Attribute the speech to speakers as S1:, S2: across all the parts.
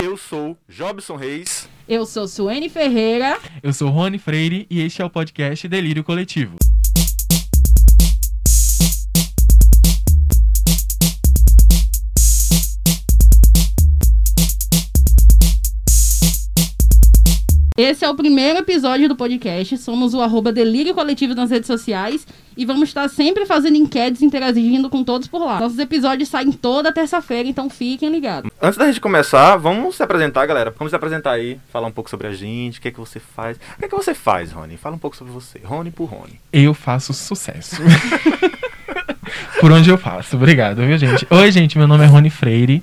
S1: Eu sou Jobson Reis.
S2: Eu sou Suene Ferreira.
S3: Eu sou Rony Freire e este é o podcast Delírio Coletivo.
S2: Esse é o primeiro episódio do podcast. Somos o arroba Delírio Coletivo nas redes sociais e vamos estar sempre fazendo enquetes, interagindo com todos por lá. Nossos episódios saem toda terça-feira, então fiquem ligados.
S1: Antes da gente começar, vamos se apresentar, galera. Vamos se apresentar aí, falar um pouco sobre a gente, o que é que você faz. O que é que você faz, Rony? Fala um pouco sobre você. Rony por Rony.
S3: Eu faço sucesso. Por onde eu passo. Obrigado, viu, gente? Oi, gente, meu nome é Rony Freire.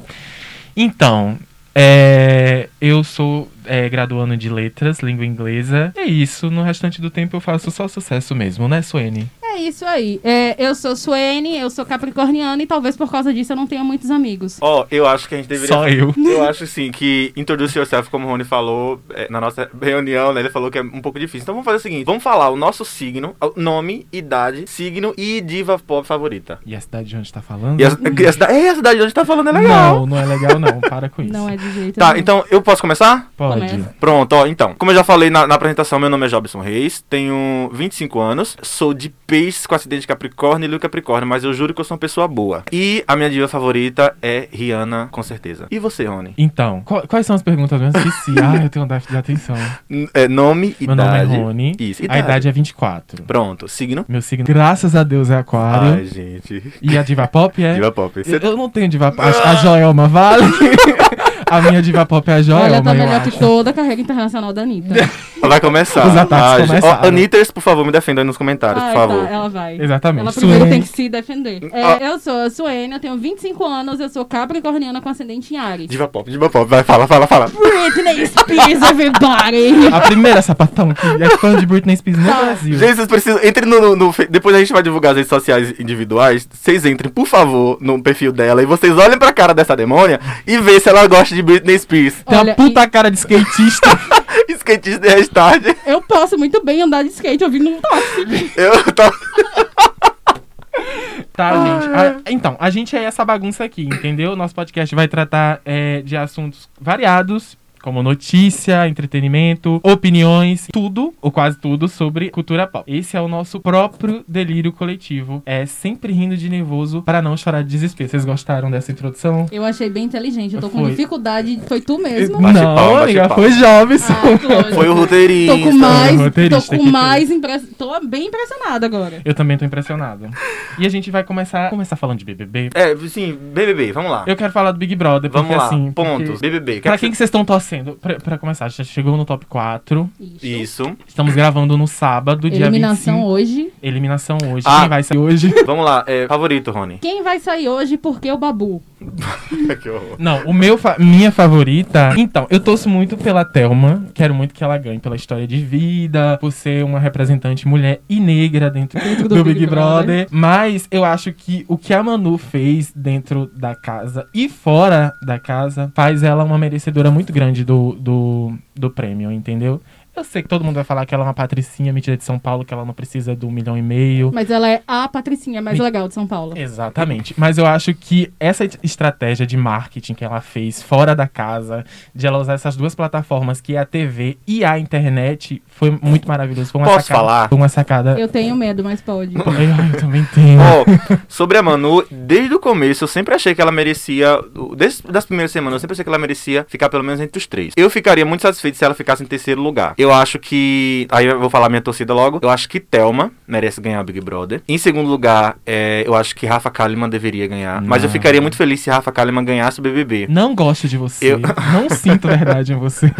S3: Então, é, eu sou é, graduando de letras, língua inglesa. É isso, no restante do tempo eu faço só sucesso mesmo, né, Suene?
S2: É isso aí. É, eu sou Suene, eu sou capricorniana e talvez por causa disso eu não tenha muitos amigos.
S1: Ó, eu acho que a gente deveria.
S3: Só eu.
S1: Eu acho sim que Introduce Yourself, como o Rony falou é, na nossa reunião, né? Ele falou que é um pouco difícil. Então vamos fazer o seguinte: vamos falar o nosso signo, o nome, idade, signo e diva pop favorita.
S3: E a cidade de onde tá falando?
S1: E a, e a cida- é, a cidade de onde tá falando é legal.
S3: Não, não é legal não, para com isso.
S2: Não é de jeito
S1: Tá,
S2: nenhum.
S1: então eu posso começar?
S3: Pode.
S2: Começa.
S1: Pronto, ó, então. Como eu já falei na, na apresentação, meu nome é Jobson Reis, tenho 25 anos, sou de peixe com acidente de Capricórnio e Lua em Capricórnio, mas eu juro que eu sou uma pessoa boa. E a minha diva favorita é Rihanna, com certeza. E você, Rony?
S3: Então, qual- quais são as perguntas mesmo? Esqueci. ah, eu tenho um déficit de atenção.
S1: N- é, nome,
S3: Meu nome é
S1: idade.
S3: Rony.
S1: Isso,
S3: A
S1: idade.
S3: idade é 24.
S1: Pronto, signo.
S3: Meu signo, graças a Deus, é aquário.
S1: Ai, gente.
S3: E a diva pop é?
S1: Diva pop. Cê-
S3: Eu, eu não tenho diva pop. A, a Joelma vale? a minha diva pop é a Joelma,
S2: Olha, tá
S3: eu
S2: melhor
S3: acho.
S2: que toda a carreira internacional da Anitta.
S1: Vai começar.
S3: Os ataques
S1: Ai, gente.
S3: começaram.
S1: Ó, Anitters, por favor, me defendam aí nos comentários,
S2: Ai,
S1: por favor.
S2: Tá, ela vai.
S3: Exatamente.
S2: Ela primeiro
S3: Suene.
S2: tem que se defender. É,
S1: Ah.
S2: Eu sou a Suene, eu tenho 25 anos, eu sou capricorniana com ascendente em Ares.
S1: Diva pop, diva pop. Vai, fala, fala, fala.
S2: Britney Spears, everybody!
S3: A primeira sapatão que é fã de Britney
S2: Tá.
S3: Spears no Brasil.
S1: Gente, vocês precisam. Entre no. no- no Fe- depois a gente vai divulgar as redes sociais individuais. Vocês entrem, por favor, no perfil dela e vocês olhem pra cara dessa demônia e vê se ela gosta de Britney Spears.
S3: Tem
S2: Olha,
S3: uma puta cara de skatista.
S1: Skatista e restart.
S2: Eu posso muito bem andar de skate ouvindo um toque.
S1: Eu tô.
S3: tá, gente? A- então, a gente é essa bagunça aqui, entendeu? Nosso podcast vai tratar é, de assuntos variados. Como notícia, entretenimento, opiniões, tudo, ou quase tudo, sobre cultura pop. Esse é o nosso próprio delírio coletivo. É sempre rindo de nervoso pra não chorar de desespero. Vocês gostaram dessa introdução?
S2: Eu achei bem inteligente, eu tô com
S3: Foi.
S2: dificuldade. Foi tu mesmo?
S1: Bate
S3: não,
S1: palma, bate
S3: amiga,
S1: palma.
S3: foi Jobson.
S2: Ah, Cláudio.
S1: Foi o
S2: Tô com
S1: roteirista.
S3: Foi o
S2: mais.
S3: roteirista
S2: Tô
S3: que
S2: com
S3: fez.
S2: mais impress... Tô bem impressionada agora.
S3: Eu também tô impressionado. E a gente vai começar, começar falando de BBB.
S1: É, sim, BBB, vamos lá.
S3: Eu quero falar do Big Brother, porque
S1: Vamos lá.
S3: assim... porque-
S1: Pontos. BBB.
S3: Pra
S1: quero
S3: quem que vocês estão torcendo? Pra, pra começar, a gente já chegou no top 4.
S2: Isso.
S1: Isso.
S3: Estamos gravando no sábado, dia
S2: Eliminação
S3: 25.
S2: hoje.
S3: Eliminação hoje.
S1: Ah.
S3: Quem vai sair hoje?
S1: Vamos lá. É, favorito, Rony.
S2: Quem vai sair hoje porque o Babu?
S1: que horror.
S3: Não, o meu fa- minha favorita. Então, eu torço muito pela Thelma. Quero muito que ela ganhe pela história de vida, por ser uma representante mulher e negra dentro,
S2: Dentro
S3: do, Big, Brother. Mas eu acho que o que a Manu fez dentro da casa e fora da casa faz ela uma merecedora muito grande do, do, do prêmio, entendeu? Eu sei que todo mundo vai falar que ela é uma patricinha metida de São Paulo, que ela não precisa do milhão e meio.
S2: Mas ela é a Patricinha mais
S3: Me- É.
S2: legal de São Paulo.
S3: Exatamente. Mas eu acho que essa et- estratégia de marketing que ela fez fora da casa, de ela usar essas duas plataformas, que é a TV e a internet, foi muito maravilhoso. Foi uma
S1: Posso
S3: sacada.
S1: falar?
S3: Foi uma sacada.
S2: Eu tenho medo, mas pode.
S3: Pô, Eu, eu também tenho.
S1: Ó, sobre a Manu, desde o começo eu sempre achei que ela merecia. Desde das primeiras semanas, eu sempre achei que ela merecia ficar pelo menos entre os três. Eu ficaria muito satisfeito se ela ficasse em terceiro lugar. Eu acho que. Aí eu vou falar minha torcida logo. Eu acho que Thelma merece ganhar o Big Brother. Em segundo lugar, é, eu acho que Rafa Kalimann deveria ganhar. Mas eu
S3: Não.
S1: ficaria muito feliz se Rafa Kalimann ganhasse o BBB.
S3: Não gosto de você.
S1: Eu-
S3: Não sinto verdade em você.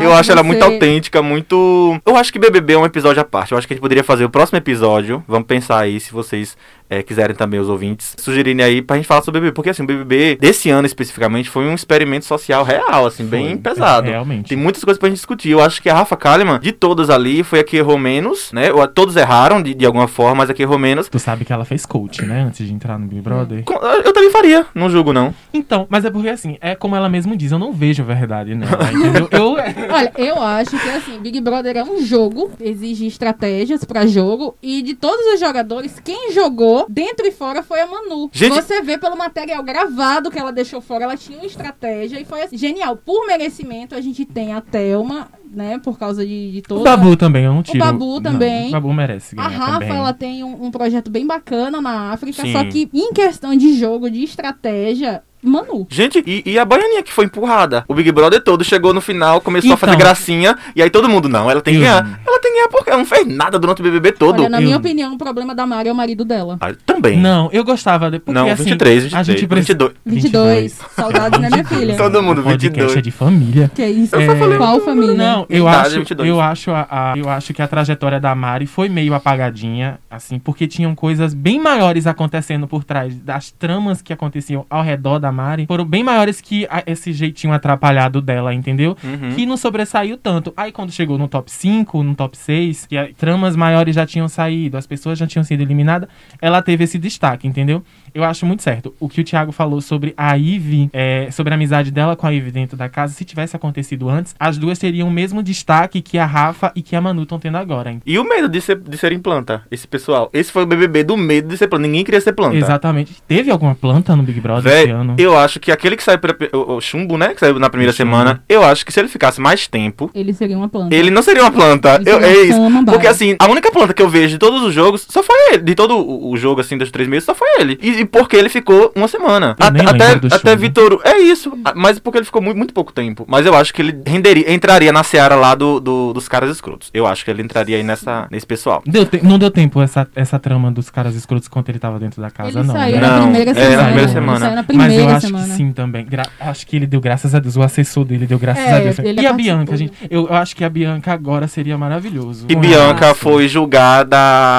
S1: Eu
S2: Ah,
S1: acho ela
S2: você-
S1: muito autêntica, muito. Eu acho que BBB é um episódio à parte. Eu acho que a gente poderia fazer o próximo episódio. Vamos pensar aí, se vocês eh, quiserem também, os ouvintes, sugerirem aí pra gente falar sobre o BBB. Porque, assim, o BBB desse ano especificamente foi um experimento social real, assim, bem
S3: Foi, É
S1: pesado.
S3: Realmente.
S1: Tem muitas coisas pra gente discutir. Eu acho que a Rafa Kalimann, de todas ali, foi a que errou menos, né? Ou a- Todos erraram de, de alguma forma, mas a que errou menos.
S3: Tu sabe que ela fez coach, né? Antes de entrar no Big Brother.
S1: Com- Eu também faria, não julgo, não.
S3: Então, mas é porque assim, é como ela mesma diz, eu não vejo a verdade nela, entendeu? Eu,
S4: Olha, eu acho que assim, Big Brother é um jogo, exige estratégias pra jogo e de todos os jogadores, quem jogou dentro e fora foi a Manu.
S1: Gente-
S4: Você vê pelo material gravado que ela deixou fora, ela tinha uma estratégia e foi assim, genial. Por merecimento, a gente tem a Thelma, né, por causa de, de toda...
S3: O Babu também, eu não tiro.
S4: Babu
S3: não,
S4: também.
S3: o Babu merece
S4: A
S3: ganhar
S4: Rafa,
S3: também.
S4: ela tem um, um projeto bem bacana na África,
S1: Sim.
S4: só que em questão de jogo, de estratégia, Manu.
S1: Gente, e, e a baianinha que foi empurrada? O Big Brother todo chegou no final, começou a fazer
S3: Então.
S1: gracinha, e aí todo mundo, não, ela tem que
S3: Eu-
S1: ganhar. Ela tem que ganhar porque ela não fez nada durante o BBB todo.
S4: Olha, na
S3: Eu-
S4: minha opinião, o problema da Mari é o marido dela.
S1: Ah, também.
S3: Não, eu gostava. de- Porque,
S1: Não,
S3: assim,
S1: 23,
S3: a
S1: 23,
S3: gente precisa-
S1: 22.
S4: 22. Saudades, né, minha filha?
S1: Todo mundo,
S3: O podcast
S1: 22.
S3: é de família.
S4: Que isso?
S3: Eu só falei
S4: Qual família?
S3: Não, eu
S1: Idade,
S3: acho,
S1: 22.
S3: eu acho a, a- eu acho que a trajetória da Mari foi meio apagadinha, assim, porque tinham coisas bem maiores acontecendo por trás das tramas que aconteciam ao redor da Mari, foram bem maiores que a- esse jeitinho atrapalhado dela, entendeu?
S1: Uhum.
S3: Que não sobressaiu tanto. Aí quando chegou no top 5, no top 6, que a- tramas maiores já tinham saído, as pessoas já tinham sido eliminadas, ela teve esse destaque, entendeu? Eu acho muito certo. O que o Thiago falou sobre a Ivy, é, sobre a amizade dela com a Ivy dentro da casa, se tivesse acontecido antes, as duas teriam o mesmo destaque que a Rafa e que a Manu estão tendo agora. hein?
S1: E o medo de ser, de serem planta, esse pessoal. Esse foi o BBB do medo de ser planta. Ninguém queria ser planta.
S3: Exatamente. Teve alguma planta no Big Brother esse
S1: Véi,
S3: ano?
S1: eu acho que aquele que saiu pra, o, o chumbo, né? Que saiu na primeira
S3: O Chumbo.
S1: semana, eu acho que se ele ficasse mais tempo,
S4: Ele seria uma planta.
S1: ele não seria uma planta.
S4: Ele
S1: Eu,
S4: seria
S1: é
S4: uma
S1: isso.
S4: samambaia.
S1: Porque assim, a única planta que eu vejo de todos os jogos só foi ele. De todo o o jogo, assim, dos três meses, só foi ele. E, e porque ele ficou uma semana.
S3: Eu nem
S1: até
S3: lembro do
S1: até
S3: Chumbo.
S1: Vitor. É isso. A- Mas porque ele ficou muito, muito pouco tempo. Mas eu acho que ele renderia, entraria na seara lá do, do- dos caras escrotos. Eu acho que ele entraria aí nessa, nesse pessoal.
S3: Deu te- Não deu tempo essa, essa trama dos caras escrotos quando ele tava dentro da casa,
S4: Ele
S3: não.
S4: saiu
S3: né?
S4: na
S1: Não,
S4: primeira
S1: é, na
S4: semana.
S1: primeira
S4: ele
S1: semana.
S4: saiu na
S3: Mas eu
S4: primeira
S3: acho
S4: semana.
S3: que sim também. Gra- acho que ele deu graças a Deus. O assessor dele deu graças
S4: É,
S3: a Deus.
S4: ele
S3: E a
S4: participou.
S3: Bianca, gente. Eu, eu acho que a Bianca agora seria maravilhoso.
S1: E
S3: Com
S1: Bianca
S3: ela,
S1: foi julgada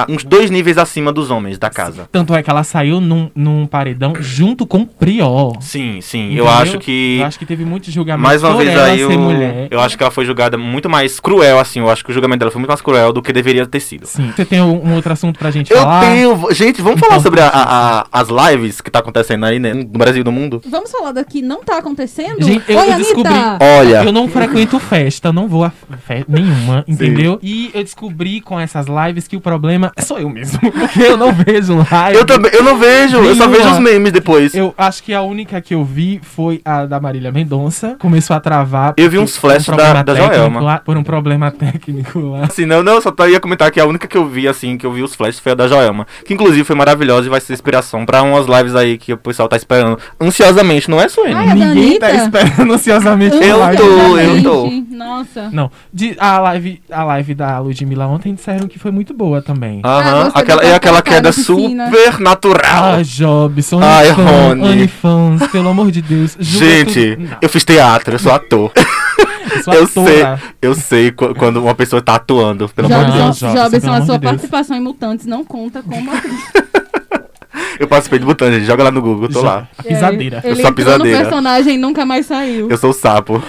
S1: uns dois níveis acima dos homens da casa.
S3: assim. Tanto é que ela saiu num, num paredão junto com o Prior.
S1: Sim, sim.
S3: Entendeu?
S1: Eu acho que.
S3: Eu acho que teve muito julgamento
S1: Mais uma
S3: por
S1: vez
S3: ela
S1: aí,
S3: ser
S1: eu,
S3: mulher.
S1: eu acho que ela foi julgada muito mais cruel, assim. Eu acho que o julgamento dela foi muito mais cruel do que deveria ter sido.
S3: Sim. Você tem um, um outro assunto pra gente
S1: Eu
S3: falar?
S1: tenho. Gente, vamos falar
S3: Então,
S1: sobre a- a- a- as lives que tá acontecendo aí, né? No Brasil e no mundo.
S4: Vamos falar da que não tá acontecendo?
S3: Gente, eu
S4: Oi,
S3: descobri-
S4: Anitta!
S1: Olha.
S3: Ah, Eu não frequento festa, não vou a festa nenhuma,
S1: Sim.
S3: entendeu? E eu descobri com essas lives que o problema é sou eu mesmo. Porque eu não vejo live.
S1: Eu também, eu não vejo, eu só
S3: Nenhuma.
S1: vejo os memes depois. Eu,
S3: Eu acho que a única que eu vi foi a da Marília Mendonça. Começou a travar.
S1: Eu vi uns
S3: por um
S1: flash da-
S3: problema
S1: da
S3: técnico
S1: Joelma.
S3: lá- por um problema técnico lá.
S1: assim, não, não, eu só tá- ia comentar que a única que eu vi, assim, que eu vi os flashes foi a da Joelma. Que inclusive foi maravilhosa e vai ser inspiração pra umas lives aí que o pessoal tá esperando ansiosamente, não é, Suene?
S4: Ai, a da
S3: Ninguém tá
S4: Anitta?
S3: esperando ansiosamente
S1: Eu
S3: a live.
S1: tô, eu
S4: Exatamente.
S1: tô.
S4: Nossa.
S3: Não, de- a, live, a live da Ludmilla ontem disseram que foi muito boa também.
S4: Ah,
S1: Aham,
S4: gostei
S1: aquela,
S4: do
S1: é aquela
S4: tacacá na
S1: queda
S4: piscina.
S1: super natural.
S3: Ah, Jobson,
S1: Ai,
S3: Onifan,
S1: Rony.
S3: Onifans, pelo amor de Deus. julga
S1: Gente,
S3: tudo. Não,
S1: eu fiz teatro, eu sou ator.
S3: sou
S1: eu
S3: atora.
S1: sei, eu sei qu- quando uma pessoa tá atuando, pelo amor de
S3: Não,
S1: Deus.
S4: Jobson,
S3: Jobson,
S4: Jobson,
S3: pelo
S4: a
S3: amor
S4: sua
S3: de Deus.
S4: participação em Mutantes não conta como atriz.
S1: Eu participei do Butão, gente. Joga lá no Google, eu tô
S3: Já,
S1: lá.
S3: A
S4: Ele
S3: pisadeira.
S1: sou a
S4: entrou
S1: pisadeira.
S4: no personagem e nunca mais saiu.
S1: Eu sou o sapo.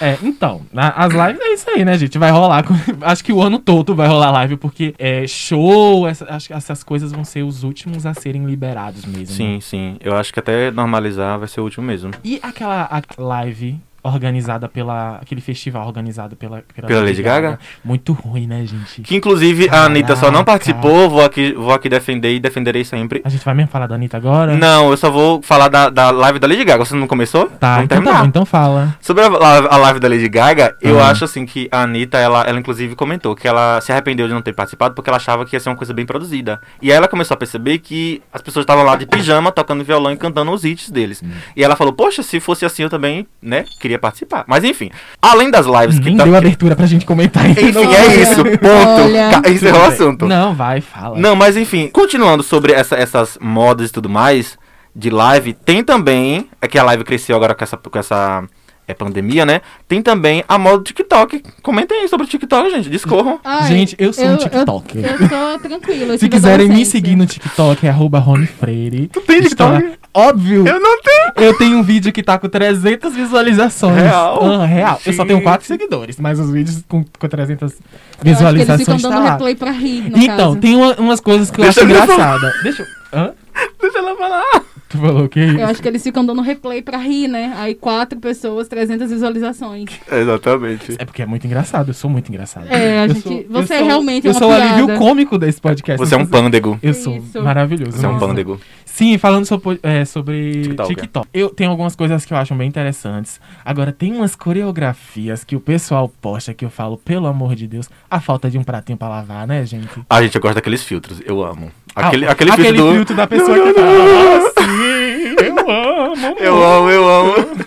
S3: É, então, a- as lives é isso aí, né, gente? Vai rolar. com- Acho que o ano todo vai rolar live, porque é show, essa- acho que essas coisas vão ser os últimos a serem liberados mesmo.
S1: Sim, sim. Eu acho que até normalizar vai ser o último mesmo.
S3: E aquela a- live organizada pela. aquele festival organizado pela.
S1: Pela Lady Gaga?
S3: Muito ruim, né, gente?
S1: Que inclusive a Anitta só não
S3: Caraca.
S1: participou, vou aqui, vou aqui defender e defenderei sempre.
S3: A gente vai mesmo falar da Anitta agora?
S1: Não, eu só vou falar da, da live da Lady Gaga. Você não começou?
S3: Tá,
S1: Vamos
S3: então, tá
S1: terminar.
S3: bom, então fala.
S1: Sobre a, a- a live da Lady Gaga, eu
S3: Aham.
S1: acho assim que a Anitta, ela, ela inclusive comentou que ela se arrependeu de não ter participado porque ela achava que ia ser uma coisa bem produzida. E aí ela começou a perceber que as pessoas estavam lá de pijama, tocando violão e cantando os hits deles.
S3: Hum.
S1: E ela falou, poxa, se fosse assim eu também, né, queria participar. Mas enfim, além das lives que
S3: Nem
S1: tá-
S3: Uhum. deu abertura pra gente comentar
S1: Enfim, é
S4: Olha,
S1: isso,
S4: olha.
S1: ponto. Ca- Encerrou o
S3: Tudo bem.
S1: assunto.
S3: Não, vai, fala.
S1: Não, mas enfim, continuando sobre essa- essas modas e tudo mais de live, tem também. É que a live cresceu agora com essa, com essa é, pandemia, né? Tem também a moda do TikTok. Comentem aí sobre o TikTok, gente. Discorram.
S4: Ai,
S3: Gente, eu sou um
S4: eu-
S3: TikToker.
S4: Eu, eu tô tranquilo. eu
S3: Se
S4: tive
S3: quiserem me
S4: adolescência.
S3: seguir no TikTok, é arroba Rony Freire. Tu
S1: tem TikTok?
S3: Óbvio.
S1: Eu não tenho.
S3: Eu tenho um vídeo que tá com 300 visualizações.
S1: Real?
S3: Ah, real. Eu só tenho
S1: Gente.
S3: 4 seguidores, mas os vídeos com, com 300
S4: Eu acho que eles
S3: visualizações
S4: ficam
S3: tá
S4: dando
S3: lá.
S4: replay pra rir, no
S3: Então,
S4: caso.
S3: tem uma- umas coisas que eu
S1: Deixa
S3: acho
S1: eu ver só.
S3: engraçada. Deixa eu... Hã?
S1: Deixa ela falar.
S3: Tu falou o quê?
S4: Eu acho que eles ficam dando replay pra rir, né? Aí quatro pessoas, 300 visualizações.
S1: Exatamente.
S3: É porque é muito engraçado, eu sou muito engraçado.
S4: É, a
S3: Eu
S4: gente- você realmente é
S3: Eu
S4: uma
S3: sou o alívio
S4: piada.
S3: cômico desse podcast.
S1: Você é um
S3: Não
S1: pândego.
S3: Eu sou
S4: Isso.
S3: maravilhoso.
S1: Você é um
S3: Nossa.
S1: pândego.
S3: Sim, falando sobre, é, sobre
S1: TikTok.
S3: TikTok. Eu tenho algumas coisas que eu acho bem interessantes. Agora, tem umas coreografias que o pessoal posta que eu falo, pelo amor de Deus, a falta de um pratinho pra lavar, né, gente?
S1: Ah, gente, eu gosto daqueles filtros. Eu amo. Aquele,
S3: Ah,
S1: aquele,
S3: aquele
S1: filtro, do-
S3: filtro da pessoa que tá "Ah, sim, eu amo,
S1: Eu amo, eu amo.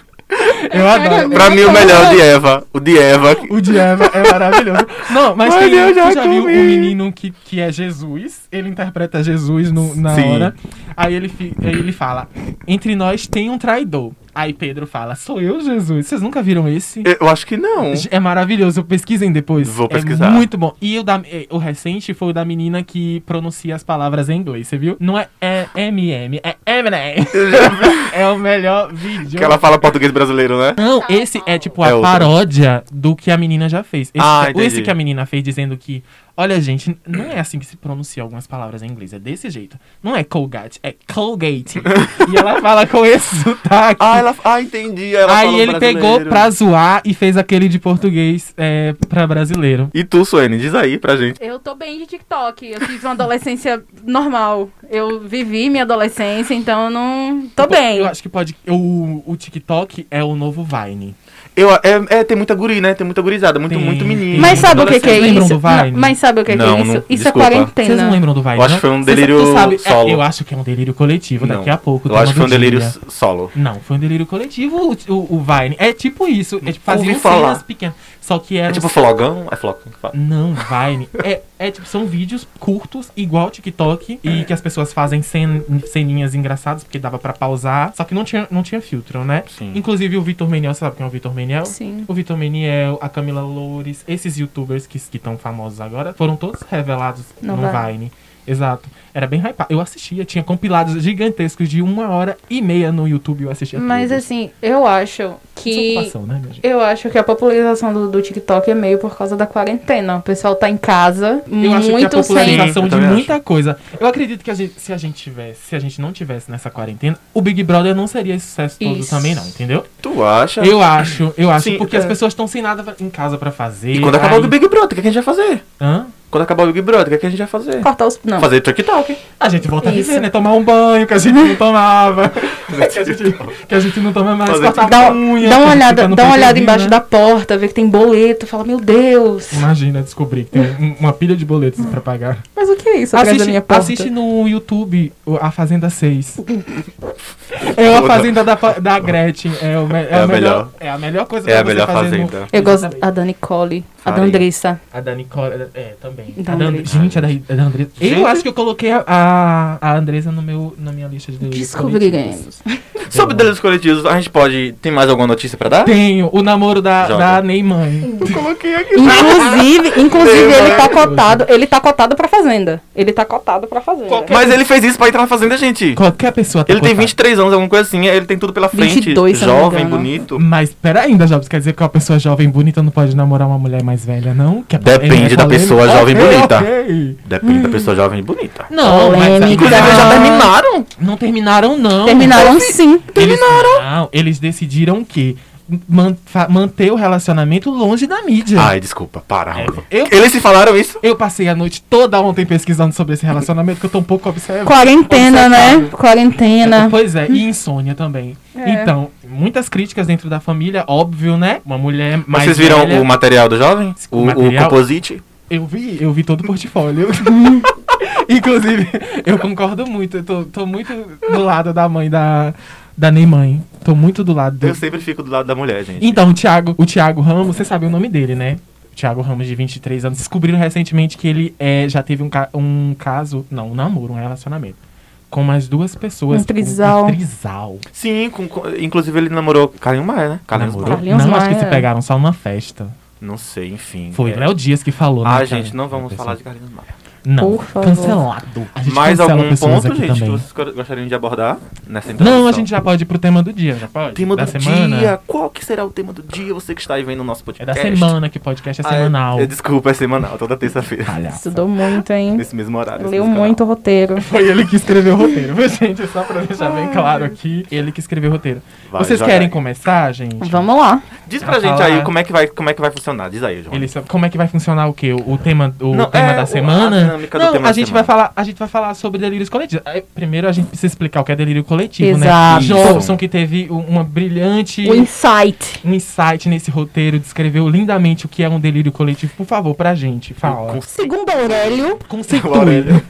S3: eu adoro.
S1: pra mim, o melhor é o de Eva. O de Eva.
S3: O de Eva é maravilhoso. Não, mas
S1: Olha,
S3: tem um,
S1: eu
S3: tu
S1: já
S3: já viu um
S1: comi.
S3: menino que, que é Jesus, ele interpreta Jesus no- na
S1: Sim.
S3: hora. Aí ele, fi- aí ele fala: Entre nós tem um traidor. Aí Pedro fala: Sou eu, Jesus. Vocês nunca viram esse?
S1: Eu acho que não.
S3: É maravilhoso, pesquisem depois.
S1: Vou
S3: É
S1: pesquisar.
S3: muito bom. E o, da- eh, o recente foi o da menina que pronuncia as palavras em inglês, você viu? Não é, é MM, é Eminem. é o melhor vídeo.
S1: Que ela fala português brasileiro, né?
S3: Não,
S4: Tá
S3: esse é tipo a
S1: É outra.
S3: paródia do que a menina já fez. Esse,
S1: Ah,
S3: que, é- esse
S1: entendi.
S3: que a menina fez dizendo que, olha, gente, não é assim que se pronuncia algumas palavras em inglês, é desse jeito. Não é Colgate, é Colgate. e ela fala com esse sotaque.
S1: Ah, ela. Ah, entendi.
S3: Aí ele pegou pra zoar e fez aquele de português é, pra brasileiro.
S1: E tu, Suene, diz aí pra gente.
S4: Eu tô bem de TikTok. Eu tive uma adolescência normal. Eu vivi minha adolescência, então eu não. Tô bem.
S3: Tipo, Eu acho que pode. O, o TikTok é o novo Vine.
S1: Eu, é, é, tem muita guri, né? Tem muita gurizada, muito,
S3: Tem,
S1: muito menino.
S4: Mas sabe o que, que é
S3: Vocês lembram
S1: adolescente.
S4: isso?
S3: do Vine?
S4: Não, mas sabe o que,
S1: Não,
S4: que é isso?
S1: não,
S4: isso
S1: desculpa.
S4: é quarentena.
S3: Vocês não lembram do Vine?
S1: Eu acho
S3: não?
S1: que foi um
S3: Vocês-
S1: delírio
S3: tu sabe- é,
S1: solo.
S3: eu acho que é um delírio coletivo. Daqui a pouco.
S1: Eu
S3: turma
S1: acho que foi um
S3: do
S1: delírio
S3: dia.
S1: s- solo.
S3: Não, foi um delírio coletivo o, o, o Vine. É tipo isso. É tipo fazer
S1: Ouvi
S3: cenas
S1: falar.
S3: pequenas. Só que era.
S1: É tipo flogão? É flogão. que fala.
S3: Não, Vine. É, é tipo, são vídeos curtos, igual TikTok, e que as pessoas fazem cen- ceninhas engraçadas, porque dava pra pausar. Só que não tinha, não tinha filtro, né?
S1: Sim.
S3: Inclusive o Vitor Meniel, sabe quem é o Vitor Meniel?
S4: Sim.
S3: O Vitor Meniel, a Camila Loures, esses youtubers que estão famosos agora, foram todos revelados
S4: No
S3: no,
S4: Vine.
S3: Vine. Exato. Era bem hypado. Eu assistia, tinha compilados gigantescos de uma hora e meia no YouTube, eu assistia
S4: Mas
S3: tudo.
S4: assim, eu acho que.
S3: Desocupação, né, minha gente?
S4: Eu acho que a popularização do, do TikTok é meio por causa da quarentena. O pessoal tá em casa,
S3: Eu acho
S4: muito sem.
S3: que a
S1: Sim, eu
S3: popularização de
S1: também
S3: muita coisa. Eu acredito que a gente- se a gente tivesse, se a gente não tivesse nessa quarentena, o Big Brother não seria esse sucesso todo
S4: Isso.
S3: também, não, entendeu?
S1: Tu acha?
S3: Eu acho, eu acho,
S1: Tá. Sim,
S3: porque
S1: é.
S3: as pessoas estão sem nada pra- em casa pra fazer.
S1: E quando acabar
S3: aí-
S1: o Big Brother, o que, é que a gente vai fazer?
S3: Hã?
S1: Quando acabar o Big Brother, o que, é que a gente vai fazer?
S4: Cortar os. Não.
S1: Fazer TikTok.
S3: A gente volta
S4: Isso.
S3: a viver, né? Tomar um banho que a gente não tomava. que, a gente, que a gente não toma mais.
S1: Fazer
S3: Cortar
S4: Dá, um-
S3: a unha.
S4: dá
S3: que a
S4: uma
S3: gente
S4: olhada,
S3: fica no
S4: dá uma olhada
S3: pay-per-view,
S4: embaixo
S3: né?
S4: da porta, vê que tem boleto, fala, meu Deus.
S3: Imagina descobrir que tem um- uma pilha de boletos pra pagar.
S4: Mas o que é isso? Atrás da
S3: Assiste,
S4: minha porta.
S3: assiste no YouTube o- A Fazenda 6. é a Fazenda da, pa- da Gretchen. É, o, me- é
S1: É
S3: a
S1: a
S3: melhor,
S1: melhor.
S3: É a melhor coisa
S1: É
S3: pra
S1: a
S3: você
S1: melhor
S3: fazer no-
S1: Fazenda.
S4: Eu gosto
S3: Exatamente.
S4: da Dani Cole, a da
S1: Faria.
S4: Andressa.
S3: A da Nicole, é, também.
S4: Da
S3: a da
S4: Andressa.
S3: Gente, a da, a da Andressa. Eu
S1: Gente.
S3: acho que eu coloquei a, a, a Andressa no meu, na minha lista de delírios coletivos.
S4: Descobriremos.
S1: Sobre delírios coletivos, a gente pode. Tem mais alguma notícia pra dar?
S3: Tenho o namoro da,
S1: Joga.
S3: da Neymar.
S1: Eu coloquei aqui.
S4: Inclusive, inclusive
S1: Meu
S4: ele tá
S3: maravilhoso.
S4: cotado, ele tá cotado pra fazenda. Ele tá cotado pra fazenda.
S1: Mas ele fez isso pra entrar na fazenda, gente.
S3: Qualquer pessoa tá
S1: Ele tem
S3: cotada.
S1: 23 anos, alguma coisa assim. Ele tem tudo pela frente.
S4: 22, se eu não me
S1: jovem,
S4: engano.
S1: bonito.
S3: Mas pera ainda, Jobs, quer dizer que uma pessoa jovem e bonita não pode namorar uma mulher mais velha, não? Que é-
S1: Depende
S3: é
S1: da pessoa
S3: polêmico.
S1: jovem e
S3: Ok,
S1: bonita.
S3: ok.
S1: Depende
S4: Hum.
S1: da pessoa jovem e bonita.
S3: Não, mas
S4: Polêmica.
S1: Inclusive, é eles já terminaram.
S3: não terminaram, não.
S4: Terminaram sim.
S3: Eles, não, eles decidiram que man- fa- manter o relacionamento longe da mídia.
S1: Ai, desculpa, para, Rony.
S3: eu-
S1: Eles se falaram isso?
S3: Eu passei a noite toda ontem pesquisando sobre esse relacionamento, que eu tô um pouco observando.
S4: Quarentena, né? Quarentena.
S3: Pois é, e insônia também.
S4: É.
S3: Então, muitas críticas dentro da família, óbvio, né? Uma mulher mais
S1: Vocês viram
S3: velha-
S1: o material do jovem?
S3: O
S1: é- O, o
S3: material?
S1: composite?
S3: Eu vi, eu vi todo o portfólio. Inclusive, eu concordo muito. Eu tô, tô muito do lado da mãe da, da Neymar. Tô muito do lado do...
S1: Eu sempre fico do lado da mulher, gente.
S3: Então, o Thiago, o Thiago Ramos, você sabe o nome dele, né? O Thiago Ramos, de 23 anos, descobriram recentemente que ele é, já teve um, ca- um caso, não, um namoro, um relacionamento. Com mais duas pessoas.
S4: Um trisal.
S3: Um trisal.
S1: Sim, com- com- inclusive ele namorou Carlinhos Maia, né? Carlinhos
S3: Namorou?
S1: Maia.
S4: Carlinhos
S3: Não, acho que
S4: Maia.
S3: se pegaram só numa festa.
S1: Não sei, enfim.
S3: Foi
S1: É.
S3: Léo Dias que falou, né?
S1: Ah,
S3: cara?
S1: gente, não vamos
S3: Pessoa.
S1: falar de Carlinhos Maia.
S3: Não.
S2: Por favor.
S3: Cancelado. A gente
S1: Mais
S3: cancela
S1: algum
S3: pessoas
S1: ponto,
S3: aqui
S1: gente,
S3: também.
S1: que vocês go- gostariam de abordar nessa introdução?
S3: Não, a gente já pode ir pro tema do dia, já pode?
S1: Tema
S3: da
S1: do
S3: semana.
S1: dia. Qual que será o tema do dia? Você que está aí vendo o nosso
S3: É
S1: podcast.
S3: da semana, que podcast é
S1: Ah,
S3: semanal.
S1: é- desculpa, é semanal, toda terça-feira.
S3: Palhaça.
S2: Estudou muito, hein?
S1: Nesse mesmo horário.
S2: Leu
S1: nesse canal.
S2: muito o roteiro.
S3: Foi ele que escreveu o roteiro, viu, gente? Só pra deixar bem claro aqui, ele que escreveu o roteiro.
S1: Vai,
S3: Vocês
S1: joga
S3: querem
S1: aí.
S3: começar, gente?
S2: Vamos lá.
S1: Diz pra
S3: Ah,
S1: gente
S3: fala.
S1: aí como é, que vai, como é que vai funcionar. Diz aí, João.
S3: Ele sabe- como é que vai funcionar o quê? O, o tema, o
S1: Não,
S3: tema
S1: é, o-
S3: da
S1: a
S3: semana?
S1: dinâmica do
S3: Não,
S1: tema
S3: a
S1: da
S3: gente
S1: semana.
S3: vai falar, a gente vai falar sobre delírios coletivos. Aí, Primeiro a gente precisa explicar o que é delírio coletivo,
S2: Exato.
S3: né? Jobson que teve um- uma brilhante
S2: O insight.
S3: um insight nesse roteiro, descreveu lindamente o que é um delírio coletivo. Por favor, pra gente, fala.
S2: Segundo Aurélio,
S1: O Aurélio.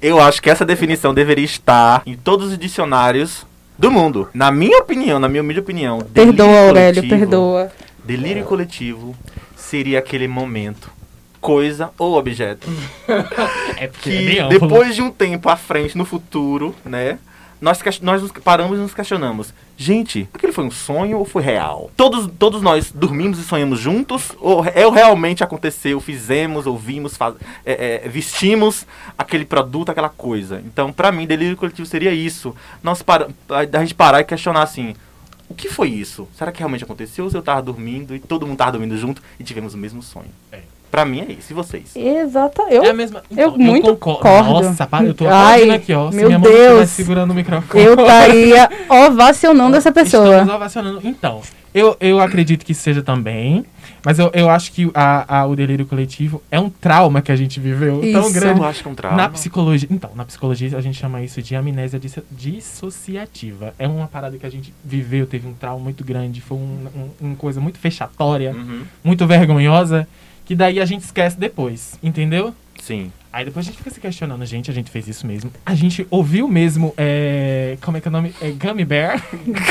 S1: Eu acho que essa definição deveria estar em todos os dicionários do mundo. Na minha opinião, na minha humilde opinião. delírio
S2: perdoa, Aurélio,
S1: coletivo-
S2: perdoa.
S1: Delírio coletivo seria aquele momento, coisa ou objeto
S3: É porque é
S1: que
S3: bem amplo.
S1: depois de um tempo à frente, no futuro, né? Nós, ques- nós nos paramos e nos questionamos. Gente, aquele foi um sonho ou foi real? Todos, todos nós dormimos e sonhamos juntos? Ou é, realmente aconteceu? Fizemos, ouvimos, faz, é, é, vestimos aquele produto, aquela coisa? Então, pra mim, delírio coletivo seria isso. Nós para, a, a gente parar e questionar assim. O que foi isso? Será que realmente aconteceu? Ou se eu tava dormindo e todo mundo tava dormindo junto e tivemos o mesmo sonho?
S3: É.
S1: Pra mim é isso. E vocês?
S2: Exato.
S3: É a
S2: Eu,
S3: mesma.
S2: eu muito concordo.
S3: Nossa, para, eu tô
S2: Ai,
S3: aplaudindo aqui, ó. se
S2: meu
S3: minha mão não tivesse
S2: Deus.
S3: segurando o microfone.
S2: eu estaria ovacionando essa pessoa.
S3: Estamos ovacionando. Então, eu, eu acredito que seja também. Mas eu, eu acho que a, a- o delírio coletivo é um trauma que a gente viveu tão
S2: Isso.
S3: grande.
S1: Eu acho que é um trauma.
S3: Na psicologia. Então, na psicologia a gente chama isso de amnésia disso- dissociativa. É uma parada que a gente viveu, teve um trauma muito grande, foi um- um- uma coisa muito fechatória,
S1: Uhum.
S3: muito vergonhosa, que daí a gente esquece depois, entendeu?
S1: Sim.
S3: Aí depois a gente fica se questionando, gente, a gente fez isso mesmo. A gente ouviu mesmo, é. Como é que é o nome? É Gummy Bear.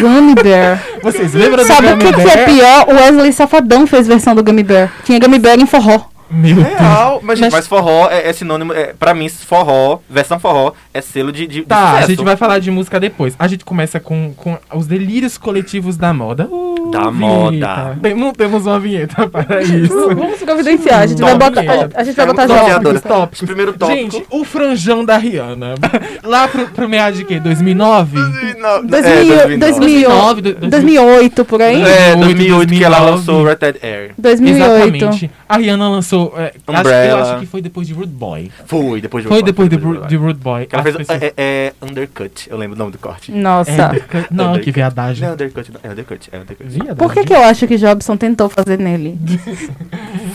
S2: Gummy Bear.
S3: Vocês lembram
S2: Sabe
S3: do
S2: o que,
S3: Gummy
S2: que é
S3: Bear?
S2: pior? O Wesley Safadão fez versão do Gummy Bear. Tinha Gummy Bear em forró.
S3: Meu Deus.
S1: Real, mas, gente,
S3: Mas-
S1: mas forró é, é sinônimo. É, pra mim, forró, versão forró, é selo de. de de
S3: Tá, a
S1: sucesso.
S3: gente vai falar de música depois. A gente começa com, com os delírios coletivos da moda. Uh,
S1: Da moda.
S3: Tem- não temos uma vinheta para isso.
S2: Vamos providenciar. A gente vai
S1: Top,
S2: botar,
S1: top.
S2: a, a gente vai
S1: É um
S2: botar
S1: top
S2: já.
S1: adoro.
S3: Tópicos, tópicos.
S1: Esse primeiro tópico.
S3: Gente, o franjão da Rihanna. Lá pro, pro meado de quê? 2009?
S1: Não,
S2: 2000, 2008,
S3: 2009,
S2: por aí?
S1: É, 2008 que ela
S3: 2009.
S1: lançou Red Dead Air.
S2: 2008.
S3: Exatamente. A Rihanna lançou. é, acho- eu
S1: Umbrella.
S3: acho que foi depois de Rude Boy.
S1: Foi depois de
S3: Foi
S1: Rock
S3: depois de,
S1: Band,
S3: Ru- de Rude Boy.
S1: Que ela
S3: As
S1: fez
S3: pessoas-
S1: é, é, Undercut, eu lembro o nome do corte.
S2: Hum. Nossa.
S3: É, Não, que viadagem.
S1: Não é Undercut, não. É Undercut, é Undercut.
S3: Viadagem.
S2: Por que, que eu acho que Jobson tentou fazer nele?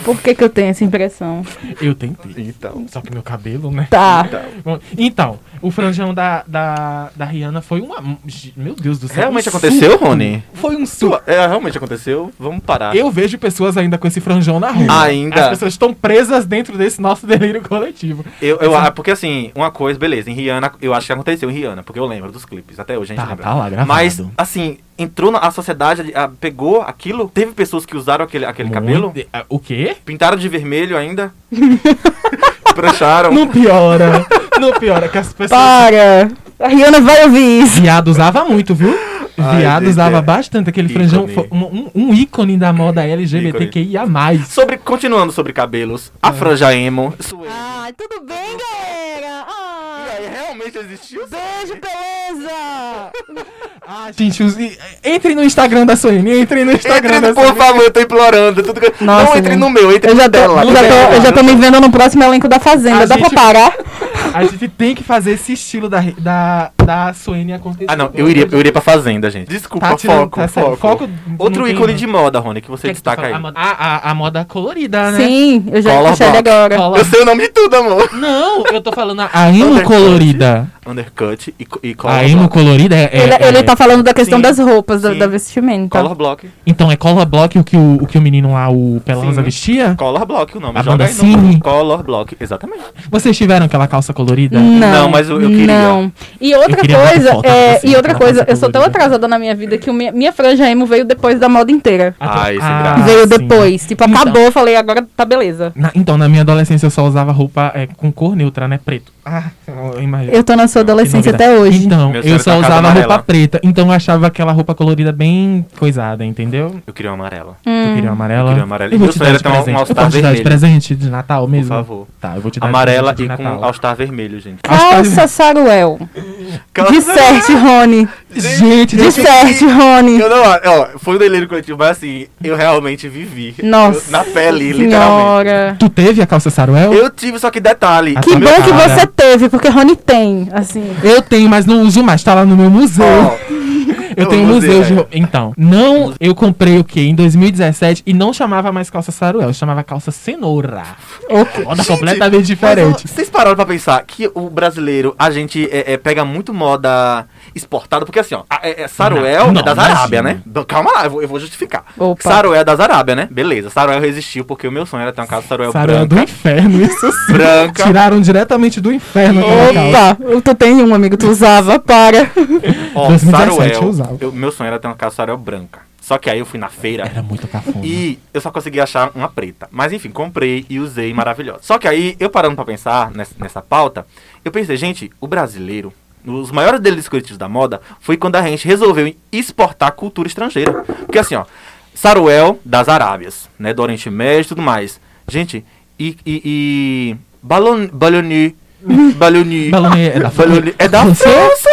S2: Por que, que eu tenho essa impressão?
S3: eu tentei?
S1: Então.
S3: Só que meu cabelo, né?
S2: Tá.
S3: Bom, então, o franjão da, da, da Rihanna foi uma. um, Meu Deus do céu.
S1: Realmente
S3: um
S1: aconteceu,
S3: surto.
S1: Rony?
S3: Foi um surto.
S1: Sua, é, realmente aconteceu, vamos parar.
S3: Eu vejo pessoas ainda com esse franjão na rua.
S1: Ainda.
S3: As pessoas estão presas dentro desse nosso delírio coletivo.
S1: Eu,
S2: Então-
S1: eu, ah, porque assim, uma coisa, beleza, em Rihanna, eu acho que aconteceu em Rihanna, porque eu lembro dos clipes, até hoje a gente
S3: Tá,
S1: lembra.
S3: tá lá, gravado.
S1: Mas, assim, entrou na a sociedade, a- pegou aquilo, teve pessoas que usaram aquele, aquele
S3: Muito-
S1: cabelo,
S3: Ah, O quê?
S1: pintaram de vermelho ainda, prancharam.
S3: Não piora. não piora, que as pessoas.
S2: Para! A Rihanna vai ouvir isso.
S3: Viado usava muito, viu?
S1: Ai,
S3: Viado
S1: gente,
S3: usava
S1: é.
S3: bastante aquele
S1: Ícone.
S3: franjão. Foi um, um- um ícone da moda LGBTQIA.
S1: Sobre, continuando sobre cabelos,
S2: Ah.
S1: a franja emo. Isso é.
S2: Ai, tudo bem, galera?
S1: E aí, realmente existiu? Tá
S2: beijo, beleza!
S3: Ah, gente, os- entrem no Instagram da Soline, entrem no Instagram
S1: Entre,
S3: da
S1: no- por
S3: Soline.
S1: favor, eu tô implorando. Tudo que- Não
S2: Nossa,
S1: entre
S2: gente.
S1: no meu, entre
S2: Eu já
S1: no
S2: tô,
S1: dela.
S2: eu já tô, eu já tô me vendo no próximo elenco da Fazenda.
S3: A
S2: Dá
S3: gente-
S2: pra parar?
S3: A gente tem que fazer esse estilo da, da, da Suene acontecer.
S1: Ah, não, eu iria, eu iria pra fazenda, gente. Desculpa,
S3: Tá tirando-
S1: foco,
S3: tá sério,
S1: foco.
S3: foco não
S1: Outro
S3: tem,
S1: ícone
S3: não.
S1: de né? moda, Rony, que você
S3: Que que tu
S1: destaca
S3: fala?
S1: aí.
S3: A moda, a, a- a moda colorida, né?
S2: Sim, eu já
S1: Color
S2: achei ele
S1: block.
S2: agora.
S3: Cola-
S1: Eu sei o nome de tudo, amor.
S3: Não, eu tô falando a, a emo
S1: Undercut.
S3: colorida.
S1: Undercut e, co- e color
S3: A emo
S1: block.
S3: colorida é. é-
S2: ele, ele
S3: é-
S2: tá falando da questão
S1: Sim,
S2: das roupas, da,
S1: sim.
S2: da vestimenta.
S1: Color block.
S3: Então é color block o que o, o que o menino lá, o Pelanza,
S1: Sim.
S3: vestia?
S1: Color block o nome.
S3: A
S1: Joga
S3: banda
S1: aí no Google.
S3: Cine.
S1: Color block, exatamente.
S3: Vocês tiveram aquela calça colorida?
S2: Não,
S1: Não, mas eu- eu queria.
S2: Não. E outra
S3: queria muita
S2: coisa,
S3: foto
S2: é,
S3: dessa,
S2: e outra
S3: daquela
S2: coisa,
S3: coisa
S2: eu sou tão
S3: colorida.
S2: atrasada na minha vida que o minha, minha franja emo veio depois da moda inteira.
S3: A tua-
S1: Ah, isso é
S3: Ah,
S1: engraçado.
S2: veio
S3: sim.
S2: depois. Tipo,
S3: Então-
S2: acabou, eu falei, agora tá beleza.
S3: Na- então, na minha adolescência eu só usava roupa é, com cor neutra, né? Preto. Ah, eu imagino.
S2: Eu tô na sua adolescência até hoje.
S3: Então,
S1: Meu
S3: eu
S1: sonho
S3: só
S1: era ter uma
S3: usava
S1: casa
S3: roupa
S1: amarela.
S3: preta, então eu achava aquela roupa colorida bem coisada, entendeu?
S1: Eu queria uma amarela.
S3: Eu
S2: Hum.
S3: queria uma amarela.
S1: Eu queria uma amarela.
S3: Eu vou
S1: E
S3: te
S1: meu
S3: dar
S1: sonho era
S3: de
S1: ter uma-
S3: presente.
S1: uma
S3: Eu
S1: All-Star
S3: posso te dar de
S1: vermelho.
S3: presente de Natal mesmo?
S1: favor.
S3: Tá, eu vou te dar de
S1: Amarela e
S3: presente de
S1: com
S3: Natal.
S1: all-star vermelho, gente.
S2: Calça Saruel. Disserte, Rony.
S3: Gente, deixa eu...
S2: Disserte, Rony.
S1: Eu não, ó, foi um delírio coletivo, mas assim, eu realmente vivi.
S2: Nossa.
S1: Eu- na pele, literalmente.
S2: Senhora.
S3: Tu teve a calça Saruel?
S1: Eu tive, só que detalhe.
S3: Ah,
S2: Que
S3: Tá
S1: o
S2: bom
S1: meu-
S2: que
S3: cara.
S2: você teve, porque Rony tem, assim.
S3: Eu tenho, mas não uso mais, tá lá no meu museu.
S1: Ó,
S3: Eu
S1: Ô,
S3: tenho um
S1: museu,
S3: museu de
S1: é.
S3: roupa. Então, não. Eu comprei o quê? Em 2017 e não chamava mais calça saruel, chamava calça cenoura.
S2: Ok.
S3: Moda
S1: Gente,
S3: completamente
S1: mas,
S3: diferente.
S1: ó, vocês pararam pra pensar que o brasileiro, a gente é, é, pega muito moda exportada, porque assim, ó, a- é, é Saruel
S3: Não,
S1: é da
S3: não,
S1: Arábia,
S3: imagina.
S1: né? Do- Calma lá, eu vou, eu vou justificar.
S2: Opa.
S1: Saruel é da Arábia, né? Beleza, Saruel resistiu, porque É o meu sonho era ter uma casa Saruel,
S3: Saruel é do
S1: branca.
S3: inferno, isso sim.
S1: Branca. Oh.
S3: Tiraram diretamente do inferno aquela calça.
S2: Opa, eu- tu tem um amigo, tu usava, para.
S1: Ó,
S3: 2017 eu
S1: Saruel.
S3: usava.
S1: eu- meu sonho era ter uma casa Saruel branca. Só que aí eu fui na feira.
S3: Era muito cafona.
S1: E eu só consegui achar uma preta. Mas enfim, comprei e usei, maravilhosa. Só que aí, eu parando pra pensar nessa, nessa pauta, eu pensei, gente, o brasileiro, os maiores deles coletivos da moda, foi quando a gente resolveu exportar cultura estrangeira. Porque assim, ó, Saruel das Arábias, né, do Oriente Médio e tudo mais. Gente, e... e, e balon, baloni, baloni,
S3: Balonê é da
S1: baloni, é da
S3: França?
S1: França!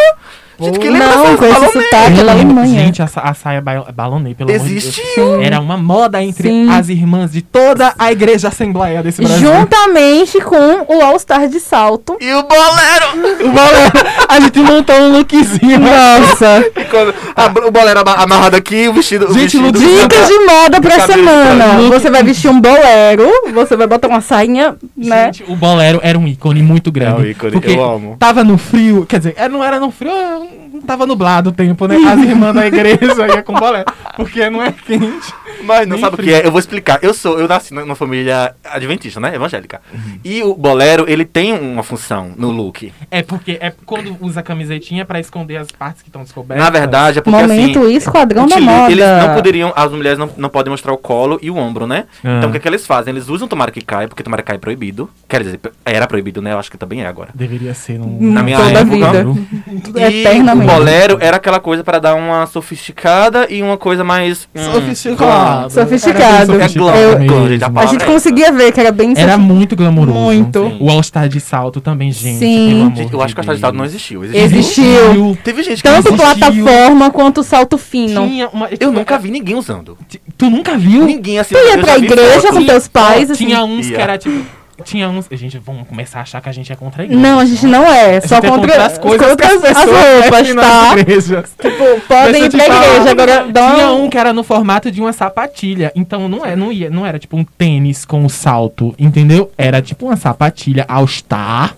S1: Gente, que é lembra
S2: Não,
S1: dessas
S2: com esse
S1: balonê?
S2: sotaque da Alemanha.
S3: Gente, a, sa- a saia ba balonê, pelo amor de Deus.
S1: Existiu!
S3: Era uma moda entre
S2: Sim.
S3: as irmãs de toda a igreja assembleia desse Brasil.
S2: Juntamente com o All Star de salto.
S1: E o bolero!
S3: O balé- a gente montou um lookzinho.
S2: Nossa.
S1: Quando a bl- o bolero ama- amarrado aqui, o vestido.
S3: Gente,
S1: o vestido
S3: Ludmilla-
S2: Dicas de moda pra
S1: Cabelo
S2: semana.
S3: estranho.
S2: Você vai vestir um bolero, você vai botar uma sainha, né?
S3: Gente, o bolero era um ícone muito grande.
S1: É um ícone,
S3: porque
S1: eu amo.
S3: Tava no frio, quer dizer, era- não era no frio, eu- tava nublado o tempo, né? As irmãs da igreja ia com bolero. Porque não é quente.
S1: Mas não
S3: Nem
S1: sabe o que
S3: frio.
S1: é, eu vou explicar. Eu sou, eu nasci numa família adventista, né? Evangélica.
S3: Uhum.
S1: E o bolero, ele tem uma função no look.
S3: É porque é quando usa camisetinha pra esconder as partes que estão descobertas.
S1: Na verdade, é porque
S2: Momento
S1: assim.
S2: esquadrão da
S1: utili-
S2: moda.
S1: Eles não poderiam, as mulheres não, não podem mostrar o colo e o ombro, né?
S3: Ah.
S1: Então o que, é que eles fazem? Eles usam tomara que caia, porque tomara que caia é proibido. Quer dizer, era proibido, né? Eu acho que também é agora.
S3: Deveria ser um.
S1: Na minha
S2: Toda
S1: época,
S2: vida.
S1: E o
S2: é Eternamente.
S1: um bolero era aquela coisa pra dar uma sofisticada e uma coisa mais. hum,
S3: Sofisticado.
S2: Sofisticado.
S1: É
S3: Era bem
S1: glam,
S3: mesmo.
S1: glam, gente, a
S2: A
S1: palavra
S2: gente
S1: é essa.
S2: conseguia ver que era bem
S3: Era muito glamouroso.
S2: Muito.
S3: O All Star de salto também, gente.
S2: Sim.
S3: pelo amor
S1: Gente, eu acho
S3: de
S1: que o Estado não
S3: Deus.
S1: existiu.
S2: Existiu.
S1: Teve gente que
S2: tanto
S1: usou.
S2: plataforma quanto salto fino.
S3: Tinha uma...
S1: Eu nunca vi ninguém usando.
S3: Tu nunca viu?
S1: Ninguém assim.
S2: Tu ia
S1: eu
S2: pra
S1: já vi
S2: igreja
S1: fotos.
S2: com teus pais, assim.
S3: Tinha uns que
S1: Ia.
S3: era tipo. Tinha uns. Gente, vamos começar a achar que a gente é contra a igreja.
S2: Não, a gente não é. Só
S3: gente é
S2: contra as, contra as, as
S3: vestem
S2: roupas,
S3: nas
S2: tá?
S3: igrejas.
S2: Tipo, podem
S3: né, Deixa eu
S2: ir
S3: te
S2: pra
S3: falar.
S2: igreja. Agora dá
S3: Tinha
S2: uma-
S3: um que era no formato de uma sapatilha. Então não, é, não, ia, não era tipo um tênis com um salto, entendeu? Era tipo uma sapatilha All-Star.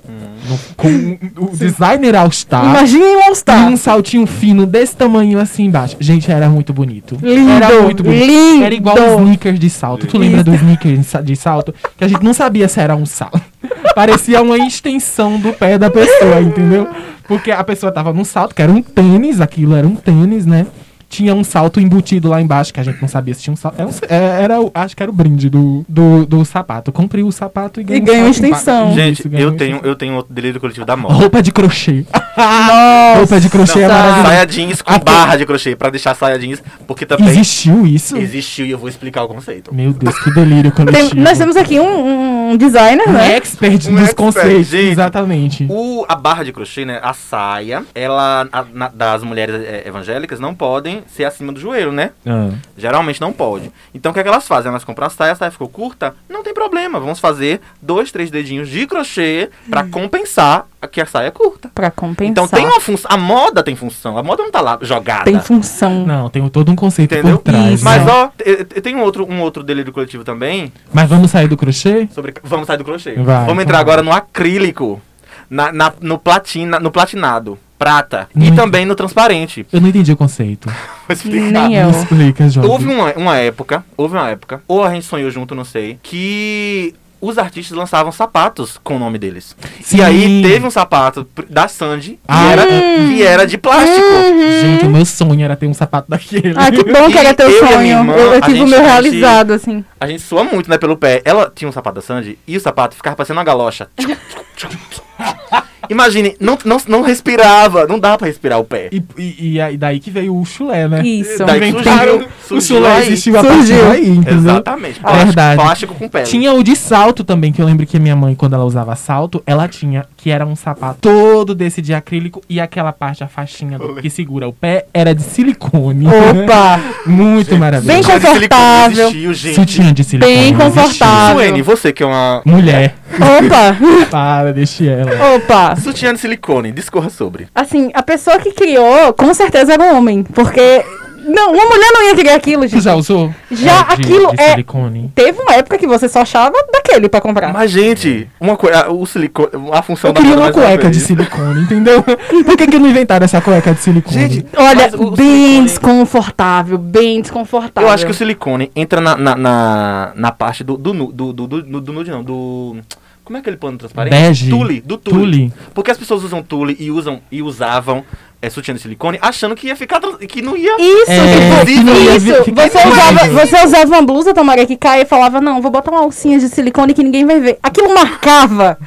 S3: no- Com o designer All-Star.
S2: Imagina um All
S3: E
S2: Star.
S3: um saltinho fino desse tamanho assim embaixo. Gente, era muito bonito.
S2: Lindo,
S3: Hum, era muito bonito.
S2: lindo.
S3: Era igual um sneaker de salto. Tu lembra do sneaker de sa- de salto? Que a gente não sabia se era um salto. Parecia uma extensão do pé da pessoa, entendeu? Porque a pessoa tava num salto, que era um tênis, aquilo era um tênis, né? Tinha um salto embutido lá embaixo, que a gente não sabia se tinha um salto. Era, um- é- era o- acho que era o brinde do, do, do sapato. Comprei o sapato e ganhei um
S2: ganhou
S3: salto embaixo.
S2: extensão.
S1: Gente,
S3: Isso, ganhei
S1: eu
S3: uma
S1: tenho, um- eu tenho outro delírio coletivo da moda.
S3: Roupa de crochê.
S2: Nossa.
S3: Roupa de crochê é
S2: Não,
S3: maravilhosa.
S1: Saia jeans com
S3: Ah,
S1: barra de crochê, pra deixar saia jeans, porque também
S3: Existiu isso?
S1: existiu e eu vou explicar o conceito.
S3: Meu Deus, que delírio coletivo.
S2: Tem- nós temos aqui um, um designer,
S3: um
S2: né?
S3: expert
S1: Um
S3: nos
S1: expert,
S3: conceitos.
S1: gente. Um
S3: Exatamente.
S1: O, a barra de crochê, né? A saia, ela, a- na- das mulheres é, evangélicas, não podem ser acima do joelho, né?
S3: Ah.
S1: Geralmente não pode. Então o que, é que elas fazem? Elas compram a saia, a saia ficou curta? Não tem problema. Vamos fazer dois, três dedinhos de crochê pra
S2: Hum.
S1: compensar a- que a saia é curta.
S2: Pra compensar.
S1: Então tem uma função. A moda tem função. A moda não tá lá jogada.
S2: Tem função.
S3: Não, tem todo um conceito
S1: Entendeu?
S3: por trás.
S2: Isso.
S1: Mas
S3: né?
S1: ó, te- te- tem um outro, um outro delírio coletivo também
S3: Mas vamos sair do crochê?
S1: sobre. Vamos sair do crochê.
S3: Vai,
S1: Vamos entrar
S3: vai.
S1: agora no acrílico. Na, na- no, platina, no platinado. Prata. E
S3: Hum.
S1: também no transparente.
S3: Eu não entendi o conceito.
S1: Vou explicar.
S2: Nem eu.
S3: Me explica, Jorge.
S1: É, Houve um- uma, uma época, houve uma época, ou a gente sonhou junto, não sei, que os artistas lançavam sapatos com o nome deles.
S3: Sim.
S1: E aí teve um sapato pr- da Sandy que,
S3: Ah,
S1: era,
S3: hum.
S1: que era de plástico.
S3: Gente, o meu sonho era ter um sapato daquele.
S2: Ah, que bom que
S1: E
S2: era teu
S1: eu e a
S2: sonho.
S1: minha irmã,
S2: eu, eu
S1: a
S2: tive o
S1: gente-
S2: meu
S3: tá
S1: a gente-
S2: realizado, assim.
S1: A gente sua muito, né, pelo pé. Ela tinha um sapato da Sandy e o sapato ficava parecendo uma galocha. Imagine, não, não, não respirava, não dá pra respirar o pé.
S3: E, e, e aí- daí que veio o chulé, né?
S2: Isso.
S1: Daí que
S3: Inventaram
S1: surgiu-
S3: o
S1: surgiu
S3: chulé,
S1: aí.
S3: existiu a partir
S2: Surgiu.
S3: daí, entendeu?
S1: Exatamente.
S3: Ah, né? verdade.
S1: Plástico com pele.
S3: Tinha o de salto também, que eu lembro que minha mãe, quando ela usava salto, ela tinha, que era um sapato todo desse de acrílico e aquela parte, a faixinha
S1: Eu lembro.
S3: que segura o pé, era de silicone.
S2: Opa!
S3: Muito maravilhoso.
S2: Bem
S1: Tinha de silicone,
S2: confortável.
S1: Existiu, gente.
S3: Sutiã de silicone.
S2: Bem
S3: não existia.
S2: confortável.
S1: Suene, você que é uma
S3: Mulher,
S2: Opa!
S3: para, deixa ela.
S2: Opa!
S1: Sutiã de silicone, discorra sobre.
S2: Assim, a pessoa que criou, com certeza era um homem. Porque. Não, uma mulher não ia criar aquilo,
S3: Tu
S2: gente.
S3: já usou?
S2: Já,
S3: de-
S2: aquilo
S3: de
S2: é-
S3: silicone.
S2: Teve uma época que você só achava daquele pra comprar.
S1: Mas, gente, uma coisa. O silicone. A função é
S3: Eu queria
S1: bunda
S3: uma
S1: mais uma
S3: cueca
S1: vez.
S3: de silicone, entendeu? Por que, que não inventaram essa cueca de silicone?
S1: Gente,
S2: Uhum. Olha,
S1: mas o
S2: bem
S1: silicone-
S2: desconfortável, bem desconfortável.
S1: Eu acho que o é silicone entra na, na, na, na parte do, do, nu- do, do, do, do, do nude, não, do... Como é aquele pano transparente?
S3: Bege.
S1: Tule, do tule.
S3: Tule.
S1: Porque as pessoas usam tule e, usam, e usavam é, sutiã de silicone achando que ia ficar... trans- que não ia...
S2: Isso,
S3: É,
S2: tipo,
S1: que não
S3: ia
S2: isso.
S3: ver- fica
S2: Você
S3: incrível.
S2: usava, você usava uma blusa, Tamara, que caia e falava, não, vou botar uma alcinha de silicone que ninguém vai ver. Aquilo marcava.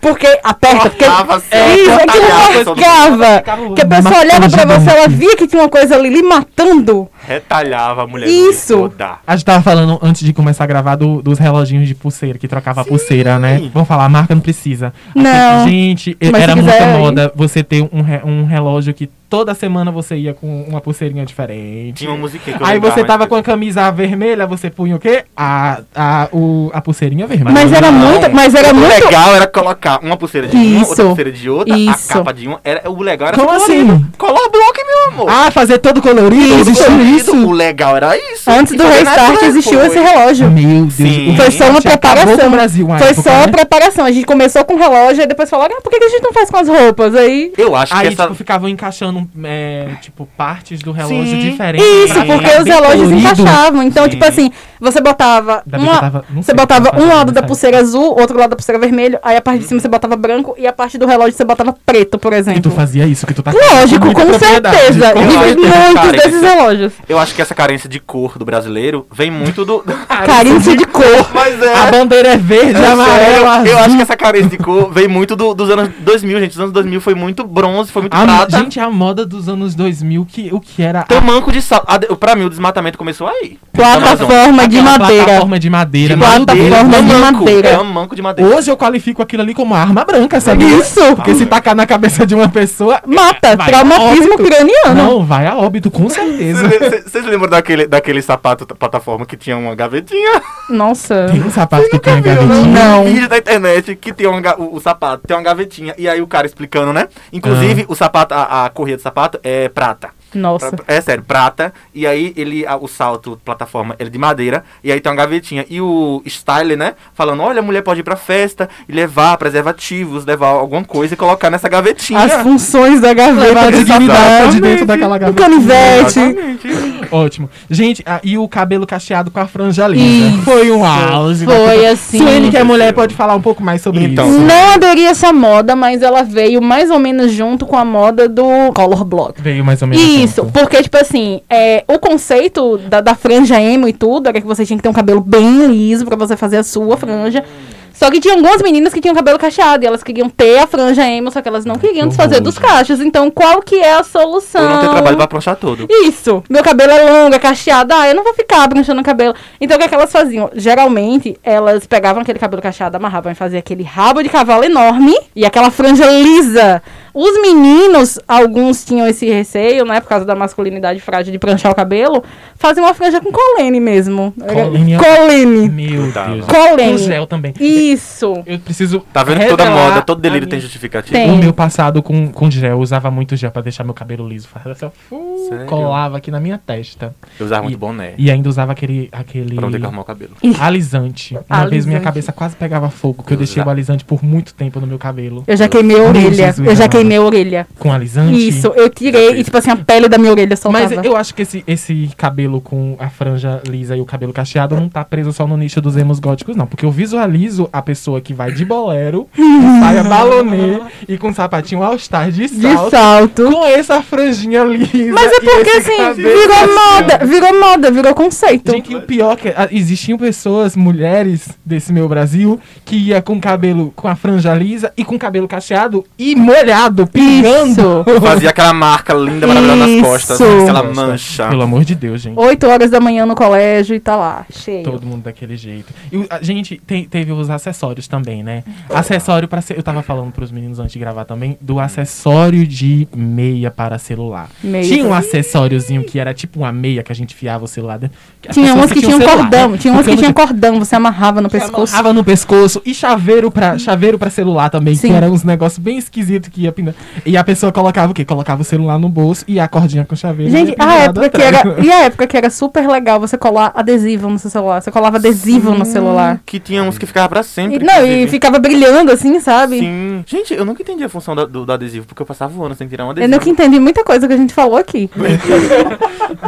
S2: Porque aperta, porque...
S1: Cortava, assim,
S2: isso, aquilo
S1: retalhava todo
S2: marcava.
S3: mundo.
S2: Que a pessoa
S3: Marcava
S2: olhava pra
S3: gigante.
S2: você, ela via que tinha uma coisa ali lhe matando.
S1: Retalhava a mulher
S2: Isso.
S1: toda.
S3: A gente tava falando antes de começar a gravar do- dos reloginhos de pulseira, que trocava a pulseira, né? Vamos falar, a marca não precisa. Aqui,
S2: Não.
S3: gente,
S2: Mas se
S3: era muita
S2: quiser, hein?
S3: moda você ter um, re- um relógio que toda semana você ia com uma pulseirinha diferente.
S1: Tinha uma musiquinha que eu
S3: Aí
S1: lembrava,
S3: você tava
S1: mas-
S3: com a camisa vermelha, você punha o quê? A, a, o- a pulseirinha vermelha.
S2: Mas era
S1: Não.
S2: muito- mas era
S1: o
S2: muito-
S1: legal era colocar uma pulseira de uma, outra
S2: Isso.
S1: pulseira de outra,
S2: Isso.
S1: a capa de uma. Era, o legal era
S3: Como
S1: ser
S3: assim?
S1: colorido. Colar bloco, meu amor.
S3: Ah, fazer todo colorido?
S1: Todo
S3: Existiu
S1: colorido,
S3: isso?
S1: O legal era isso.
S2: Antes
S1: E
S2: do
S1: fazer na
S2: restart
S1: época
S2: existiu
S1: foi.
S2: esse relógio.
S3: Meu Deus.
S1: Sim.
S3: o
S2: Foi só uma
S3: restart acabou com
S2: preparação.
S3: o é Brasil, uma
S2: Foi
S3: época,
S2: só uma
S3: né?
S2: preparação. A gente começou com o relógio, aí depois falaram, ah, por que que a gente não faz com as roupas? Aí.
S1: Eu acho
S3: Aí,
S1: que essa.
S3: tipo, ficavam encaixando, é, tipo, partes do relógio
S1: Sim.
S3: diferentes.
S2: Isso,
S3: pra
S2: porque
S3: ficar
S2: os
S3: bem
S2: relógios
S3: colorido.
S2: encaixavam. Então,
S1: Sim.
S2: tipo assim, você botava.
S3: Ainda bem que eu
S2: uma-
S3: tava-
S2: você
S3: não sei o que eu
S2: botava
S3: tava
S2: um
S3: fazendo
S2: lado da
S3: nessa
S2: pulseira azul, outro lado da pulseira vermelho, aí a parte de cima você botava branco e a parte do relógio você botava preto, por
S3: E tu
S2: exemplo.
S3: fazia isso que tu tá
S2: Lógico,
S3: muita
S2: com
S3: propriedade.
S2: certeza.
S1: com
S2: E
S1: certeza,
S2: muitos
S1: cara,
S2: desses
S1: isso-
S2: relógios.
S1: Eu acho que essa carência de cor do brasileiro vem muito do.
S2: Carência de cor.
S1: Mas é.
S3: A bandeira é verde,
S1: é sério,
S3: amarela.
S1: eu acho que essa carência de cor vem muito do- dos anos 2000, gente. Os anos 2000 foi muito bronze, foi muito
S2: Ah,
S3: A,
S1: prata.
S3: gente, a moda dos anos 2000, que, o que era... a-
S1: Tamanco de sal. a de- Pra mim, o desmatamento começou aí.
S2: Plataforma de
S3: aquela
S2: madeira. Tipo,
S3: Plataforma de madeira.
S2: De plataforma
S3: madeira.
S2: de
S1: Tamanco.
S2: madeira.
S1: É um manco de madeira.
S3: Hoje eu qualifico aquilo ali como arma branca, sabe?
S2: Isso!
S3: Porque se tacar na cabeça de uma pessoa...
S2: Mata,
S3: vai
S2: traumatismo
S3: óbito.
S2: craniano.
S3: Não, vai a óbito, com certeza.
S1: Vocês lembram daquele, daquele sapato t- plataforma que tinha uma gavetinha?
S2: Nossa.
S3: Tem um sapato que tem a
S1: Viu, né?
S3: gavetinha.
S2: Não.
S1: Vídeo da internet que tem uma ga- o, o sapato, tem uma gavetinha. E aí o cara explicando, né?
S2: Ah.
S1: Inclusive, o sapato, a, a correia do sapato é prata.
S2: Nossa.
S1: Pra- É sério, prata. E aí ele, a- o salto, plataforma, ele é de madeira. E aí tem uma gavetinha. E o style, né? Falando, olha, a mulher pode ir pra festa e levar preservativos, levar alguma coisa e colocar nessa gavetinha.
S2: As funções da
S3: Levar a
S2: gaveta.
S3: dignidade
S1: Exatamente.
S3: dentro daquela
S2: O
S3: gaveta.
S2: canivete.
S1: Exatamente.
S3: Ótimo. Gente, ah, e o cabelo cacheado com a franja linda.
S2: Isso.
S3: Foi um auge.
S2: Foi assim.
S3: Suene, que é mulher, pode falar um pouco mais sobre
S1: Então.
S3: isso.
S2: Não aderi essa moda, mas ela veio mais ou menos junto com a moda do color block.
S3: Veio mais ou menos.
S2: Isso,
S3: junto.
S2: porque, tipo assim, é, o conceito da, da franja emo e tudo era que você tinha que ter um cabelo bem liso pra você fazer a sua franja. Só que tinha algumas meninas que tinham cabelo cacheado e elas queriam ter a franja emo, só que elas não queriam
S3: que
S2: desfazer
S3: horror,
S2: dos
S3: gente.
S2: cachos. Então, qual que é a solução?
S1: Por não ter trabalho pra pranchar todo.
S2: Isso. Meu cabelo é longo, é cacheado. Ah, eu não vou ficar branchando o cabelo. Então, o que, é que elas faziam? Geralmente, elas pegavam aquele cabelo cacheado, amarravam e faziam aquele rabo de cavalo enorme e aquela franja lisa. Os meninos, alguns tinham esse receio, né? Por causa da masculinidade frágil de pranchar o cabelo. Faziam uma franja com colene mesmo. Era-
S3: Colene. é.
S2: Colene.
S3: Meu
S1: Tá, não.
S3: Deus.
S2: Colene.
S3: Com gel também.
S2: Isso.
S3: Eu preciso.
S1: Tá vendo que toda
S3: revelar
S1: moda, todo
S3: a
S1: delírio tem
S3: minha-
S1: justificativa.
S2: Tem.
S3: O meu passado com, com gel, eu usava muito gel pra deixar meu cabelo liso. Fazia assim, ó, fu,
S1: Sério?
S3: colava aqui na minha testa.
S1: Eu usava muito
S3: E-
S1: boné.
S3: E ainda usava aquele. aquele
S1: Pra não ter que arrumar o cabelo.
S3: alisante. Uma vez minha
S2: Alisante.
S3: cabeça quase pegava fogo, que eu
S1: Eu
S3: deixei
S1: já-
S3: o alisante por muito tempo no meu cabelo.
S2: Eu já queimei a
S3: Meu
S2: orelha.
S3: Jesus,
S2: eu já
S3: amado.
S2: alisei minha orelha.
S3: Com alisante?
S2: Isso, eu tirei e, tipo assim, a pele da minha orelha soltava.
S3: Mas eu acho que esse, esse cabelo com a franja lisa e o cabelo cacheado não tá preso só no nicho dos emos góticos, não. Porque eu visualizo a pessoa que vai de bolero, com saia balonê e com sapatinho all-star de
S2: De
S3: salto,
S2: salto.
S3: com essa franjinha lisa.
S2: Mas é
S3: e
S2: porque,
S3: esse
S2: assim,
S3: cabelo
S2: virou
S3: assim, ó.
S2: moda, virou moda, virou conceito.
S3: Gente, e o pior é que ah, existiam pessoas, mulheres desse meu Brasil, que ia com cabelo com a franja lisa e com cabelo cacheado e molhado, pingando.
S1: Fazia aquela marca linda, maravilhosa nas
S2: Isso.
S1: costas, assim, aquela mancha.
S3: Pelo amor de Deus, gente.
S2: 8 horas da manhã no colégio e tá lá, cheio.
S3: Todo mundo daquele jeito. E, o- a gente, tem- teve os acessórios também, né? Acessório para Eu tava falando pros meninos antes de gravar também do acessório de meia para celular.
S2: Meia.
S3: Tinha um acessóriozinho que era tipo uma meia que a gente fiava o celular dentro. As
S2: Tinha
S3: pessoas
S2: umas que tinham
S3: celular,
S2: cordão,
S3: né?
S2: tinha umas
S3: Porque
S2: que
S3: eu não
S2: tinham cordão, você amarrava no pescoço.
S3: Amarrava no pescoço e chaveiro pra, chaveiro pra celular também,
S2: Sim.
S3: que era uns negócios bem esquisitos que ia pindando. E a pessoa colocava o quê? Colocava o celular no bolso e a cordinha com chaveiro.
S2: Gente,
S3: ia
S2: a
S3: pendurada
S2: época que
S3: atrás.
S2: era, e a época que era super legal você colar adesivo no seu celular. Você colava adesivo no celular.
S1: Que tinha uns que ficavam pra
S2: E-
S1: sempre.
S2: não, e
S1: inclusive.
S2: ficava brilhando assim, sabe?
S1: Sim. Gente, eu nunca entendi a função da- do, do adesivo, porque eu passava o ano sem tirar um
S2: Eu
S1: adesivo.
S2: nunca entendi muita coisa que a gente falou aqui.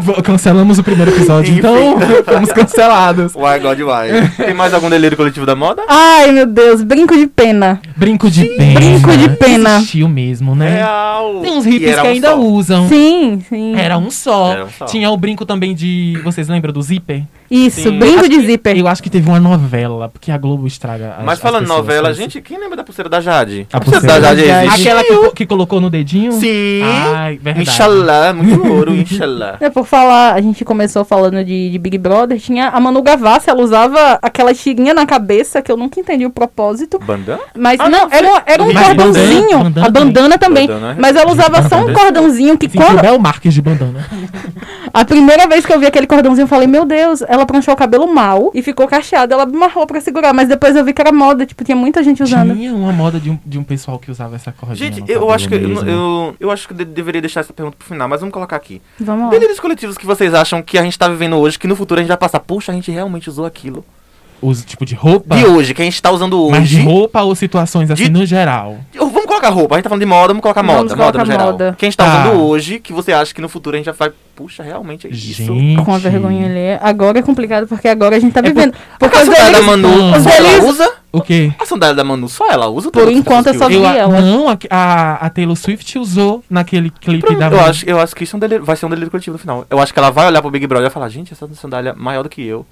S3: Vo- Cancelamos o primeiro episódio,
S1: Enfim.
S3: então fomos cancelados.
S1: Why God Why? Tem mais algum delírio coletivo da moda?
S2: Ai, meu Deus, brinco de pena.
S3: Brinco de pena.
S2: Brinco de pena.
S3: Existiu mesmo, né?
S1: Real.
S3: Tem uns
S1: É, E
S3: hippies que
S1: era um
S3: ainda
S1: só.
S3: usam.
S2: Sim, sim.
S3: Era um, só.
S1: Era um só.
S3: Tinha o brinco também de. Vocês lembram do zíper?
S2: Isso,
S1: Sim.
S2: brinco
S3: Assim,
S2: de zíper.
S3: Eu acho que teve uma novela, porque a Globo estraga. as-
S1: Mas
S3: as
S1: falando
S3: pessoas com
S1: novela,
S3: esse-
S1: gente, quem lembra da pulseira da Jade?
S3: A pulseira
S1: da Jade
S2: da Jade.
S1: existe.
S3: Aquela que, que colocou no dedinho?
S1: Sim.
S3: Ai, verdade.
S1: Inxalá, muito ouro, inxalá.
S2: É, por falar, a gente começou falando de, de Big Brother, tinha a Manu Gavassi, ela usava aquela tirinha na cabeça, que eu nunca entendi o propósito.
S1: Bandana?
S2: Mas
S1: Ah,
S2: não,
S1: não,
S2: era, um- era um
S1: Mas
S2: cordãozinho,
S3: bandana, bandana
S2: a bandana também.
S1: Bandana é-
S2: mas ela usava só um
S3: Bandana.
S2: cordãozinho que
S3: Sim,
S2: quando.
S3: Bel Marques de bandana.
S2: A primeira vez que eu vi aquele cordãozinho, eu falei, meu Deus, ela pranchou o cabelo mal e ficou cacheada, ela amarrou pra segurar. Mas depois eu vi que era moda, tipo, tinha muita gente usando.
S3: Tinha uma moda de um, de um pessoal que usava essa cordinha.
S1: Gente,
S3: no
S1: eu
S3: cabelo
S1: acho que eu,
S3: mesmo.
S1: eu, eu acho que de- deveria deixar essa pergunta pro final, mas vamos colocar aqui.
S2: Vamos lá.
S1: Delírios coletivos que vocês acham que a gente tá vivendo hoje, que no futuro a gente vai passar, puxa, a gente realmente usou aquilo.
S3: Uso tipo de roupa.
S1: De hoje, que a gente tá usando hoje.
S3: Mas de roupa ou situações assim
S1: De-
S3: no geral?
S1: Vamos colocar roupa, a gente tá falando de moda, vamos colocar
S2: Vamos
S1: moda,
S2: colocar
S1: moda no geral.
S2: moda.
S1: Quem a gente tá
S3: Tá.
S1: usando hoje, que você acha que no futuro a gente já vai, puxa, realmente é isso.
S3: Gente.
S2: Com a vergonha ali. Agora é complicado, porque agora a gente tá
S3: por-
S2: vivendo. Porque
S1: A
S2: os
S1: sandália da
S2: delírios-
S1: Manu,
S2: os
S1: só ela
S2: delírios-
S1: usa?
S3: O quê?
S1: A sandália da Manu, só ela usa?
S2: Por
S1: Todas as
S2: enquanto é
S1: pessoas
S2: só
S1: que usam.
S3: Eu, a-
S2: ela.
S3: não, a, a, a Taylor Swift usou naquele clipe da
S1: Eu acho, eu acho que isso é um delírio- vai ser um delírio coletivo no final. Eu acho que ela vai olhar pro Big Brother e vai falar, gente, essa sandália é maior do que eu.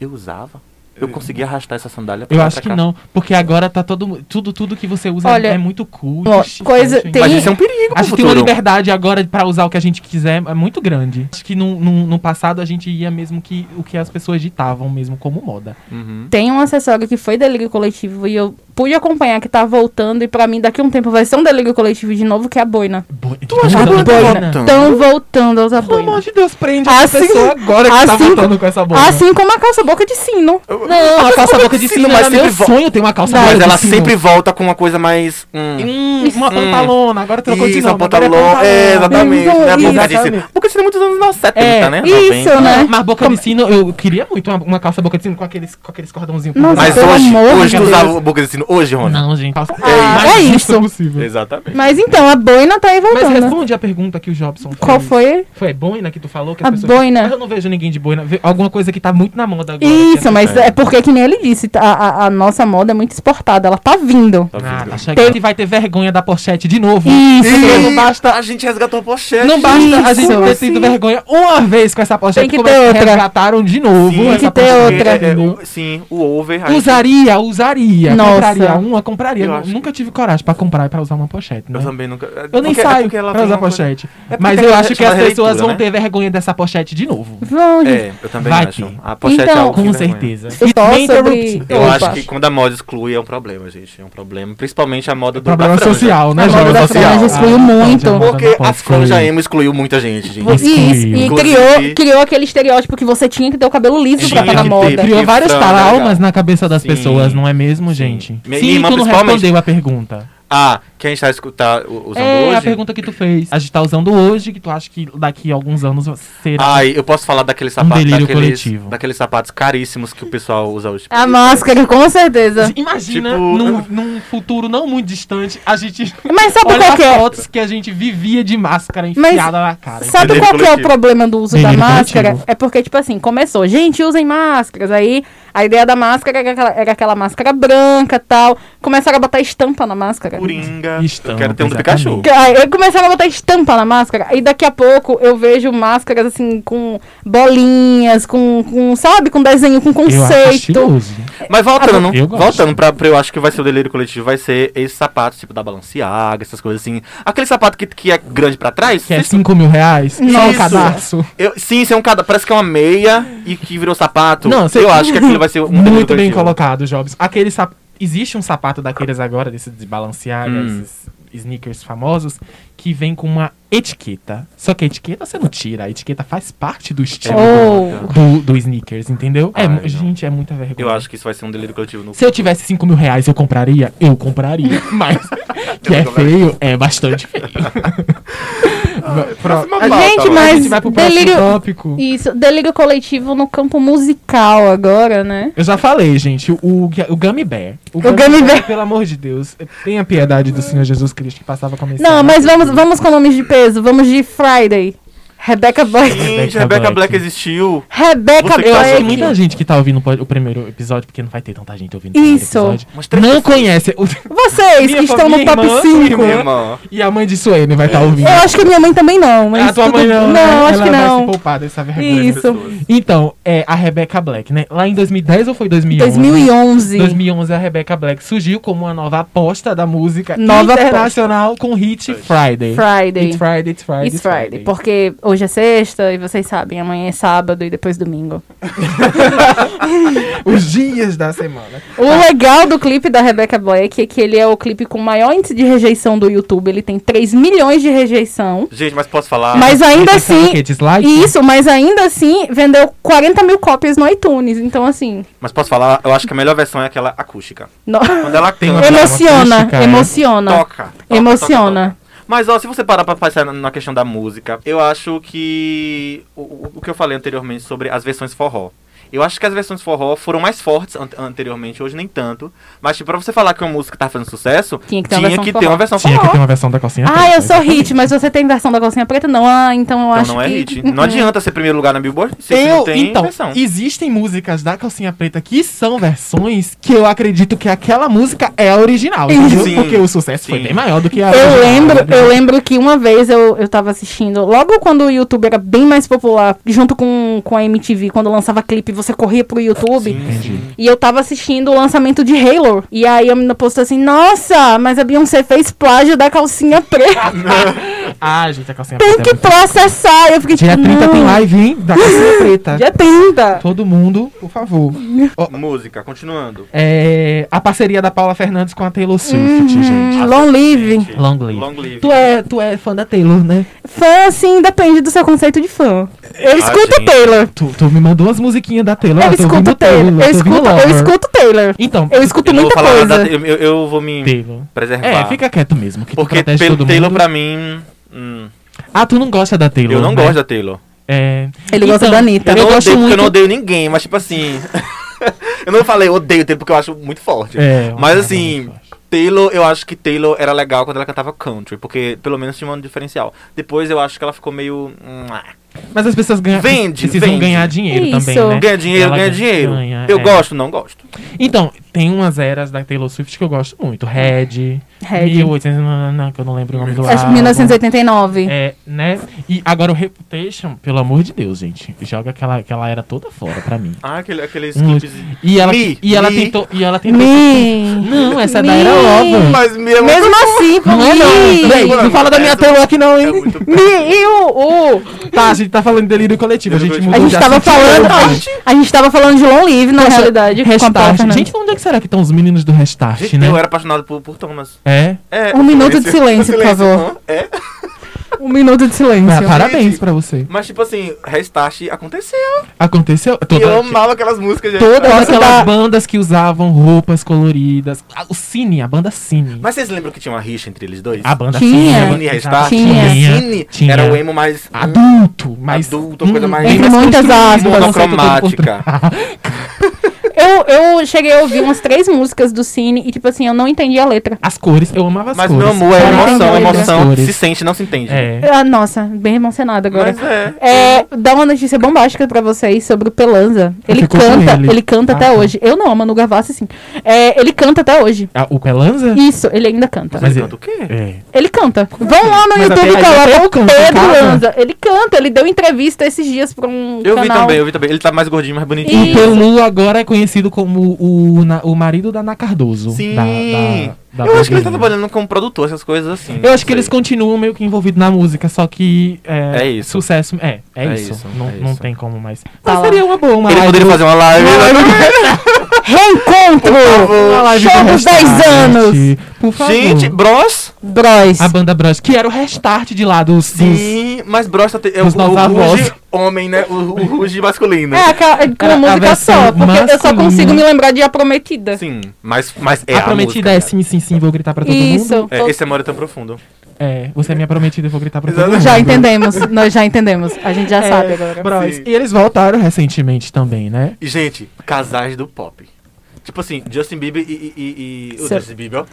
S1: Eu usava. Eu consegui arrastar essa sandália pra
S3: Eu
S1: lá,
S3: acho
S1: pra
S3: que
S1: cá."
S3: não, porque agora tá todo mu- tudo tudo que você usa
S2: Olha,
S3: é muito cool.
S2: ó, coisa- tem-
S1: Mas isso é um perigo
S3: A
S1: pro
S3: gente tem uma
S1: futuro.
S3: liberdade agora pra usar o que a gente quiser, é muito grande. Acho que no, no, no passado a gente ia mesmo que o que as pessoas ditavam mesmo como moda.
S1: Uhum.
S2: Tem um acessório que foi delírio coletivo e eu pude acompanhar que tá voltando e pra mim daqui a um tempo vai ser um delírio coletivo de novo, que é a boina.
S3: Tu é
S1: acha
S2: As
S1: que
S2: boinas
S1: tá
S3: né?
S1: voltando?
S2: tão voltando a usar
S3: Pelo amor
S2: boina.
S3: de Deus, prende
S2: Assim-
S3: essa pessoa agora que tá
S2: assim-
S3: voltando com essa boina.
S2: Assim como a calça boca de sino.
S3: Não, a calça boca de
S1: sino,
S3: sino,
S1: mas
S3: mas meu
S1: sempre vo-
S3: sonho tem uma calça boca
S1: Mas
S3: de
S1: ela
S3: sino.
S1: sempre volta com uma coisa mais. Hum,
S3: Hum, uma
S1: Hum.
S3: pantalona, agora trocou de
S1: isso,
S3: nome.
S1: a
S3: agora
S1: pantalon. É, exatamente.
S2: Então,
S1: né, a boca de
S3: isso.
S1: sino. Boca de sino é muitos anos na 70,
S3: É,
S1: né?
S2: Isso,
S1: 90.
S2: né?
S3: Mas boca de sino, eu queria muito uma, uma calça boca de sino com aqueles, com aqueles cordãozinhos.
S2: Nossa,
S1: Mas
S2: Pelo
S1: hoje,
S2: amor de
S1: hoje tu
S2: Deus.
S1: usava boca de sino. assim, Hoje, Rony.
S3: Não, gente. Calça...
S2: Ah,
S3: mais
S2: é
S3: justa
S2: isso.
S3: possível.
S1: Exatamente.
S2: Mas então, a boina tá aí
S3: Mas
S2: voltando.
S3: responde a pergunta que o Jobson fez.
S2: Qual foi?
S3: né? Foi boina que tu falou? Que
S2: A boina.
S3: Mas eu não vejo ninguém de boina. Ve- Alguma coisa que tá muito na moda agora.
S2: Isso, mas
S1: É.
S2: é porque, que nem ele disse, tá- a, a- a nossa moda é muito exportada, ela tá vindo.
S1: Tá
S3: Ah,
S1: vendo?
S3: tá chegando. E vai ter vergonha da pochete de novo.
S2: Isso,
S1: Ih,
S2: não basta.
S1: A gente resgatou a pochete.
S3: Não basta a
S2: Isso,
S3: gente ter
S2: assim.
S3: tido vergonha uma vez com essa pochete.
S2: Tem que
S3: como
S2: ter
S3: é
S2: outra.
S3: Resgataram de novo.
S1: Sim,
S3: essa
S2: que ter
S3: pochete.
S2: outra.
S1: É, é, o- sim, o over. a gente-
S3: Usaria, usaria.
S2: Nossa.
S3: Compraria uma, compraria.
S1: Eu
S3: Eu
S1: acho que-
S3: nunca tive coragem pra comprar e pra usar uma pochete, né?
S1: Eu também nunca.
S3: Eu nem
S1: porque- é
S3: saio
S1: porque ela
S3: pra
S1: tem
S3: usar
S1: uma coisa-
S3: pochete.
S1: É porque
S3: Mas
S1: tem
S3: eu
S1: a
S3: acho que as
S1: chamada
S3: pessoas
S1: releitura,
S3: vão
S1: né?
S3: ter vergonha dessa pochete de novo.
S2: Vão, gente.
S1: É, eu também
S3: Vai
S1: acho.
S3: ter.
S1: A pochete
S2: Então,
S1: é algo que
S3: Com
S1: vergonha.
S3: certeza.
S2: Eu
S3: E
S2: só
S3: nem
S2: sobre-
S3: interrupt.
S1: Eu
S2: Opa.
S1: acho que quando a moda exclui é um problema, gente. É um problema. Principalmente a moda do
S3: Problema
S1: da franja.
S3: social, né?
S2: A
S3: jovem?
S2: moda da
S1: social.
S2: franja excluiu
S3: Ah,
S2: muito.
S3: então, já
S1: Porque
S3: não pode
S1: a franja
S3: excluir.
S1: emo excluiu muita gente, gente.
S3: Você-
S2: E Isso, e
S3: Excluiu.
S2: criou,
S1: Inclusive-
S2: criou aquele estereótipo que você tinha que ter o cabelo liso
S1: Tinha
S2: pra estar na
S1: que ter,
S2: moda.
S1: porque-
S3: Criou várias
S1: franja,
S3: traumas
S1: cara.
S3: na cabeça das
S1: Sim.
S3: pessoas, não é mesmo, gente?
S1: Minha
S3: Sim,
S1: irmã,
S3: tu não
S1: principalmente.
S3: respondeu a pergunta.
S1: Ah, quem está a escutar o- usando
S3: É a
S1: hoje?
S3: pergunta que tu fez. A gente tá usando hoje, que tu acha que daqui a alguns anos será.
S1: Ai, eu posso falar daqueles sapatos.
S3: Um delírio
S1: daqueles,
S3: coletivo. Ah.
S1: daqueles sapatos caríssimos que o pessoal usa hoje.
S2: A máscara, com certeza.
S3: Imagina,
S1: Tipo-
S3: num, num futuro não muito distante, a gente
S2: Mas sabe
S3: olha
S2: qual que
S3: as
S2: é?
S3: fotos que a gente vivia de máscara enfiada na cara.
S2: Sabe
S1: Delírio
S2: qual que é o
S1: coletivo.
S2: problema do uso da
S3: Delírio
S2: máscara?
S3: coletivo.
S2: É porque, tipo assim, começou, gente, usem máscaras. Aí a ideia da máscara era aquela, era aquela máscara branca tal. Começaram a botar estampa na máscara.
S1: Coringa.
S3: Estampa,
S1: eu quero ter um do
S3: exatamente.
S1: Pikachu.
S2: Que- aí Começaram a botar estampa na máscara. E daqui a pouco eu vejo máscaras assim, com bolinhas, com, com sabe, com desenho, com
S3: Eu acho
S2: conceito.
S3: estiloso.
S1: Mas voltando,
S3: Ah, Eu gosto.
S1: voltando pra, pra eu acho que vai ser o delírio coletivo, vai ser esse sapato, tipo da Balenciaga, essas coisas assim. Aquele sapato que, que é grande pra trás.
S3: Que é
S1: vocês-
S3: 5 mil reais? Só um
S1: Isso.
S3: cadastro.
S1: eu, sim, isso é um cada. Parece que é uma meia e que virou sapato.
S3: Não, você-
S1: eu acho que aquilo vai ser um delírio
S3: Muito bem
S1: coletivo.
S3: colocado, Jobs. Aquele sap... Existe um sapato daqueles agora, desses de Balenciaga,
S1: Hum.
S3: esses sneakers famosos, que vem com uma etiqueta. Só que a etiqueta você não tira, a etiqueta faz parte do estilo
S2: Ou-
S3: do, do sneakers, entendeu? é,
S1: É Ai,
S3: mu-
S1: não.
S3: gente, é muita vergonha.
S1: Eu acho que isso vai ser um delírio coletivo no
S3: Se eu tivesse 5 mil reais, eu compraria? Eu compraria. Mas que é feio, é bastante feio.
S1: Próxima
S3: A
S1: pauta, vai.
S2: gente,
S3: tá A
S2: mas-
S3: gente vai pro próximo
S2: delírio-
S3: tópico.
S2: Isso, delírio coletivo no campo musical agora, né?
S3: Eu já falei, gente, o, o Gummy Bear. O
S2: Gummy Bear.
S3: Pelo amor de Deus, tenha piedade do Senhor Jesus Cristo que passava com a mensagem.
S2: Não, mas vamos, vamos com nomes de peso. Vamos de Friday. Rebecca Black.
S1: Gente,
S3: Rebecca
S1: Rebecca
S3: Black.
S1: Black existiu.
S2: Rebecca
S1: Você que
S3: Eu acho que
S1: Black.
S3: muita gente que tá ouvindo o primeiro episódio, porque não vai ter tanta gente ouvindo
S2: Isso.
S3: o primeiro episódio,
S1: Umas três
S3: não
S1: pessoas.
S3: conhece. o-
S2: Vocês
S3: Minha
S2: que estão no
S3: família,
S2: top
S3: irmã,
S2: 5.
S1: Minha irmã.
S3: E a mãe de Suene vai estar ouvindo.
S2: Eu acho que a minha mãe também não, mas.
S3: a tua
S2: tudo-
S3: mãe não. né?
S2: Não, acho
S3: Ela
S2: que
S3: vai se
S2: não.
S3: poupar dessa vergonha.
S2: Isso.
S3: Então, é a Rebecca Black, né? Lá em 2010 ou foi 2011?
S2: 2011.
S3: 2011 a Rebecca Black surgiu como uma nova aposta da música
S2: Nova
S3: internacional com o hit Friday.
S2: Friday.
S3: It's Friday, it's Friday,
S2: It's Friday. Porque hoje é sexta e vocês sabem, amanhã é sábado e depois domingo.
S3: Os dias da semana.
S2: O legal do clipe da Rebecca Black é que ele é o clipe com maior índice de rejeição do YouTube. Ele tem 3 milhões de rejeição.
S1: Gente, mas posso falar?
S2: Mas ainda
S3: Ah, Rejeição do
S2: assim.
S3: quê? Dislike?
S2: Isso, mas ainda assim vendeu 40 mil cópias no iTunes. Então, assim.
S1: Mas posso falar? Eu acho que a melhor versão é aquela acústica.
S2: no-
S1: Quando ela
S3: Tem uma-
S1: canta,
S2: Emociona,
S3: acústica, é.
S2: emociona.
S1: toca, toca, toca,
S2: Emociona.
S1: toca. Mas ó, se você parar pra pensar na- na questão da música, eu acho que o- o, o que eu falei anteriormente sobre as versões forró. Eu acho que as versões forró foram mais fortes an- anteriormente, hoje nem tanto. Mas tipo, pra você falar que uma música tá fazendo sucesso,
S2: Tinha que ter uma
S1: tinha
S2: versão
S1: que
S2: forró.
S1: ter uma versão
S3: Tinha que ter
S1: forró.
S3: uma versão da calcinha
S2: Ah,
S3: preta,
S2: eu sou
S3: exatamente.
S2: hit, mas você tem versão da calcinha preta? Não, ah, então eu
S1: Então
S2: acho
S1: não é
S2: que...
S1: hit. Não adianta ser primeiro lugar na Billboard se você
S3: Eu,
S1: não tem
S3: então,
S1: versão.
S3: existem músicas da calcinha preta que são versões que eu acredito que aquela música é a original. entendeu?
S1: Sim.
S3: Porque o sucesso foi
S1: Sim.
S3: bem maior do que a
S2: Eu
S3: original, né?
S2: lembro,
S3: entendeu?
S2: eu lembro que uma vez eu, eu tava assistindo, logo quando o YouTube era bem mais popular, junto com, com a MTV, quando lançava clipe, você corria pro YouTube.
S3: Entendi.
S2: E eu tava assistindo o lançamento de Halo. E aí a menina postou assim, nossa, mas a Beyoncé fez plágio da calcinha preta.
S3: Ah, gente, a calcinha
S2: Tem
S3: preta.
S2: que
S3: é muito-
S2: processar. Eu fiquei
S3: Dia
S2: tipo,
S3: 30 tem
S2: não.
S3: live, hein? Da calcinha preta.
S2: Dia 30.
S3: Todo mundo, por favor.
S1: Música, continuando.
S3: É, a parceria da Paula Fernandes com a Taylor Swift,
S2: Uhum.
S3: gente.
S2: Long live.
S1: Gente,
S3: Long live.
S1: Long live.
S3: Tu é, tu é fã da Taylor, né?
S2: Fã, assim, depende do seu conceito de fã.
S3: Ah,
S2: Eu escuto
S1: gente.
S2: Taylor.
S3: Tu, tu me mandou as musiquinhas da Taylor.
S2: Eu
S3: tô
S2: escuto
S3: ouvindo
S2: Taylor. Eu
S3: tô ouvindo
S2: escuto, eu
S3: Lover.
S2: escuto Taylor.
S3: Então,
S2: Eu escuto
S1: Eu não vou
S2: muita
S1: falar
S2: coisa.
S1: nada, eu, eu- eu vou me
S3: Taylor.
S1: preservar.
S3: É, fica quieto mesmo. Que tu
S1: Porque
S3: protege
S1: pelo
S3: todo
S1: Taylor
S3: mundo.
S1: pra mim. hum,
S3: Ah, tu não gosta da Taylor.
S1: eu não
S3: né?
S1: gosto da Taylor.
S3: É...
S2: Ele gosta da Anitta.
S1: Eu, não
S2: Eu
S1: odeio
S2: gosto
S1: porque eu não
S2: muito.
S1: odeio ninguém, mas tipo assim. eu não falei odeio Taylor porque eu acho muito forte.
S3: É,
S1: mas
S3: eu
S1: assim,
S3: acho.
S1: Taylor, eu acho que Taylor era legal quando ela cantava country, porque pelo menos tinha um diferencial. Depois eu acho que ela ficou meio. hum, ah,
S3: Mas as pessoas ganham,
S1: Vende,
S3: precisam
S1: vende.
S3: ganhar dinheiro
S2: Isso.
S3: também, né?
S1: Ganha dinheiro,
S3: Ela
S1: ganha, dinheiro.
S3: ganha,
S1: eu
S3: é.
S1: gosto, não gosto.
S3: Então, tem umas eras da Taylor Swift que eu gosto muito. Red,
S2: Red.
S3: 1800, não, não, não, que eu não lembro o nome do
S2: Acho que
S3: álbum.
S2: 1989.
S3: Ah. É, né? E agora o Reputation, pelo amor de Deus, gente. Joga aquela, aquela era toda fora pra mim.
S1: Ah, aquele, aqueles
S3: Hum.
S1: clipes.
S3: E ela,
S1: Me,
S3: e ela
S1: me,
S3: tentou. E ela tentou.
S2: Me.
S3: Não, essa
S2: Me.
S3: daí era nova.
S1: Mas mesmo.
S2: Mesmo assim,
S3: Não é não.
S2: me.
S3: Véi, não fala da minha Taylor aqui não,
S1: É
S3: hein?
S1: muito
S2: Me e o, o.
S3: Tá, a gente tá falando de delírio coletivo. A gente
S1: Delírio
S3: mudou
S2: A gente
S3: de
S2: tava
S3: assunto.
S2: falando. A gente tava falando de Long Live, na
S3: Nossa,
S2: realidade. com a Paula
S3: Restart.
S2: Fernandes.
S3: Gente, onde é que será que estão os meninos do Restart,
S1: Gente,
S3: né?
S1: eu era apaixonado por, por Thomas.
S3: É.
S1: É,
S2: Um
S1: o
S2: minuto de silêncio,
S1: o
S2: por favor.
S3: tá
S1: hã? É.
S2: Um minuto de silêncio.
S3: Ah, parabéns pra você.
S1: Mas, tipo assim, Restart aconteceu.
S3: Aconteceu.
S1: e eu
S3: Toda,
S1: amava aquelas músicas, gente.
S2: Toda
S3: todas
S2: Nossa,
S3: aquelas
S2: dá-
S3: bandas que usavam roupas coloridas. Ah, O Cine, a banda Cine.
S1: Mas vocês lembram que tinha uma rixa entre eles dois?
S3: A banda
S2: Tinha.
S3: Cine. a
S1: Cine
S3: banda-
S1: e Restart?
S2: Tinha.
S1: Cine
S3: É. Tinha.
S1: era o emo mais...
S3: Adulto, mas. hum,
S1: Adulto, uma coisa mais-
S2: Entre muitas aspas.
S1: Monocromática.
S2: Eu, eu cheguei a ouvir umas três músicas do Cine e, tipo assim, eu não entendi a letra.
S3: As cores, eu amava as
S1: Mas,
S3: cores.
S1: meu amor, é
S2: Cara,
S1: emoção,
S2: tem
S1: emoção.
S3: cores.
S1: Se sente, não se entende.
S3: É.
S2: Ah, nossa, bem emocionada agora.
S1: Mas é.
S2: É, dá uma notícia bombástica pra vocês sobre o Pelanza. Ele
S3: ficou com
S2: canta,
S3: ele.
S2: ele. canta
S3: Ah,
S2: até
S3: tá.
S2: hoje. Eu não, a Manu Gavassi sim. É, ele canta até hoje.
S3: Ah, o Pelanza?
S2: Isso, ele ainda canta.
S1: Mas
S3: é-
S1: ele canta o quê?
S3: É.
S2: Ele canta. Vão lá no
S3: Mas
S2: YouTube
S3: até- até
S2: coloca
S3: eu
S2: o
S3: canto,
S2: Pedro
S3: cara.
S2: Lanza. Ele canta, ele deu entrevista esses dias pra um
S1: Eu vi
S2: canal.
S1: também, eu vi também. Ele tá mais gordinho, mais bonitinho.
S3: O Pelu agora é conhecido como o, na- o marido da Ana Cardoso.
S1: Sim.
S3: da- da- da
S1: eu acho que ele tá
S3: blogueirinha.
S1: trabalhando como produtor, essas coisas assim.
S3: Eu
S1: não
S3: acho que
S1: sei.
S3: eles continuam meio que envolvidos na música, só que. É,
S1: É isso.
S3: Sucesso. É, é,
S1: É
S3: isso.
S1: isso,
S3: não,
S1: é
S3: não
S1: isso.
S3: tem como mais.
S2: Tá
S3: Mas
S2: lá.
S3: seria uma boa, uma
S1: Ele
S3: live
S1: poderia
S3: do-
S1: fazer uma live. né?
S2: Reencontro!
S3: uma live do
S2: Show dos 10
S3: Restart,
S2: anos!
S3: Por favor.
S1: Gente, Bros.
S2: Bros.
S3: a banda Brush, que era o restart de lá dos. dos-
S1: Sim, mas Bros tá te... é o,
S3: Os
S1: o
S3: nossos
S1: Ruge
S3: avós.
S1: homem, né? O, o Ruge masculino.
S2: É, aquela- com
S3: Era a
S2: música
S3: versão
S2: só, porque eu só
S3: masculina.
S2: consigo me lembrar de A Prometida.
S1: Sim, mas, mas é
S3: a
S1: a,
S3: prometida é
S1: música,
S3: sim, sim, sim, vou gritar pra todo
S2: Isso.
S3: mundo.
S1: cara. É, esse amor é tão profundo.
S3: É, você é minha prometida, eu vou gritar pra todo
S1: Exato.
S3: mundo.
S2: Já entendemos, nós já entendemos. A gente já sabe agora.
S3: Bros.
S1: Sim.
S3: E eles voltaram recentemente também, né?
S1: E, gente, casais do pop. Tipo assim, Justin Bieber e... e, e, e... O
S2: Sim.
S1: Justin Bieber, ó.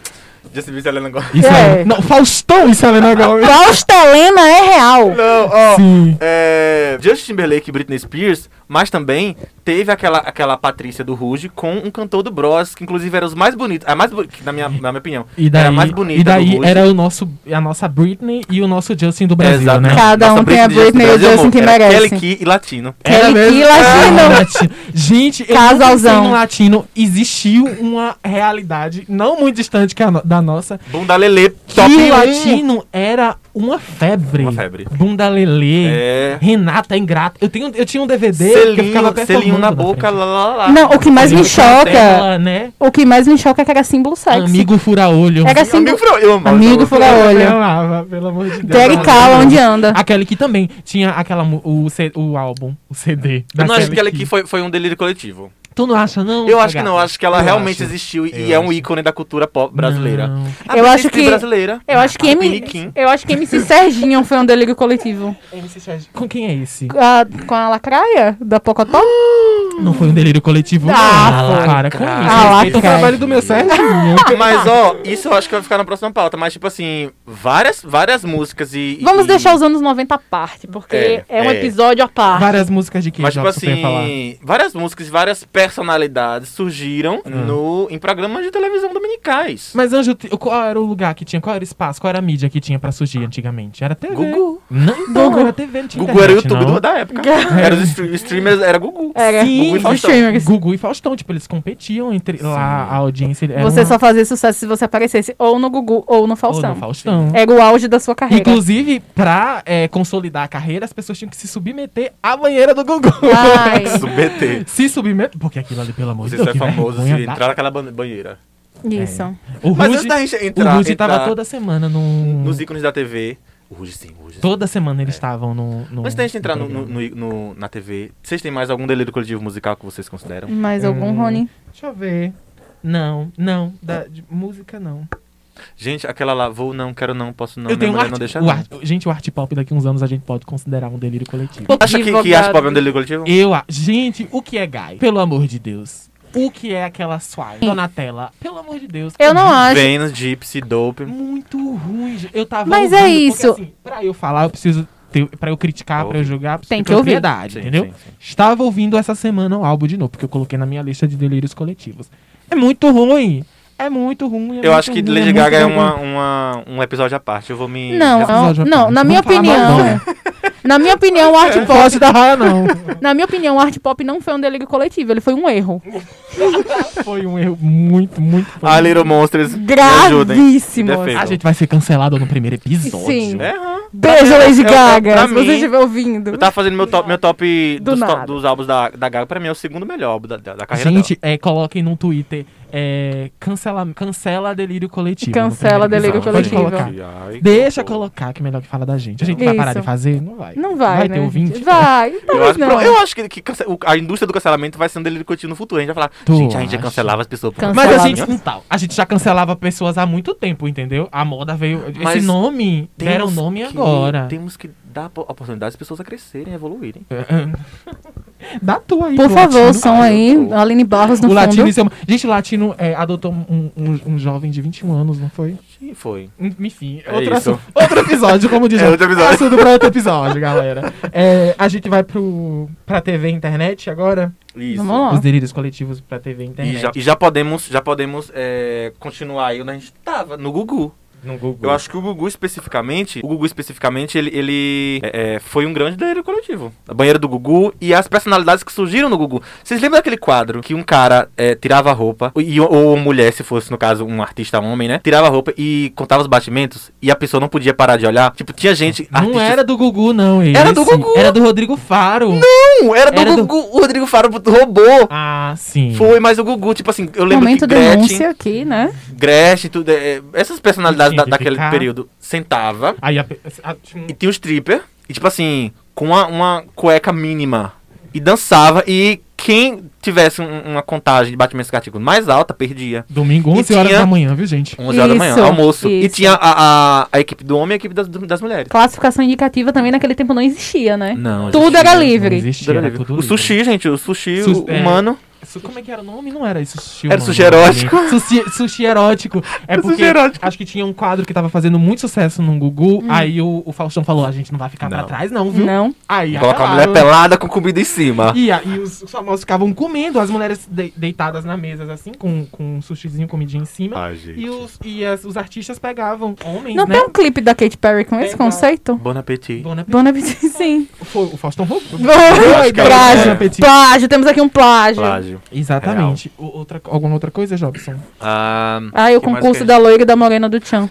S1: Justin Bieber e Selena Gomez.
S3: Isso
S2: É.
S3: é. Não, Faustão e Selena Gomez.
S2: Fausta Helena é real.
S1: Não, ó.
S3: Sim.
S1: É, Justin Timberlake e Britney Spears, mas também teve aquela, aquela Patrícia do Ruge com um cantor do Bros, que inclusive era os mais bonitos. A mais, bo- que na, minha, na minha opinião.
S3: E daí,
S1: era a mais bonita
S3: e daí
S1: do Ruge.
S3: era o nosso, a nossa Britney e o nosso Justin do Brasil,
S1: Exato.
S3: né?
S2: Cada
S1: Nossa,
S2: um tem a
S1: Britney
S2: Britney e o
S1: Brasil,
S2: Justin
S1: amor,
S2: que
S1: era
S2: merece.
S1: Kelly Key e Latino.
S2: Kelly Key Latino.
S3: Ah, Latino. Gente, eu nunca
S2: Casalzão.
S3: pensei em latino existiu uma realidade não muito distante que a no- da nossa.
S1: Bunda Lelê, top
S3: que
S1: um.
S3: latino era uma febre.
S1: Uma febre.
S3: Bunda Lelê.
S1: É.
S3: Renata Ingrata. Eu, tenho, eu tinha um DVD que eu ficava
S1: Selinho,
S3: performando
S1: selinho na boca,
S3: frente.
S1: lá, lá, lá.
S2: Não, o que mais me
S3: Selinho na
S2: choca. é
S3: tela, né?
S2: O que mais me choca é que era símbolo sexy.
S3: Amigo fura-olho.
S2: Era
S1: Amigo,
S2: símbolo.
S1: fura- eu amo.
S2: assim, Amigo
S3: Eu
S2: fura-olho.
S3: amava, pelo amor de Deus.
S2: Derek Carr, onde anda?
S3: Aquele que também tinha aquela, mu- o, C- o álbum, o CD.
S1: Eu
S3: da
S1: não acho
S3: Kelly
S1: que ela
S3: Key.
S1: aqui foi, foi um delírio coletivo.
S3: Tu não acha, não?
S1: Eu acho que
S3: gata?
S1: não, acho que ela
S3: Eu
S1: realmente
S3: acho.
S1: existiu e,
S3: Eu
S1: e é um
S3: acho.
S1: ícone da cultura pop brasileira.
S3: Não.
S1: A
S2: Eu
S1: Britney
S2: acho
S1: Spears
S2: que-
S1: brasileira.
S2: Eu acho que
S1: Ah,
S2: M...
S1: Piniquim.
S2: Eu acho que MC Serginho foi um delírio coletivo.
S3: MC Serginho. Com quem é esse?
S2: Ah, com a lacraia da Pocotó?
S3: Não foi um delírio coletivo,
S2: Ah,
S3: não.
S2: foi.
S3: Para com isso.
S2: Ah, lá,
S3: Respeita o
S2: cara.
S3: trabalho do meu Serginho.
S1: Mas, ó, isso eu acho que vai ficar na próxima pauta. Mas, tipo assim, várias, várias músicas e. e-
S2: Vamos
S1: e-
S2: deixar os anos 90 à parte, porque é,
S1: É,
S2: um
S1: é.
S2: episódio à parte.
S3: Várias músicas de que
S1: Mas, tipo
S3: Jobs, que eu ia falar.
S1: assim, várias músicas e várias personalidades surgiram
S3: Hum.
S1: no, em programas de televisão dominicais.
S3: Mas, Anjo, ti- qual era o lugar que tinha? Qual era o espaço? Qual era a mídia que tinha pra surgir antigamente? Era TV.
S1: Gugu.
S3: Não, então, era TV, não tinha
S1: Gugu era o
S3: internet,
S1: YouTube
S3: não.
S1: do- da época. Era os stream- streamers, era Gugu.
S2: Era.
S3: Sim,
S1: Gugu e
S2: os
S1: Faustão.
S2: streamers.
S3: Gugu e Faustão, tipo, eles competiam entre lá, a audiência. era um
S2: Você
S3: uma-
S2: só fazia sucesso se você aparecesse ou no Gugu ou no
S3: Ou no
S2: Faustão. É,
S3: Faustão.
S2: Era o auge da sua carreira.
S3: Inclusive, pra é, consolidar a carreira, as pessoas tinham que se submeter à banheira do Gugu.
S2: Ai.
S1: Do BT.
S3: Se submeter. Porque aquilo ali, pelo amor de
S1: Você
S3: Deus,
S1: sai
S3: que
S1: famoso se
S3: vergonha da-
S1: entrar naquela ban- banheira.
S2: Isso.
S3: O
S1: Mas antes
S3: Ruge,
S1: da gente entrar,
S3: o Ruge
S1: entrar
S3: tava toda semana no...
S1: nos ícones da TV. O Ruge sim, o Ruge sim.
S3: Toda semana eles estavam no, no...
S1: Antes da gente entrar no, no-
S3: programa.
S1: no- no- na TV, vocês têm mais algum delírio coletivo musical que vocês consideram?
S2: Mais algum,
S3: Hum.
S2: Rony?
S3: Deixa eu ver. Não, não. Da, de música, não.
S1: Gente, aquela lá, vou não, quero não, posso não,
S3: eu tenho um
S1: mulher
S3: art...
S1: não deixa
S3: o
S1: não.
S3: art... Gente, o Art Pop daqui uns anos a gente pode considerar um delírio coletivo.
S1: Acha que, que acha que o problema é um delírio coletivo?
S3: Eu, a- gente, o que é gay? Pelo amor de Deus. O que é aquela swag? Donatella, pelo amor de Deus.
S2: Eu não acho.
S1: Vênus, Gypsy, Dope.
S3: Muito ruim. gente. Eu tava
S2: Mas
S3: ouvindo,
S2: é isso.
S3: Porque, assim, pra eu falar, eu preciso ter, pra eu criticar, pra eu
S1: Ouve.
S3: julgar, eu preciso
S2: Tem
S3: ter
S2: que ouvir.
S3: propriedade,
S1: Sim,
S3: entendeu?
S1: sim, sim.
S3: Estava ouvindo essa semana o álbum de novo, porque eu coloquei na minha lista de delírios coletivos. É muito ruim. É muito ruim. é
S1: Eu acho que
S3: muito ruim,
S1: Lady
S3: muito
S1: Gaga é
S3: ruim.
S1: uma, uma- um episódio à parte. Eu vou me.
S2: Não,
S1: Essa-
S2: não,
S3: episódio é
S2: não,
S3: pra-
S2: na minha
S3: Vamos falar
S2: opinião.
S3: mal,
S2: Na minha opinião, o art
S3: Não
S2: pop.
S3: posso dar raia, não.
S2: Na minha opinião, o art pop não foi um delírio coletivo, ele foi um erro.
S3: Foi um erro muito, muito. ruim.
S1: Ah, Little Monsters. me ajudem.
S2: Gravíssimo.
S1: Defendam.
S3: A gente vai ser cancelado no primeiro episódio.
S2: Sim.
S1: É, aham.
S2: Beijo,
S1: Eu-
S2: Lady
S1: eu-
S2: Gaga.
S1: pra
S2: se você
S1: mim-
S2: estiver ouvindo.
S1: Eu tava fazendo meu top, meu top
S2: Do
S1: dos,
S2: nada.
S1: top- dos álbuns da, da Gaga. Pra mim é o segundo melhor álbum da, da, da carreira
S3: Gente, é, coloquem no Twitter é, cancela, cancela delírio coletivo. no
S2: Cancela delírio
S3: primeiro episódio.
S2: coletivo.
S3: Pode colocar.
S1: Ai,
S3: Deixa
S1: que horror.
S3: colocar, que é melhor que fala da gente. A gente vai parar
S2: Isso.
S3: de fazer? Não vai.
S2: Não vai,
S3: Vai
S2: né?
S3: ter ouvinte?
S2: Vai.
S1: Eu
S2: Talvez
S1: acho,
S2: não.
S1: eu acho que, que cance- o- a indústria do cancelamento vai ser um delírio contínuo no futuro. A gente vai falar,
S3: Tu
S1: gente, a gente já
S3: acha?
S1: cancelava as pessoas. por-
S2: Cancela.
S3: Mas a
S2: Cancelava.
S3: gente, então, a gente já cancelava pessoas há muito tempo, entendeu? A moda veio.
S1: Mas
S3: esse nome
S1: Temos
S3: deram nome
S1: que-
S3: agora.
S1: Temos que dar po- oportunidade às pessoas a crescerem, a evoluírem.
S2: É.
S1: um
S3: Dá tua aí,
S2: Por
S3: pro
S2: favor, o
S3: latino.
S2: som aí. Aline Barros no
S3: O
S2: fundo.
S3: latino. isso é uma- Gente, o latino é, adotou um, um, um jovem de 21 anos, não foi?
S1: Sim, foi.
S3: Hum, Enfim,
S1: É
S3: outro,
S1: isso.
S3: assu- outro episódio, como diz
S1: É outro episódio.
S3: Assunto pra outro episódio, galera. É, a gente vai pro, pra TV e internet agora.
S1: Isso.
S2: Vamos lá.
S3: Os delírios coletivos pra TV e
S1: E
S3: internet.
S1: já, e já podemos, já podemos é, continuar aí onde a gente tava, no Gugu.
S3: No Google.
S1: Eu acho que o Gugu especificamente, o Gugu especificamente, ele, ele, é, é, foi um grande delírio coletivo. A banheira do Gugu e as personalidades que surgiram no Gugu. Vocês lembram daquele quadro que um cara é, tirava a roupa, e, ou mulher, se fosse, no caso, um artista homem, né? Tirava a roupa e contava os batimentos e a pessoa não podia parar de olhar? Tipo, tinha gente.
S3: Não
S1: artistas-
S3: era do Gugu, não. Esse.
S1: Era do Gugu.
S3: Era do Rodrigo Faro.
S1: Não, era do
S3: Era do-
S1: Gugu. O Rodrigo Faro roubou.
S3: Ah, sim.
S1: Foi, mas o Gugu, tipo assim, eu lembro
S2: Momento
S1: que Gretchen,
S2: denúncia aqui, né?
S1: Gretchen, tudo, é, essas personalidades
S3: Tinha
S1: da-
S3: que
S1: daquele
S3: ficar.
S1: período sentava.
S3: Aí a, pe- a- tinha um-
S1: E tinha um stripper, e tipo assim, com uma, uma cueca mínima. E dançava, e quem tivesse um- uma contagem de batimentos cardíacos mais alta, perdia.
S3: Domingo,
S1: E
S3: 11 horas
S1: tinha-
S3: da manhã, viu, gente?
S1: 11 horas da manhã,
S2: Isso,
S1: almoço. E
S2: isso.
S1: tinha a, a, a equipe do homem e a equipe das, das mulheres.
S2: Classificação indicativa também naquele tempo não existia, né?
S1: Não,
S2: Tudo
S1: gente,
S2: era
S3: Não
S2: livre.
S3: existia,
S1: era
S3: era
S1: livre.
S3: tudo
S1: O
S3: livre.
S1: sushi, gente, o sushi
S3: Sus-
S1: o-
S3: é.
S1: humano.
S3: Su- Como é que era o nome? Não era
S1: Era
S3: sushi. humano,
S1: sushi
S3: não,
S1: erótico.
S3: né? Sushi, sushi erótico. É
S1: Sushi
S3: porque
S1: erótico.
S3: acho que tinha um quadro que tava fazendo muito sucesso no Gugu. Aí o, o Faustão falou: a gente não vai ficar
S1: Não.
S3: pra trás, não, viu?
S2: Hum. Não.
S3: Aí
S1: Coloca a mulher
S3: apelaram.
S1: pelada com comida em cima.
S3: E, a- e os famosos ficavam comendo, as mulheres de- deitadas na mesa, assim, com, com um sushizinho, comidinha em cima.
S1: Ai, gente.
S3: e os, e as- os artistas pegavam homens,
S2: Não
S3: né?
S2: tem um clipe da Katy Perry com esse
S3: Tem, não.
S2: conceito?
S1: Bon appetit.
S3: Bom, né?
S2: Bon appetit, sim.
S3: Foi o Faustão roubou.
S1: acho que é
S2: plágio.
S1: isso, né?
S2: Plágio, temos aqui um plágio.
S1: Plágio.
S3: Exatamente. O- outra, alguma outra coisa, Jobson?
S1: Ah,
S2: Aí o
S1: que mais
S2: concurso
S1: que a
S2: da loira e da morena do Tchan.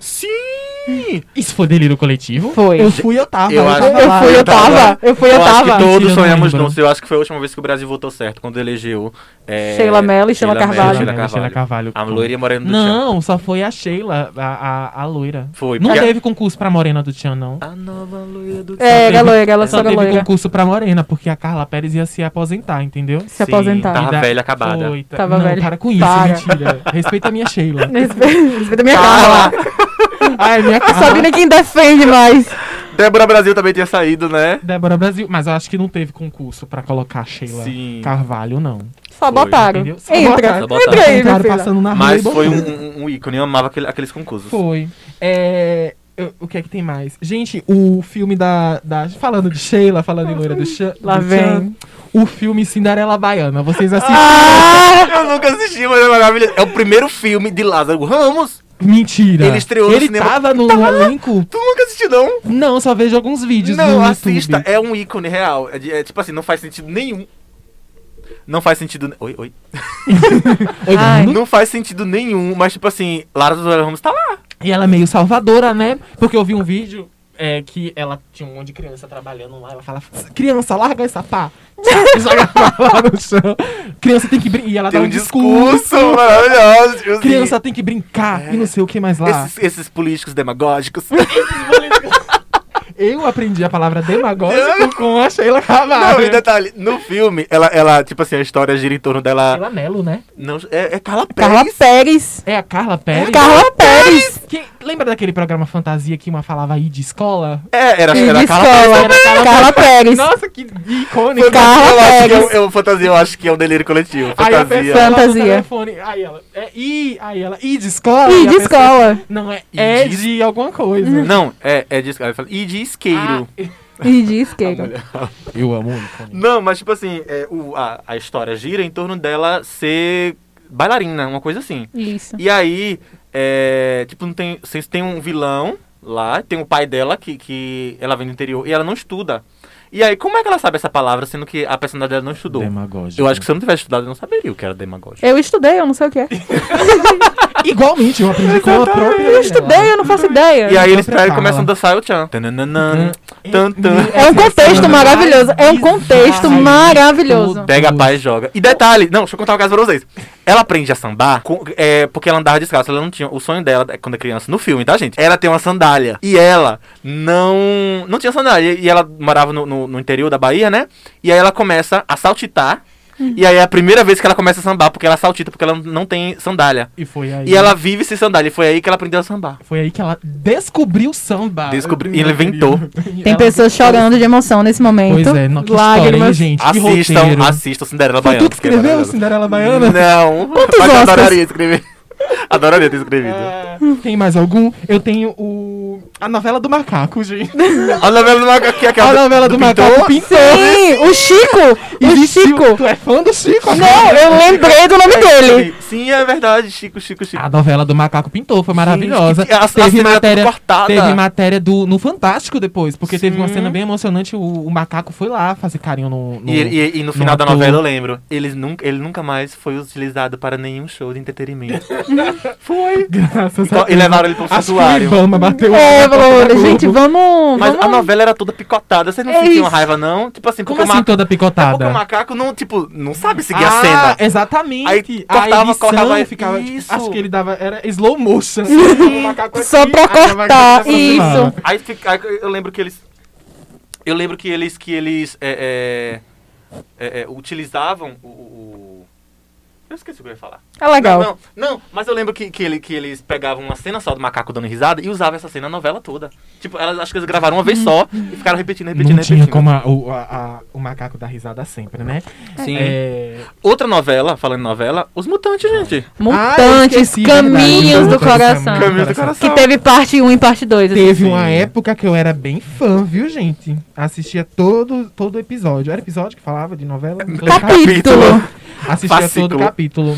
S1: Sim!
S3: Isso foi delírio coletivo?
S2: Foi.
S3: Eu fui, eu tava.
S1: Eu acho-
S3: tava
S2: Eu
S3: lá.
S2: fui, eu tava. Eu fui, eu
S1: eu acho que
S2: tava.
S3: tô-
S1: todos
S3: Mentira,
S1: sonhamos
S3: não lembro.
S1: juntos. Eu acho que foi a última vez que o Brasil votou certo, quando elegeu... é,
S2: Sheila Mello e Sheila Carvalho.
S1: Sheila
S3: Sheila
S1: Carvalho.
S3: Carvalho.
S1: A loira e morena do Tchan.
S3: Não, só foi a Sheila, a, a, a loira.
S1: Foi.
S3: Não
S1: porque a-
S3: teve concurso pra Morena do Tchan, não.
S1: A nova loira do
S2: É,
S3: teve-
S2: era loira, ela só
S3: Só
S2: era
S3: teve
S2: loira.
S3: concurso pra Morena, porque a Carla Pérez ia se aposentar, entendeu?
S2: Se aposentar.
S1: Tava
S3: E da-
S1: velha, acabada.
S3: Foi, tá-
S2: Tava
S3: não,
S2: velha.
S3: para com isso,
S2: Para.
S3: mentira. Respeita a minha Sheila.
S2: Respeita minha cara lá.
S3: Ai, minha
S2: Eu
S3: Carla.
S2: sabia nem quem defende mais.
S1: Débora Brasil também tinha saído, né?
S3: Débora Brasil. Mas eu acho que não teve concurso pra colocar a Sheila
S1: Sim.
S3: Carvalho, não.
S2: Só botaram.
S3: entendeu? Só
S2: Entra.
S3: botaram.
S1: Botaram.
S2: Entra aí, minha
S3: Ficaram
S2: filha.
S3: passando na rua
S1: Mas
S3: e
S1: foi
S3: botando.
S1: um, um- um ícone, eu amava aquele- aqueles concursos.
S3: Foi. É, eu- o que é que tem mais? Gente, o filme da. da- falando de Sheila, falando em loira do Chan.
S2: Lá
S3: do
S2: vem.
S3: Chan, o filme Cinderela Baiana. Vocês assistiram?
S2: Ah!
S1: Eu nunca assisti, mas é maravilhoso. É o primeiro filme de Lázaro Ramos.
S3: Mentira!
S1: Ele estreou no
S3: Ele
S1: cinema.
S3: tava no elenco?
S1: Tu nunca assistiu, não?
S3: Não, só vejo alguns vídeos.
S1: não,
S3: no
S1: assista.
S3: YouTube.
S1: É um ícone real. É, de- é tipo assim, não faz sentido nenhum. Não faz sentido. ne- Oi, oi.
S3: Oi,
S2: Ai.
S3: Bruno.
S1: Não faz sentido nenhum, mas tipo assim, Lázaro Ramos tá lá.
S3: E ela é meio salvadora, né? Porque eu vi um vídeo é, que ela tinha um monte de criança trabalhando lá. Ela fala: Criança, larga essa pá. E Joga a pá lá no chão. Criança tem que brincar. E ela
S1: Tem
S3: dá
S1: um discurso maravilhoso. tipo assim.
S3: Criança tem que brincar e não sei o que mais lá.
S1: Esses, esses políticos demagógicos.
S3: Eu aprendi a palavra demagógico com a Sheila Carvalho.
S1: Não, e detalhe, no filme, ela, ela, tipo assim, a história gira em torno dela.
S3: Sheila Mello, né?
S1: Não, é, é Carla Pérez.
S2: Carla Pérez.
S3: É a Carla Pérez.
S2: Carla Pérez.
S3: Quem- lembra daquele programa fantasia que uma falava aí de escola?
S1: É, era,
S2: De
S1: era Carla Pérez.
S2: escola. Carla Pérez.
S3: Nossa, que icônica.
S1: Eu
S2: Carla
S1: acho que
S2: Pérez.
S1: é um- é um fantasia, eu acho que é um delírio coletivo.
S3: Aí a pessoa
S1: Fantasia.
S3: lá no
S2: Fantasia.
S3: telefone, aí ela, é, e, aí ela, e de escola?
S2: Ih,
S3: E a
S2: de
S3: pessoa-
S2: escola.
S3: Não, é,
S1: E
S3: é
S1: de-
S3: de... alguma coisa.
S1: Não, é, é de esqueiro. E de
S3: Ah,
S1: isqueiro.
S2: E de esquerda.
S3: Eu amo o ícone.
S1: Não, mas tipo assim, é, o- a, a história gira em torno dela ser bailarina, uma coisa assim.
S2: Isso.
S1: E aí, é, tipo, não tem, vocês tem um vilão lá, tem o pai dela que, que ela vem do interior e ela não estuda. E aí, como é que ela sabe essa palavra, sendo que a personalidade dela não estudou?
S3: Demagógico.
S1: Ah. Eu acho que se eu não tivesse estudado, eu não saberia o que era demagógico.
S2: Eu estudei, eu não sei o que é.
S3: Igualmente, eu aprendi com a própria. né?
S2: É, Eu estudei, eu não faço ideia.
S1: E aí eles pegam e
S3: Então, prepara.
S1: começam a dançar o tchan. Tan, tan.
S2: É um contexto maravilhoso. É um contexto
S3: Bizarro.
S2: maravilhoso.
S1: Pega a
S3: Uhum.
S1: pá e joga. E detalhe, não, deixa eu contar um caso pra vocês. Ela aprende a sambar com- é, porque ela andava descalça. Ela não tinha. O sonho dela, é, quando é criança, no filme, tá, gente? Ela tem uma sandália. E ela não. Não tinha sandália. E ela morava no, no- no interior da Bahia, né? E aí ela começa a saltitar.
S3: Uhum.
S1: E aí é a primeira vez que ela começa a sambar, porque ela saltita, porque ela não tem sandália.
S3: E foi aí.
S1: E ela vive sem sandália. E foi aí que ela aprendeu a sambar.
S3: Foi aí que ela descobriu samba.
S1: Descobriu- e ela inventou.
S2: Tem pessoas chorando de emoção nesse momento.
S3: Pois é, não, que história, hein,
S2: Lágrimas.
S3: gente? Que
S1: Assistam,
S3: roteiro.
S1: assistam Cinderela
S3: Foi
S1: Baiana.
S3: tu que
S1: porque é
S3: escreveu
S1: maravilhosa.
S3: Cinderela Baiana?
S1: Não.
S2: Quantos
S1: mas eu
S2: Oscars?
S1: adoraria escrever. Adoraria ter escrevido.
S3: É. Tem mais algum? Eu tenho o... A novela do macaco, gente.
S1: A novela do macaco, que é aquela
S3: a novela do, macaco pintou.
S2: Sim, o Chico! O
S3: Existiu.
S2: Chico!
S3: Tu é fã do Chico?
S2: Não, eu lembrei do nome dele.
S1: Sim, é verdade, Chico, Chico, Chico.
S3: A novela do macaco pintou, foi maravilhosa.
S1: que- a- a
S3: teve
S1: cena era
S3: matéria,
S1: tudo cortada.
S3: teve matéria do no Fantástico depois, porque teve uma cena bem emocionante. O, o macaco foi lá fazer carinho no. no-
S1: E, e- e no final da
S3: ator.
S1: novela eu lembro. Ele nunca, ele nunca mais foi utilizado para nenhum show de entretenimento.
S3: Foi. Graças
S1: Então,
S3: a
S1: e
S3: Deus.
S1: levaram ele para um
S3: Acho que
S1: santuário.
S3: o Ibama bateu.
S2: É,
S3: na porta da
S2: falou,
S3: Globo.
S2: gente, vamos.
S1: Mas a
S2: vamos-
S1: novela era toda picotada. Vocês não
S2: É
S1: sentiam
S2: isso.
S1: raiva, não? Tipo assim,
S3: Como
S1: porque o
S3: assim
S1: macaco.
S3: toda
S1: Porque o
S3: picotada?
S1: macaco não, tipo, não sabe seguir a
S3: Ah,
S1: cena.
S3: Exatamente.
S1: Aí cortava, cortava,
S3: e ficava. tipo,
S1: isso.
S3: acho que ele dava. Era slow motion. assim, tipo, o macaco
S2: Só
S3: aqui,
S2: pra
S3: aí a vaca
S2: cortar,
S3: se aproximava.
S2: isso.
S1: Aí, fica- aí eu lembro que eles. Eu lembro que eles que eles é, é, é, é, utilizavam o, o- o- Eu esqueci o que eu ia falar.
S2: É legal.
S1: Não, não, não, mas eu lembro que, que, ele, que eles pegavam uma cena só do macaco dando risada e usavam essa cena na novela toda. Tipo, elas, acho que eles gravaram uma vez só
S3: Uhum.
S1: e ficaram repetindo, repetindo,
S3: Não tinha
S1: repetindo.
S3: como a- o, a- a- o macaco dar risada sempre, né?
S1: Sim.
S3: É,
S1: Outra novela, falando em novela, Os Mutantes, gente.
S3: Ah, eu
S2: Mutantes,
S3: esqueci,
S2: caminhos
S3: verdade.
S2: do coração.
S1: Caminhos do Coração.
S2: Que teve parte 1 e parte assim. 2.
S3: Teve uma época que eu era bem fã, viu, gente? Assistia todo todo episódio. Era episódio que falava de novela?
S2: Capítulo.
S3: Assistia
S1: Fascículo.
S3: todo capítulo.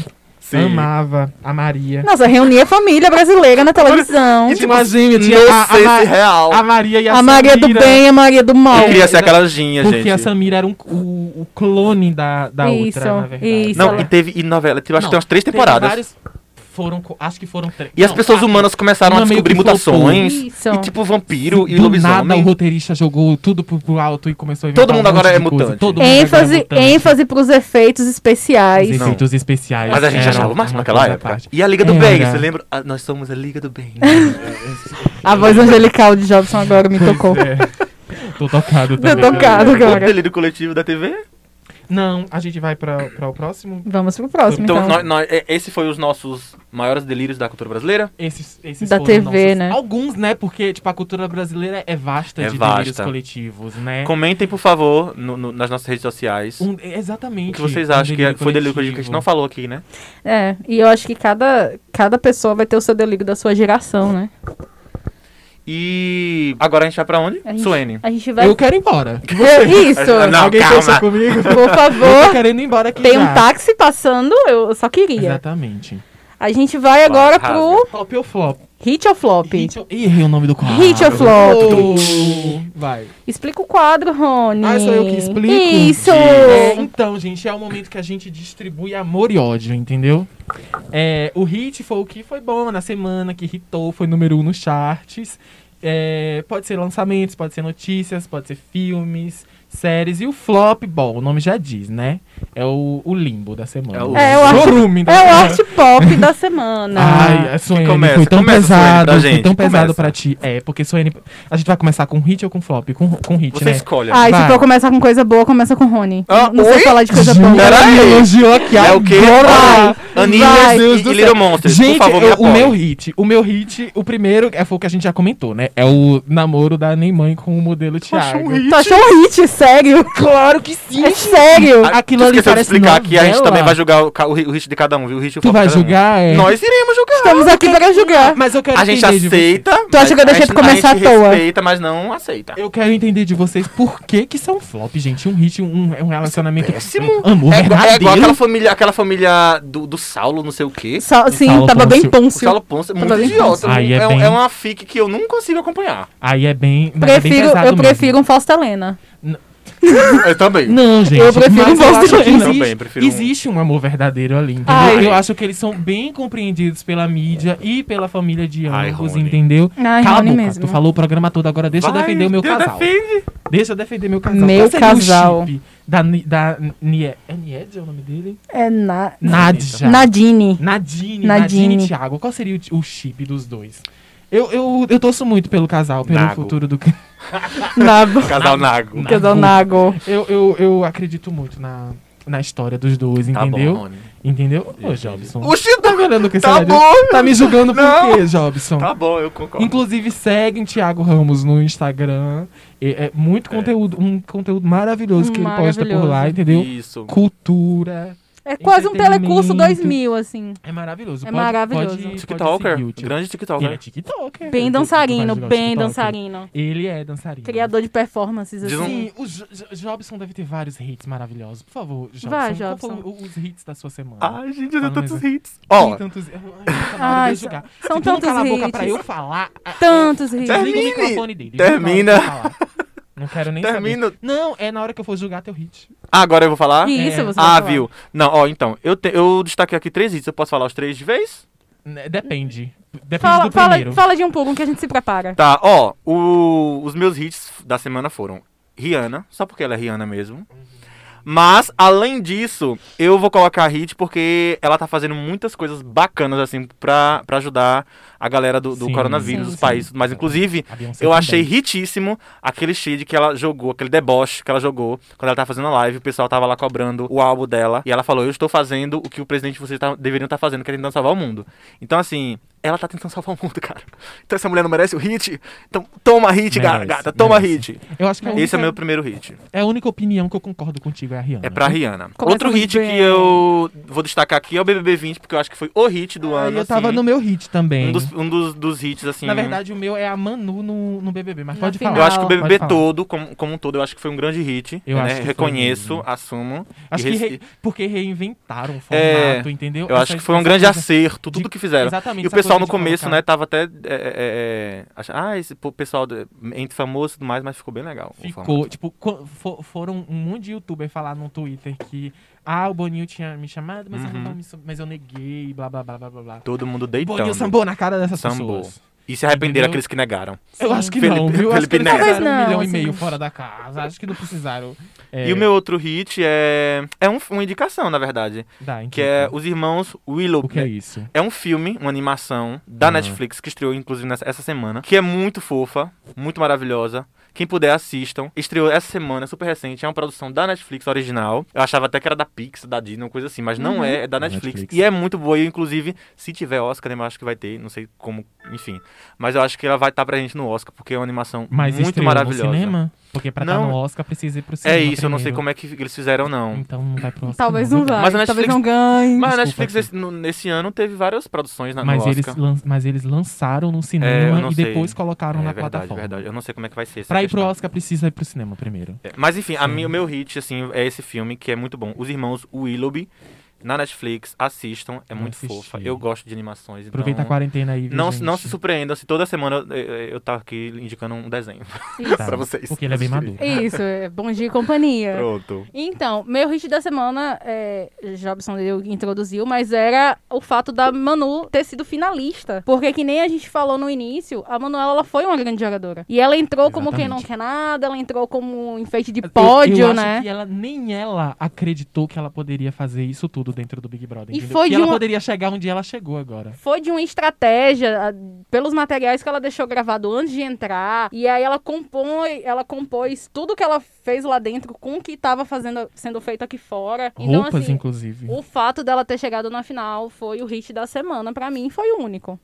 S3: Amava a Maria.
S2: Nossa, reunia a família brasileira na televisão.
S3: Tinha uma gêmea, tinha
S1: Tipo, não
S3: a, a
S1: sei
S3: Ma-
S1: se é real.
S3: a Maria e a,
S2: A Maria do
S3: Samira.
S2: bem e a Maria do mal.
S1: Eu queria ser aquela Ginha,
S3: Porque a
S1: gente.
S3: Samira era um, o, o clone da, da
S2: Isso,
S3: outra, na verdade.
S2: isso.
S1: Não, e teve e novela, tipo, acho
S3: Não,
S1: que tem umas três
S3: teve
S1: temporadas.
S3: vários- foram, co- acho que foram três.
S1: E as
S3: Não,
S1: pessoas
S3: quatro.
S1: humanas começaram
S3: Uma
S1: a
S3: meio
S1: descobrir
S3: que flopou.
S1: mutações.
S2: Isso.
S1: E tipo vampiro e
S3: Do nada o
S1: lobisomem.
S3: roteirista jogou tudo pro, pro alto e começou a inventar
S1: Todo mundo
S3: um monte
S1: agora
S3: de
S1: é
S3: coisa.
S1: mutante.
S3: Todo mundo agora é
S2: ênfase,
S3: mutante.
S2: ênfase pros efeitos especiais.
S3: Os efeitos especiais.
S1: Mas a gente
S3: eram
S1: achava mais
S3: uma
S1: naquela
S3: coisa à
S1: época.
S3: parte.
S1: E a Liga do
S3: Era.
S1: Bem, você lembra? Ah, nós somos a Liga do Bem.
S2: A voz angelical de Jobson agora me tocou.
S3: É. Tô tocado
S2: Tô
S3: também.
S2: tocado,
S1: o
S2: cara.
S1: um delírio coletivo da TV?
S3: Não, a gente vai pra, pra o próximo.
S2: Vamos pro próximo,
S1: Então,
S2: então.
S1: nós- nós- é- esse foi os nossos maiores delírios da cultura brasileira.
S3: Esses, esses
S2: Da
S3: foram
S2: TV, né?
S3: Alguns, né? Porque, tipo, a cultura brasileira é vasta
S1: É
S3: de
S1: vasta.
S3: delírios coletivos, né?
S1: Comentem, por favor, no- no- nas nossas redes sociais.
S3: Um-
S1: O
S3: exatamente.
S1: que vocês
S3: um
S1: acham que é- foi delírio coletivo que a gente não falou aqui, né?
S2: É, e eu acho que cada, cada pessoa vai ter o seu delírio da sua geração, né?
S1: E agora a gente vai pra onde?
S2: A gente-
S1: Suene.
S2: A gente vai.
S3: Eu quero ir embora.
S2: Eu- Isso!
S1: Não,
S3: Alguém
S1: calma.
S3: pensa comigo?
S2: Por
S3: Eu tô
S2: favor,
S3: querendo ir embora aqui
S2: tem um
S3: já.
S2: táxi passando, eu só queria.
S3: Exatamente.
S2: A gente vai agora
S1: Vai,
S2: pro
S3: Top ou flop?
S2: Hit ou Flop.
S3: Hit ou... Ih, errei o nome do quadro.
S2: Hit ou flop?
S3: Oh, Vai.
S2: Explica o quadro, Rony.
S3: Ah, sou eu que explico?
S2: Isso!
S1: Diz.
S3: É, então, gente, é o momento que a gente distribui amor e ódio, entendeu? É, o hit foi o que foi bom na semana, que hitou, foi número um nos charts. É, pode ser lançamentos, pode ser notícias, pode ser filmes, séries. E o flop, bom, o nome já diz, né? É o, o limbo da semana.
S1: É o-
S2: É, eu acho-
S3: chorume da
S2: É o
S3: semana.
S2: arte pop da semana.
S3: Ai, a Suene,
S1: começa?
S3: foi tão
S1: Começa, Suene,
S3: pesado,
S1: pra
S3: foi
S1: gente,
S3: tão pesado
S1: começa.
S3: pra ti. É, porque Suene, a gente vai começar com hit ou com flop? Com, com hit,
S1: Você
S3: né?
S1: escolhe.
S2: Ai, se
S3: vai.
S2: for começar com coisa boa, Ah, começa com Rony.
S1: Ah,
S2: não sei
S1: oi?
S2: falar de coisa
S3: Gente,
S2: boa.
S1: Pera
S3: Então, ela
S1: aí.
S3: me elogiou aqui
S1: É o quê?
S3: agora. Vai.
S1: Aninhas e, e Little Monsters.
S3: Gente,
S1: por favor, me
S3: eu- o
S1: apoiem.
S3: meu hit, o meu hit, o primeiro é, foi o que a gente já comentou, né? É o namoro da Neymãe com o modelo Thiago.
S2: Tu achou um hit, sério?
S3: Claro que sim.
S2: É sério?
S1: Ah,
S3: Aquilo
S1: tu
S3: ali
S1: esqueceu de
S3: parece
S1: explicar que a gente
S3: novela.
S1: também vai julgar o, ca- o ri- o hit de cada um, viu? O hit e o
S3: Tu
S1: flop de
S3: vai
S1: cada um.
S3: julgar? É.
S1: Nós iremos julgar.
S2: Estamos aqui para julgar.
S3: Mas eu quero
S1: A gente
S3: entender de
S1: aceita.
S2: Tu acha
S1: mas
S2: que eu deixei
S1: a
S2: tu
S1: gente-
S2: começar
S1: a gente
S2: à toa?
S1: respeita, mas não aceita.
S3: Eu quero entender de vocês por que que são flop, gente. Um hit, um, é um relacionamento.
S1: Péssimo.
S3: Um amor
S1: É, igual- é
S3: verdadeiro.
S1: igual aquela família, aquela família do, do Saulo, não sei o quê.
S2: Só- sim, Tá
S3: Saulo
S2: tava
S3: Pôncio.
S2: bem
S1: O
S2: pôncio.
S1: Saulo Ponce é muito
S2: Também.
S1: idiota.
S3: Aí é
S1: é, um-
S3: bem-
S1: é uma fic que eu não consigo acompanhar.
S3: Aí é bem. mas é bem
S2: Prefiro,
S3: pesado
S2: eu
S3: mesmo.
S2: prefiro um Fausto Helena.
S1: Eu também.
S3: Não, gente.
S2: Eu prefiro
S3: mas
S2: um bom
S3: eu acho que
S2: silêncio.
S3: não.
S1: Também, prefiro um-
S3: Existe um amor verdadeiro ali, entendeu?
S2: Ai.
S3: Eu acho que eles são bem compreendidos pela mídia e pela família de
S1: Ai,
S3: ambos,
S1: Rony.
S3: entendeu?
S2: Ai,
S3: Cala a
S2: Rony
S3: boca,
S2: mesmo.
S3: tu falou o programa todo, agora deixa eu
S1: Vai,
S3: defender o meu
S1: Deus
S3: casal.
S1: defende.
S3: Deixa eu defender meu casal.
S2: Meu
S3: Qual seria o
S2: casal.
S3: chip Da, Ni- da Nie, é Nied é o nome dele?
S2: É na...
S3: Nadja.
S2: Nadine. então.
S3: Nadine, Nadine,
S2: Nadine.
S3: e Thiago. Qual seria o, o chip dos dois? Eu, eu, eu torço muito pelo casal, pelo
S1: Nago.
S3: futuro do...
S2: Nago.
S1: Casal Nago.
S3: Nago.
S2: Casal Nago.
S3: Eu, eu, eu acredito muito na, na história dos dois,
S1: Tá
S3: entendeu?
S1: bom, Rony.
S3: Entendeu? Ô, Jobson.
S1: Oxi,
S3: tá me olhando com esse
S1: tá
S3: olhar de-
S1: bom.
S3: Tá me julgando por
S1: Não.
S3: quê, Jobson?
S1: Tá bom, eu concordo.
S3: Inclusive, seguem Thiago Ramos no Instagram. É, é muito conteúdo, um conteúdo maravilhoso que ele posta por lá,
S2: Maravilhoso.
S3: entendeu?
S1: Isso.
S3: Cultura.
S2: É quase um telecurso
S3: Entretenimento.
S2: 2000, assim.
S3: É maravilhoso.
S2: É maravilhoso.
S3: Pode, pode
S1: TikToker.
S3: seguir o Thiago.
S1: Grande
S3: Ele é
S1: TikToker.
S3: TikToker.
S2: Bem
S3: Ele-
S2: dançarino,
S3: ele faz
S2: bem
S3: TikTok.
S2: dançarino.
S3: Ele é dançarino.
S2: Criador de performances,
S1: Diz
S2: assim.
S3: Sim, o Jo- Jo- Jobson deve ter vários hits maravilhosos. Por favor, Jobson,
S2: Vai,
S3: qual foi
S2: Jobson.
S3: o- os hits da sua semana?
S1: Ai, gente, eu tenho
S3: Fala
S1: tantos
S3: mais
S1: hits.
S3: Tem
S1: Ah, Ó,
S3: tantos... Ai, tá na hora
S2: Ai,
S3: de eu julgar. Se
S2: Ah, são
S3: tu não
S2: tantos
S3: cala a boca
S2: hits.
S3: pra eu falar... a-
S2: Tantos rios.
S1: Termina.
S3: Desliga o microfone dele.
S1: Termina.
S3: Não, fala. Não quero nem
S1: Termina.
S3: saber. Não, é na hora que eu for julgar teu hit.
S1: ah, agora eu vou falar?
S2: Isso,
S3: É.
S2: você vai
S1: Ah,
S2: falar.
S1: viu? Não, ó, então, eu, te- eu destaquei aqui três hits. Eu posso falar os três de vez?
S3: Né, Depende. Depende
S2: Fala,
S3: do
S2: fala,
S3: primeiro.
S2: fala de um pouco, um que a gente se prepara.
S1: Tá, ó, o- os meus hits da semana foram Rihanna, só porque ela é Rihanna mesmo.
S3: Uhum.
S1: Mas, além disso, eu vou colocar hit porque ela tá fazendo muitas coisas bacanas, assim, pra, pra ajudar a galera do, do
S3: Sim,
S1: coronavírus,
S3: sim,
S1: dos países.
S3: sim.
S1: Mas, inclusive,
S3: A Beyoncé
S1: eu
S3: também.
S1: achei ritíssimo aquele shade que ela jogou, aquele deboche que ela jogou quando ela tava fazendo a live. O pessoal tava lá cobrando o álbum dela. E ela falou: Eu estou fazendo o que o presidente de vocês tá- deveriam estar fazendo, que é tentando salvar o mundo. Então, assim, ela tá tentando salvar o mundo, cara. Então, essa mulher não merece o hit. Então, toma hit, ga-
S3: Merece,
S1: gata, toma
S3: merece.
S1: hit.
S3: Eu acho que a única,
S1: Esse é meu primeiro hit.
S3: é a única opinião que eu concordo contigo, é a Rihanna.
S1: É pra Rihanna.
S2: Começa
S1: Outro
S2: muito
S1: hit
S2: bem.
S1: que eu vou destacar aqui é o BBB 20, porque eu acho que foi o hit do
S3: Ah,
S1: ano.
S3: Eu tava
S1: assim.
S3: no meu hit também.
S1: Um dos, um dos, dos hits, assim.
S3: Na verdade, o meu é a Manu no, no BBB, mas
S2: Na
S3: pode
S2: final.
S3: falar.
S1: Eu acho que o
S2: Pode
S1: BBB
S3: falar.
S1: todo, como, como um todo, eu acho que foi um grande hit.
S3: Eu
S1: né?
S3: acho que foi
S1: Reconheço,
S3: mesmo.
S1: assumo.
S3: Acho
S1: E
S3: que
S1: res-
S3: re- porque reinventaram o
S1: É,
S3: formato, entendeu?
S1: Eu acho
S3: Essa-
S1: que foi um
S3: essa
S1: grande
S3: coisa-
S1: acerto, tudo
S3: de-
S1: que fizeram.
S3: Exatamente.
S1: E o
S3: essa
S1: pessoal
S3: coisa
S1: no
S3: de
S1: começo,
S3: colocar-
S1: né, tava até. é, é, é, acha- ah, esse pô- pessoal do- entre famoso e tudo mais, mas ficou bem legal. o formato.
S3: Ficou, tipo, co- fo- foram um monte de youtuber falar no Twitter que ah, o Boninho tinha me chamado, mas, eu,
S1: Uhum.
S3: não vou me su- mas eu neguei, blá blá blá blá blá blá.
S1: Todo mundo
S3: Boninho
S1: deitando.
S3: sambou na cara dessas
S1: Sambou.
S3: pessoas.
S1: E se arrependeram
S3: Entendeu?
S1: aqueles que negaram.
S3: Eu acho que
S1: Felipe-
S3: não, viu? acho
S1: Felipe
S3: que eles
S1: Neto.
S3: gastaram
S2: Talvez
S3: um milhão
S2: não,
S3: e
S2: assim.
S3: meio fora da casa. Acho que não precisaram. é,
S1: E o meu outro hit é. É um, uma indicação, na verdade.
S3: dá,
S1: Que
S3: indica.
S1: é Os Irmãos Willow.
S3: O que é isso?
S1: É um filme, uma animação da
S3: Ah.
S1: Netflix que estreou inclusive nessa, essa semana, que é muito fofa, muito maravilhosa. Quem puder assistam. Estreou essa semana, é super recente, é uma produção da Netflix original. Eu achava até que era da Pix, da Disney, uma coisa assim, mas não é, é da
S3: Uhum. Da
S1: Netflix.
S3: Netflix.
S1: E é muito boa, e inclusive, se tiver Oscar, né, eu acho que vai ter, não sei como, enfim. Mas eu acho que ela vai estar pra gente no Oscar, porque é uma animação
S3: Mas
S1: muito
S3: estreou
S1: maravilhosa.
S3: no cinema? Porque pra estar
S1: Não.
S3: no Oscar precisa ir pro cinema.
S1: É isso, eu não sei
S3: primeiro.
S1: como é que eles fizeram não.
S3: Então não vai pro Oscar.
S2: Talvez não vá,
S1: Mas a
S2: talvez
S1: Netflix-
S2: não ganhe.
S1: Mas a
S3: Desculpa,
S1: Netflix
S3: Arthur.
S1: esse- no- nesse ano teve várias produções na,
S3: Mas
S1: tá no
S3: eles,
S1: Oscar.
S3: lan- mas eles lançaram no cinema
S1: É, eu não
S3: e
S1: sei.
S3: depois colocaram
S1: É
S3: na
S1: verdade,
S3: plataforma.
S1: verdade. Eu não sei como é que vai ser essa
S3: Pra ir pro
S1: questão.
S3: Oscar precisa ir pro cinema primeiro.
S1: É, Mas enfim, a mi- o meu hit, assim, é esse filme que é muito bom. Os Irmãos Willoughby, na Netflix, assistam, é
S3: Vou
S1: muito
S3: assistir.
S1: fofa. Eu gosto de animações, então...
S3: Aproveita a quarentena aí, viu,
S1: Não,
S3: gente?
S1: não se surpreendam se toda semana eu, eu, eu tá aqui indicando um desenho
S2: Isso.
S3: Tá,
S1: pra vocês.
S3: Porque ele é bem maduro.
S2: Isso, é bom dia e companhia.
S1: Pronto.
S2: Então, meu hit da semana, é, Jobson deu- introduziu, mas era o fato da Manu ter sido finalista. Porque que nem a gente falou no início, a Manuela ela foi uma grande jogadora. E ela entrou como quem não
S3: Exatamente.
S2: quer nada, ela entrou como um enfeite de pódio,
S3: eu, eu
S2: né?
S3: Acho que ela, nem ela acreditou que ela poderia fazer isso tudo dentro do Big Brother.
S2: E
S3: entendeu?
S2: foi
S3: que
S2: de
S3: ela
S2: uma-
S3: poderia chegar onde ela chegou agora.
S2: Foi de uma estratégia, a- pelos materiais que ela deixou gravado antes de entrar. E aí ela compõe, ela compôs tudo que ela fez lá dentro com o que estava fazendo, sendo feito aqui fora. Então,
S3: Roupas,
S2: assim,
S3: inclusive.
S2: o fato dela ter chegado na final foi o hit da semana. pra mim, foi o único.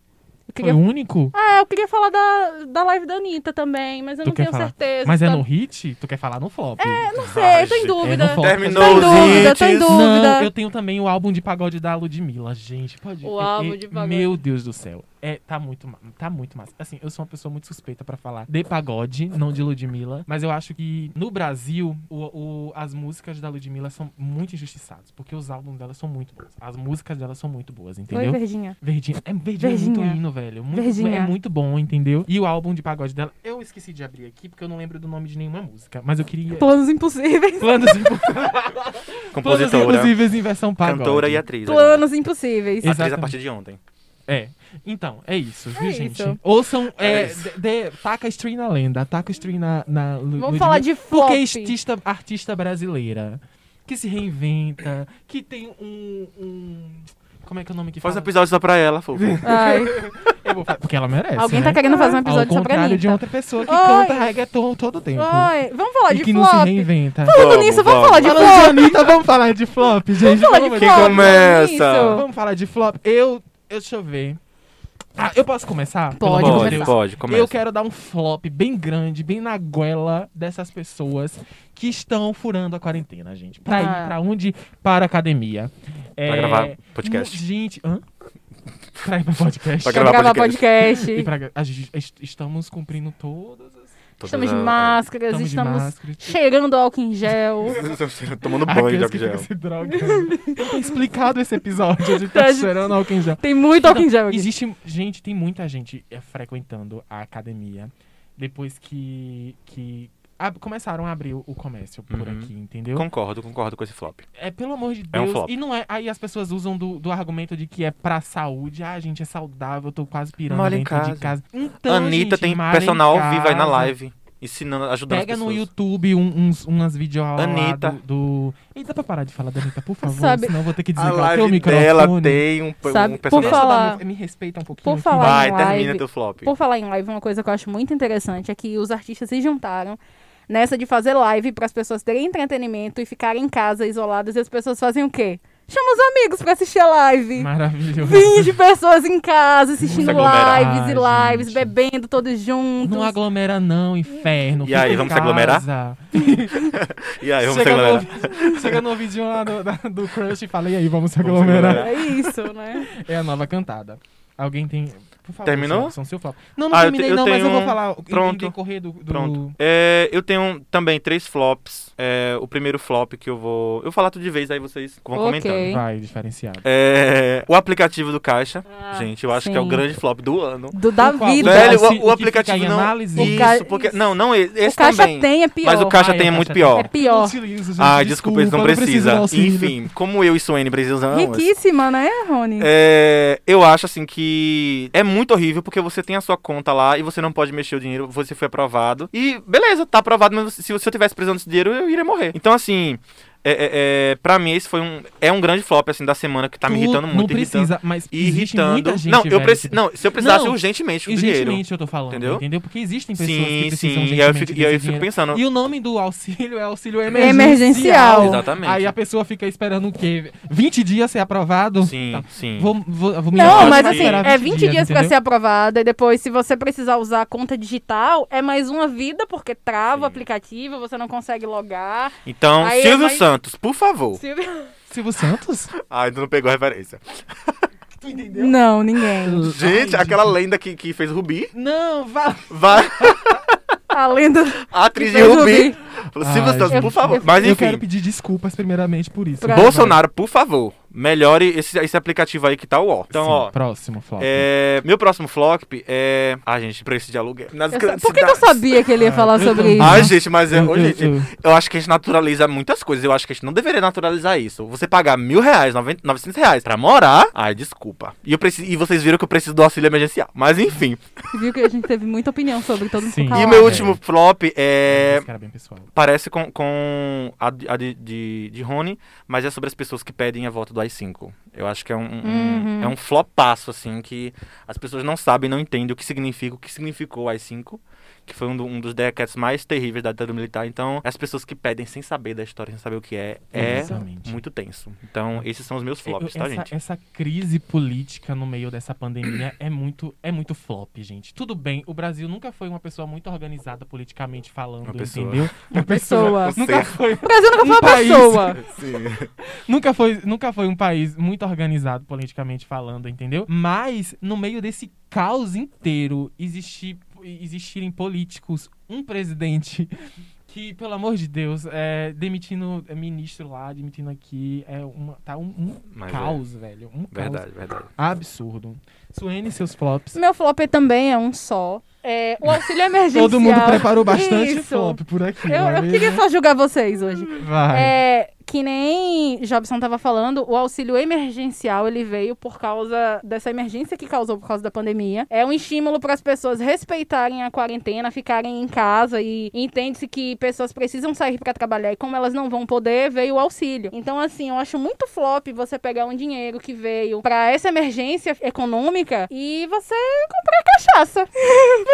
S2: Eu
S3: Foi
S2: queria,
S3: o único?
S2: É, eu queria falar da, da live da Anitta também, mas eu
S3: Tu
S2: não
S3: quer
S2: tenho
S3: falar?
S2: certeza.
S3: Mas é
S2: tá-
S3: no hit? Tu quer falar no flop? É,
S2: Não sei, tô em
S1: É,
S2: dúvida.
S3: no flop.
S1: Terminou
S2: Tá em dúvida,
S1: os
S2: tá em
S1: hits.
S2: dúvida.
S3: Não, eu tenho também o álbum de pagode da Ludmilla, gente. Pode
S2: O
S3: é-
S2: álbum
S3: é-
S2: de pagode.
S3: Meu Deus do céu. É, tá muito, ma- tá muito massa. Assim, eu sou uma pessoa muito suspeita pra falar de pagode, não de Ludmilla. Mas eu acho que no Brasil, o, o- as músicas da Ludmilla são muito injustiçadas. Porque os álbuns dela são muito bons. As músicas dela são muito boas,
S2: Oi,
S3: entendeu?
S2: Verdinha.
S3: Verdinha. É, Verdinha, é
S2: Verdinha.
S3: muito hino, velho. Muito,
S2: Verdinha.
S3: É muito bom, entendeu? E o álbum de pagode dela, eu esqueci de abrir aqui porque eu não lembro do nome de nenhuma música. Mas eu queria.
S2: Planos impossíveis.
S3: Planos, impo- planos
S1: Compositora,
S3: impossíveis em versão pagode.
S1: cantora e atriz. agora.
S2: Planos impossíveis.
S1: Atriz
S3: Ex-
S1: a
S3: Exatamente.
S1: partir de ontem.
S3: É. Então, é isso, viu,
S2: É
S3: gente?
S2: isso.
S3: Ouçam. É,
S1: É isso.
S3: dê- dê- taca stream na lenda. Taca stream na. na Lu-
S2: Vamos
S3: Ludmilla.
S2: falar de flop.
S3: Porque é artista, artista brasileira. Que se reinventa. Que tem um. um- como é que é o nome que
S1: Faz um
S2: Tá.
S3: fala?
S1: episódio só pra ela, fofo.
S2: Ai,
S3: Eu vou falar, porque ela merece.
S2: alguém
S3: né?
S2: tá querendo fazer um episódio
S3: Ao
S2: só pra
S3: contrário
S2: Anitta.
S3: de outra pessoa que
S2: Oi.
S3: canta reggaeton todo tempo.
S2: Oi, vamos falar
S3: E
S2: de
S3: que não se
S2: flop.
S3: reinventa.
S2: Falando nisso, vamos falar de
S3: Falando de
S2: flop.
S3: Anitta, vamos falar de flop, gente.
S2: falar
S3: Pelo
S2: de
S3: amor
S1: Quem
S3: Deus.
S2: flop,
S1: começa?
S2: isso.
S3: Vamos falar de flop. Eu, eu deixa eu ver. Ah, eu posso começar? Pelo
S2: Pode
S3: amor de
S1: Pode,
S3: Deus.
S1: pode, começa.
S3: Eu quero dar um flop bem grande, bem na goela dessas pessoas que estão furando a quarentena, gente. Pra
S2: Ah.
S3: ir pra onde? Para a academia.
S1: Pra
S3: É,
S1: gravar podcast.
S3: mu- Gente, hã? Pra ir pra podcast.
S1: Pra
S2: Pra
S1: gravar
S2: gravar
S1: podcast.
S2: podcast.
S3: E pra- a gente- est- estamos cumprindo todas as.
S1: Todas
S2: Estamos de
S1: as-
S2: máscaras,
S3: Estamos de
S2: estamos
S3: máscara e tudo.
S2: cheirando álcool em gel.
S1: Tomando banho de
S3: Aqueles
S1: álcool
S3: que
S1: em gel.
S3: ficam se drogando. Eu tenho explicado esse episódio de tá
S2: Tá, gente.
S3: cheirando álcool em gel.
S2: Tem muito álcool em gel aqui.
S3: Então, Existe, gente, tem muita gente é, frequentando a academia depois que, que ab- começaram a abrir o o comércio por
S1: Uhum.
S3: aqui, entendeu?
S1: Concordo, concordo com esse flop.
S3: É pelo amor de
S1: É um
S3: Deus.
S1: flop.
S3: E não é. Aí as pessoas usam do, do argumento de que é pra saúde. Ah, gente, é saudável, eu tô quase pirando
S1: Malha em
S3: dentro de casa. Então,
S1: Anitta
S3: gente,
S1: tem
S3: malha em
S1: personal ao vivo aí na
S3: casa.
S1: live, ensinando, ajudando
S3: Pega
S1: as
S3: no
S1: pessoas.
S3: YouTube um- uns, umas videoaulas
S1: Anitta.
S3: do, do... Eita, pra parar de falar da Anitta, por favor.
S2: Sabe-
S3: Senão eu vou ter que
S1: A
S3: desligar o teu
S1: live
S3: microfone.
S1: dela tem um,
S2: Sabe,
S1: um personagem.
S2: por
S3: Deixa eu dar
S2: falar-
S3: meu- Me respeita um pouquinho.
S2: Por
S3: aqui.
S2: falar
S1: Vai,
S2: em
S1: termina
S2: live,
S1: teu flop.
S2: Por falar em live, uma coisa que eu acho muito interessante é que os artistas se juntaram nessa de fazer live para as pessoas terem entretenimento e ficarem em casa isoladas e as pessoas fazem o quê? Chama os amigos para assistir a live.
S3: Maravilhoso.
S2: 20 pessoas em casa assistindo
S1: aglomerar,
S2: lives e lives,
S3: gente.
S2: bebendo todos juntos.
S3: Não aglomera não, inferno.
S1: E
S3: Fica
S1: aí,
S3: em
S1: vamos se
S3: casa.
S1: aglomerar? E aí, vamos
S3: chega,
S1: ver, galera.
S3: no ouvi- chega no ouvidinho lá do, da- do crush e fala, e aí, vamos se aglomerar.
S1: aglomerar.
S2: É isso, né?
S3: É a nova cantada. Alguém tem... Por favor,
S1: Terminou?
S3: Jackson, seu flop. Não, não
S1: Ah, eu
S3: terminei
S1: te- eu
S3: não, mas eu
S1: tenho
S3: vou
S1: um-
S3: falar. em- em
S1: Pronto.
S3: decorrer do... do-
S1: Pronto. É, eu tenho também três flops. É, o primeiro flop que eu vou. Eu vou falar tudo de vez, aí vocês vão
S2: Ok.
S1: comentando.
S3: Vai, diferenciado.
S1: É, o aplicativo do Caixa. gente, eu acho que é o
S2: Ah, sim.
S1: grande flop do ano.
S2: Do da
S3: Qual-
S2: vida.
S1: Velho,
S3: Assim,
S1: o- o,
S3: o que
S1: aplicativo
S3: fica em
S1: não.
S3: análise?
S1: Isso,
S2: O Caixa-
S1: porque. Não, não, e- esse
S2: o caixa
S1: também.
S2: tem é pior.
S1: Mas o Caixa
S3: Ah,
S1: tem é
S3: é, o
S1: muito
S3: Caixa
S1: pior.
S2: É pior.
S3: Utiliza, gente,
S1: Ah, desculpa, eles não
S3: eu preciso
S1: precisam.
S3: do auxílio.
S1: Enfim, como eu e Suene precisamos.
S2: Riquíssima, né, Rony?
S1: É, eu acho assim que é muito horrível porque você tem a sua conta lá e você não pode mexer o dinheiro, você foi aprovado. E beleza, tá aprovado, mas se, se eu tivesse precisando desse dinheiro, eu iria morrer. Então, assim, é, é, é, pra mim esse foi um. É um grande flop assim da semana que tá me
S3: Tu
S1: irritando muito.
S3: Não precisa, mas existe
S1: Irritando. irritando.
S3: muita gente,
S1: não, eu
S3: velho,
S1: preci...
S3: que-
S1: não, se eu precisasse
S3: Não,
S1: urgentemente do dinheiro.
S3: Urgentemente eu tô falando,
S1: Entendeu?
S3: entendeu? Porque existem pessoas
S1: Sim,
S3: que precisam
S1: sim. E aí eu
S3: urgentemente
S1: fico, e
S3: desse
S1: aí eu fico
S3: dinheiro.
S1: pensando.
S3: E o nome do auxílio é auxílio emergencial.
S2: Emergencial.
S1: Exatamente.
S3: Aí a pessoa fica esperando o quê? 20 dias ser aprovado?
S1: Sim,
S3: Tá.
S1: sim.
S3: Vou, vou, vou me
S1: Pode
S2: Não,
S3: enrolar,
S2: mas
S3: vou
S2: assim,
S3: esperar
S2: é 20 dias, pra
S3: entendeu?
S2: ser aprovada e depois, se você precisar usar a conta digital, é mais uma vida, porque trava
S1: Sim.
S2: o aplicativo, você não consegue logar.
S1: Então,
S2: Aí é
S1: Silvio
S2: mais-
S1: Santos, por favor.
S2: Silvio-
S3: Silvio Santos?
S1: Ah, ainda não pegou a referência.
S2: Não, ninguém.
S1: Gente,
S3: Ai,
S1: aquela lenda que, que fez Rubi.
S3: Não, vá.
S1: Vai.
S2: A lenda.
S1: A atriz de
S2: Mas eu
S1: Rubi.
S2: vi.
S1: Silvio
S3: Ai,
S1: Santos, por
S3: gente.
S1: favor. Mas
S3: Eu
S1: enfim,
S3: quero pedir desculpas primeiramente por isso.
S2: Pra-
S1: Bolsonaro, por favor, melhore esse, esse aplicativo aí que tá o ó. Então,
S3: Sim,
S1: ó.
S3: Próximo, Flávio.
S1: é, meu próximo flop é. Ah, gente, preço de aluguel. Nas
S2: Eu sa-
S1: grandes
S2: Por que, que eu
S1: cidades.
S2: sabia que ele ia
S3: Ah,
S2: falar
S3: eu
S2: sobre
S3: também.
S2: isso?
S1: Ai, gente, mas é.
S3: Eu-
S1: ô,
S3: eu-
S1: gente,
S3: eu-
S1: eu acho que a gente naturaliza muitas coisas. Eu acho que a gente não deveria naturalizar isso. Você pagar mil reais, noventa- 900 reais pra morar. Ai, desculpa. E, eu preciso, e vocês viram que eu preciso do auxílio emergencial. Mas enfim.
S2: Viu que a gente teve muita opinião sobre todo mundo
S3: Sim.
S2: ficou
S1: E o
S3: Ah,
S2: calado.
S1: meu
S3: é.
S1: último flop é.
S3: Esse cara é bem pessoal.
S1: Parece com, com a, de- a de, de, de Rony, mas é sobre as pessoas que pedem a volta do AI-5. Eu acho que é um, um-
S2: Uhum.
S1: é um flopaço, assim, que as pessoas não sabem, não entendem o que significa, o que significou o AI-5, que foi um, do- um dos decretos mais terríveis da ditadura militar. Então, as pessoas que pedem sem saber da história, sem saber o que é, é
S3: Exatamente.
S1: muito tenso. Então, esses são os meus flops,
S3: Eu-
S1: tá,
S3: essa,
S1: gente?
S3: essa crise política no meio dessa pandemia é muito, é muito flop, gente. Tudo bem, o Brasil nunca foi uma pessoa muito organizada politicamente falando,
S1: Uma pessoa.
S3: entendeu? Uma
S2: pessoa.
S3: Nunca
S1: Você-
S3: foi,
S2: O Brasil nunca foi
S3: Um
S2: uma
S3: país.
S2: pessoa.
S1: Sim.
S3: nunca foi, nunca foi um país muito organizado politicamente falando, entendeu? Mas no meio desse caos inteiro existir, existirem políticos, um presidente que, pelo amor de Deus, é, demitindo ministro lá, demitindo aqui, é uma, tá um, um
S1: Mas é.
S3: caos, velho. Um
S1: Verdade,
S3: caos
S1: verdade.
S3: absurdo. Suene e seus flops.
S2: Meu flop também é um só. É, o auxílio emergencial.
S3: Todo mundo preparou bastante
S2: Isso.
S3: flop por aqui.
S2: Eu,
S3: não é
S2: eu
S3: mesmo?
S2: queria só julgar vocês hoje.
S3: Vai.
S2: É, que nem Jobson tava falando, o auxílio emergencial ele veio por causa dessa emergência que causou por causa da pandemia. É um estímulo para as pessoas respeitarem a quarentena, ficarem em casa e entende-se que pessoas precisam sair para trabalhar e como elas não vão poder, veio o auxílio. Então assim, eu acho muito flop você pegar um dinheiro que veio para essa emergência econômica e você comprar cachaça.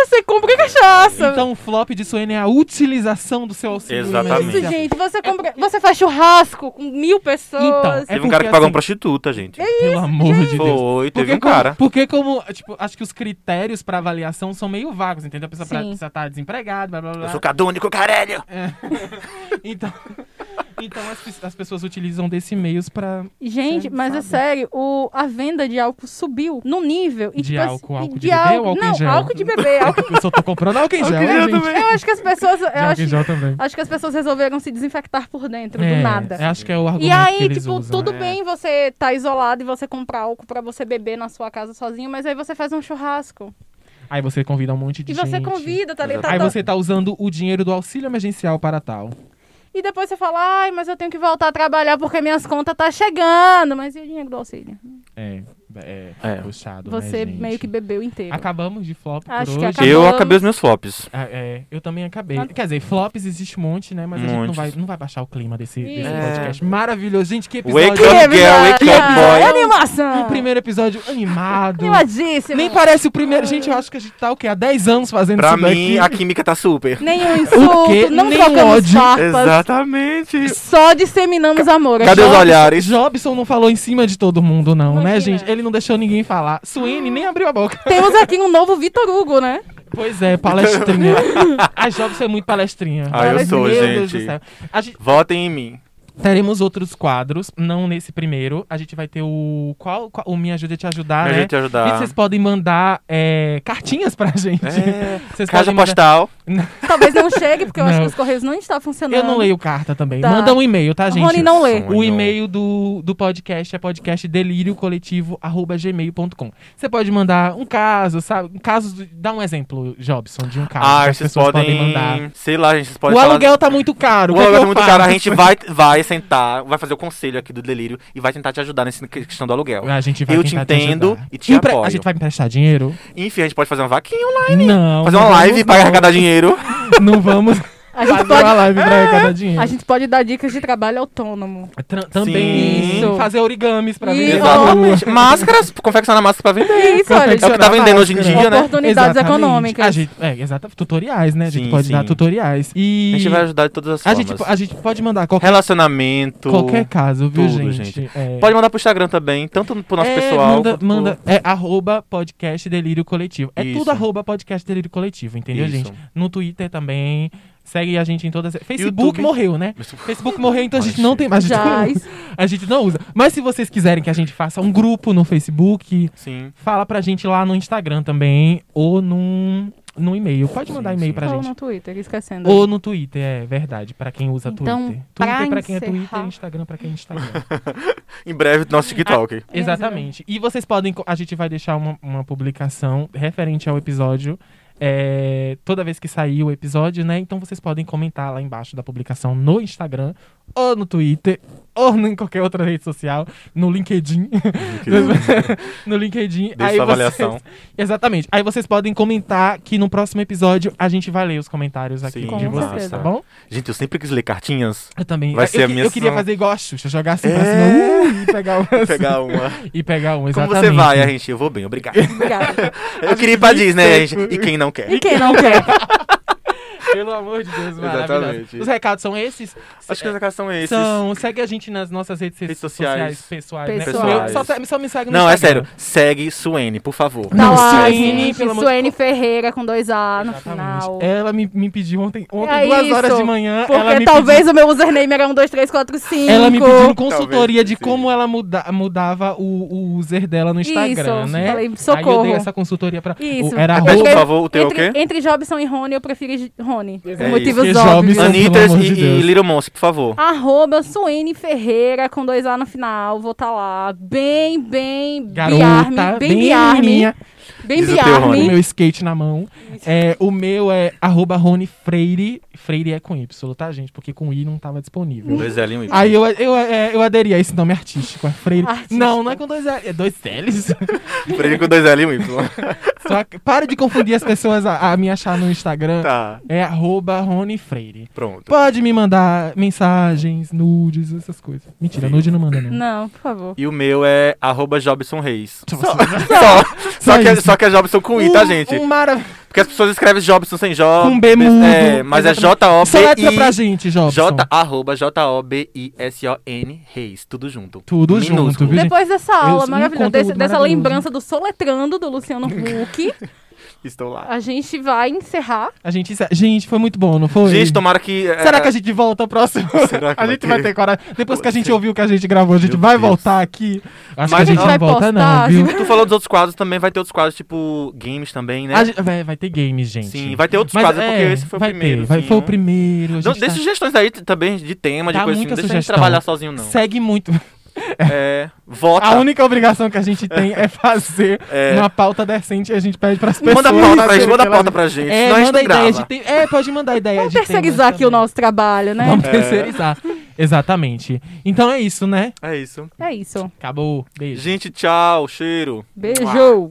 S2: você compra cachaça.
S3: Então, o flop de Suene é a utilização do seu auxílio.
S1: Exatamente.
S2: Isso,
S3: emergencial.
S2: gente, você, compra, você faz churrasco com mil pessoas.
S3: Então, É
S1: teve um
S3: porque,
S1: cara que pagou
S3: assim,
S1: uma prostituta, gente.
S3: Pelo amor de Deus.
S1: Foi, teve um
S3: como-
S1: cara.
S3: porque como, tipo, acho que os critérios pra avaliação são meio vagos, entendeu? A pessoa pra-
S2: Sim.
S3: precisa estar desempregada, blá blá blá.
S1: Eu sou cadônico, caralho!
S3: Então, então as, pe- as pessoas utilizam desse meios pra.
S2: Gente,
S3: Sério,
S2: mas é
S3: sabe?
S2: sério, o, a venda de álcool subiu no nível. E,
S3: De
S2: tipo, assim-
S3: álcool,
S2: e
S3: álcool de bebê ou álcool em
S2: não,
S3: gel?
S2: álcool de bebê. álcool-
S3: Eu só tô comprando álcool em gel,
S1: Álcool em gel
S3: né, gente?
S1: também.
S2: É Eu acho que as pessoas. Eu
S3: De álcool
S2: acho,
S3: em gel também.
S2: acho que as pessoas resolveram se desinfectar por dentro,
S3: É,
S2: do nada.
S3: eu acho que é o argumento
S2: E
S3: que
S2: aí,
S3: eles
S2: tipo,
S3: usam,
S2: tudo
S3: né?
S2: bem você tá isolado e você comprar álcool pra você beber na sua casa sozinho, mas aí você faz um churrasco.
S3: Aí você convida um monte de
S2: E
S3: gente.
S2: você convida, tá ligado?
S3: Aí você tá usando o dinheiro do auxílio emergencial para tal.
S2: E depois você fala, ai, mas eu tenho que voltar a trabalhar porque minhas contas tá chegando. Mas e o dinheiro do auxílio?
S3: É, é,
S1: É.
S3: puxado,
S2: Você
S3: né, gente?
S2: meio que bebeu inteiro.
S3: Acabamos de flop
S2: Acho
S3: por
S2: que
S3: hoje.
S2: Acabou.
S1: Eu acabei os meus flops.
S3: Ah, é, eu também acabei. Quer dizer, flops existe um monte, né? Mas a gente não
S1: Montes.
S3: vai, não vai baixar o clima desse, desse
S2: Isso.
S3: podcast. Maravilhoso, gente. Que episódio.
S1: É. Wake up, girl, wake up,
S2: É
S1: boy.
S2: animação!
S3: O primeiro episódio animado.
S2: Animadíssimo!
S3: Nem parece o primeiro. Gente, eu acho que a gente tá o quê? Há 10 anos fazendo
S1: Pra
S3: isso daqui.
S1: mim, a química tá super.
S2: Nenhum
S3: O quê?
S2: um insulto, não
S3: Nem um
S2: trocamos
S3: ódio.
S2: farpas,
S1: Exatamente.
S2: só disseminamos amor.
S1: Cadê os
S2: Jobson?
S1: olhares?
S3: Jobson não falou em cima de todo mundo, não, né,
S2: Imagina.
S3: gente? Ele não deixou ninguém falar. Suene nem abriu a boca.
S2: Temos aqui um novo Vitor Hugo, né?
S3: Pois é, palestrinha. a Jobson é muito palestrinha.
S1: Ah, eu sou,
S3: Meu Deus
S1: gente.
S3: do céu. A gente-
S1: Votem em mim.
S3: Teremos outros quadros, não nesse primeiro. A gente vai ter o. Qual? qual- o Me Ajuda a Te Ajudar,
S1: Me
S3: né?
S1: ajuda a te ajudar.
S3: E vocês podem mandar é, cartinhas pra gente.
S1: É,
S3: Vocês
S1: Caixa
S3: podem mandar-
S1: postal.
S2: Talvez não chegue, porque eu acho
S3: Não.
S2: que os Correios não está funcionando.
S3: Eu não leio carta também.
S2: Tá.
S3: Manda um e-mail, tá, gente?
S2: Rony não lê.
S1: Sonho.
S3: O e-mail do, do podcast é podcastdeliriocoletivo.gmail.com. Você pode mandar um caso, sabe? Um caso, do- dá um exemplo, Jobson, de um caso
S1: Ah,
S3: que as
S1: vocês
S3: pessoas podem,
S1: podem...
S3: mandar.
S1: Sei lá, gente, vocês podem
S3: o
S1: falar... assim,
S3: aluguel tá muito caro.
S1: O
S3: o que é que
S1: aluguel
S3: eu
S1: tá muito
S3: faço?
S1: caro, a gente vai, vai sentar, vai fazer o conselho aqui do delírio e vai tentar te ajudar nessa questão do aluguel.
S3: A gente vai
S1: Eu te
S3: tentar
S1: entendo
S3: ajudar.
S1: e te
S3: Empre-
S1: apoio.
S3: A gente vai emprestar dinheiro?
S1: Enfim, a gente pode fazer uma vaquinha online.
S3: Não.
S1: Fazer
S3: não
S1: uma
S3: vamos,
S1: live pra
S3: não.
S1: arrecadar dinheiro.
S3: Não vamos
S2: A gente,
S3: fazer
S2: pode,
S3: uma live pra
S1: É.
S3: arrecadar dinheiro.
S2: a gente pode dar dicas de trabalho autônomo.
S3: Tra- Também
S1: Isso.
S3: fazer origamis pra
S2: E-
S3: vender. na rua.
S1: Exatamente. Máscaras, confeccionar máscaras pra vender.
S2: E isso, olha,
S1: É o que tá vendendo hoje em dia, né?
S2: oportunidades
S3: Exatamente.
S2: econômicas.
S3: A gente, é, exato, tutoriais, né? A gente
S1: Sim,
S3: pode
S1: sim.
S3: dar tutoriais. E
S1: A gente vai ajudar de todas as
S3: a
S1: formas.
S3: gente, a gente pode mandar qualquer,
S1: Relacionamento.
S3: qualquer caso, viu,
S1: tudo,
S3: gente?
S1: gente.
S3: É.
S1: Pode mandar pro Instagram também, tanto pro nosso
S3: É,
S1: pessoal.
S3: Manda,
S1: quanto
S3: manda- é arroba podcast delírio coletivo. É
S1: Isso.
S3: tudo arroba podcast delírio coletivo, entendeu,
S1: Isso.
S3: gente? No Twitter também. Segue a gente em todas. as- Facebook
S1: YouTube.
S3: morreu, né? Facebook morreu, então a gente não tem mais.
S2: Já, isso.
S3: A gente não usa. Mas se vocês quiserem que a gente faça um grupo no Facebook,
S1: Sim.
S3: fala pra gente lá no Instagram também, ou num, num e-mail. Pode mandar
S1: Sim,
S3: e-mail
S1: sim.
S3: pra
S2: Fala
S3: gente.
S2: no Twitter, esquecendo.
S3: Ou no Twitter, é verdade, pra quem usa
S2: Então,
S3: Twitter.
S2: pra
S3: Twitter pra quem é
S2: encerrar-
S3: Twitter, Instagram pra quem é Instagram.
S1: Em breve, nosso TikTok.
S2: É,
S3: Exatamente. E vocês podem. co- A gente vai deixar uma, uma publicação referente ao episódio. é, toda vez que sair o episódio, né? Então vocês podem comentar lá embaixo da publicação no Instagram, ou no Twitter, ou em qualquer outra rede social, no LinkedIn. no LinkedIn.
S1: Deixa sua avaliação.
S3: Exatamente. Aí vocês podem comentar que no próximo episódio a gente vai ler os comentários aqui
S1: Sim,
S3: de
S2: Com
S3: vocês,
S2: certeza.
S3: tá bom?
S1: Gente, eu sempre quis ler cartinhas.
S3: Eu também.
S1: Vai
S3: eu,
S1: ser
S3: eu
S1: a
S3: que-
S1: minha
S3: eu queria
S1: sessão.
S3: fazer igual a Xuxa, jogar assim pra
S1: É.
S3: cima, uh, e pegar o.
S1: Pegar uma.
S3: E pegar um,
S1: Como
S3: exatamente.
S1: você vai? A gente, eu vou bem, obrigado.
S2: Obrigada.
S1: Eu queria ir pra Disney, a gente. E quem não quer?
S2: E quem não quer?
S3: Pelo amor de Deus, maravilhoso.
S1: Exatamente.
S3: Os recados são esses?
S1: Acho que os recados são esses.
S3: São, segue a gente nas nossas redes,
S1: Redes
S3: sociais,
S1: sociais.
S3: pessoais,
S2: Pessoais.
S3: né? Eu- Só, se- só me segue no
S1: Não, é
S3: Instagram.
S1: sério. Segue Suene, por favor.
S2: Tá
S3: Não,
S2: lá,
S3: Suene,
S2: gente.
S3: pelo amor de-
S2: Suene Ferreira com dois A no
S3: Exatamente.
S2: final.
S3: Ela me, me pediu ontem, ontem
S2: É
S3: duas
S2: isso,
S3: horas de manhã, ela
S2: Porque
S3: me
S2: talvez o meu username era 12345.
S3: pediu, ela me pedindo consultoria
S1: Talvez,
S3: de
S1: sim.
S3: como ela muda, mudava o, o user dela no Instagram,
S2: Isso,
S3: né?
S2: falei,
S3: Aí eu
S2: socorro.
S3: dei essa consultoria pra...
S2: Isso.
S3: o- Era
S1: Repete,
S3: arroba-
S1: por favor, o teu é o
S2: entre,
S1: quê?
S2: entre Jobson e Rony, eu prefiro J- Rony. Por
S1: isso.
S2: motivos
S3: Porque
S2: óbvios.
S3: É Jobson-
S1: Anitta
S3: Pelo amor
S1: e,
S3: de
S1: e
S3: Deus.
S1: Little Monster, por favor.
S2: Arroba Suene Ferreira com dois A no final. Vou estar lá. Bem, bem, biarme.
S3: Garota,
S2: Bem
S3: bem
S2: biarme.
S3: menininha,
S2: Bem
S1: Diz o teu,
S3: com
S1: Rony.
S3: meu
S2: biarme.
S3: skate na mão. É, o meu é arroba Rony Freire. Freire é com Y, tá, gente? Porque com I não tava disponível.
S1: Dois L e um Y.
S3: Aí eu, eu, é, eu aderi a esse nome artístico, é Freire.
S2: Artístico.
S3: Não, não é com dois L, é dois L's.
S1: Freire com dois L e um Y.
S3: Só que- para de confundir as pessoas a, a me achar no Instagram.
S1: tá,
S3: É arroba Rony Freire.
S1: pronto.
S3: Pode me mandar mensagens, nudes, essas coisas. Mentira, nude não manda, não.
S2: Não, por favor.
S1: E o meu é arroba Jobson Reis.
S3: Só-
S1: Só, só, que, é-
S3: isso.
S1: só que é Jobson com I, tá,
S3: Um-
S1: gente?
S3: Um marav...
S1: Porque as pessoas escrevem Jobson sem J.
S3: Com B mudo.
S1: É, mas é
S3: Exatamente.
S1: J-O-B-I.
S3: Só letra pra gente, Jobson.
S1: J, arroba J-O-B-I-S-O-N Reis. Tudo junto.
S3: Tudo
S1: Minúsculo.
S3: junto, viu, gente?
S2: Depois dessa aula
S3: um
S2: maravilhosa,
S3: conteúdo
S2: desse- dessa
S3: maravilhoso.
S2: lembrança do soletrando do Luciano Huck,
S1: Estou lá.
S2: a gente vai encerrar.
S3: É, A gente, gente, foi muito bom, não foi?
S1: Gente, tomara que. é,
S3: Será que a gente volta ao próximo?
S1: Será que
S3: a
S1: vai
S3: gente vai
S1: ter?
S3: ter coragem. Depois que a gente ouviu o que a gente gravou, a gente vai
S1: Deus.
S3: voltar aqui. Acho
S1: Mas
S3: que a gente
S1: a
S3: não
S1: gente
S2: vai
S3: volta, não,
S2: postar,
S3: viu?
S1: Tu falou dos outros quadros também, vai ter outros quadros, tipo games também, né?
S3: A gente- vai, vai ter games, gente.
S1: Sim, vai ter outros
S3: Mas,
S1: quadros, porque
S3: é,
S1: esse foi o
S3: vai
S1: primeiro.
S3: Ter, vai,
S1: assim,
S3: foi o
S1: né?
S3: primeiro. a
S1: Não,
S3: gente
S1: Dê
S3: tá-
S1: sugestões aí t- também de tema, de
S3: Dá
S1: coisa assim. Não
S3: muita
S1: deixa a gente
S3: sugestão.
S1: trabalhar sozinho, não.
S3: Segue muito.
S1: É, vota.
S3: A única obrigação que a gente tem é fazer
S1: É.
S3: uma pauta decente e a gente pede pras pessoas.
S1: Manda a pauta pra gente,
S3: fazerem
S1: manda a
S3: pela-
S1: pauta pra gente.
S3: É,
S1: senão a gente
S3: manda
S1: não
S3: ideia
S1: grava.
S3: de te- É, pode mandar ideia
S2: Vamos
S3: de temas
S2: terceirizar aqui o
S3: também.
S2: nosso trabalho, né?
S1: É.
S3: Vamos terceirizar. Exatamente. Então é isso, né?
S1: É isso.
S2: É isso.
S3: Acabou. Beijo.
S1: Gente, tchau. Cheiro.
S2: Beijo.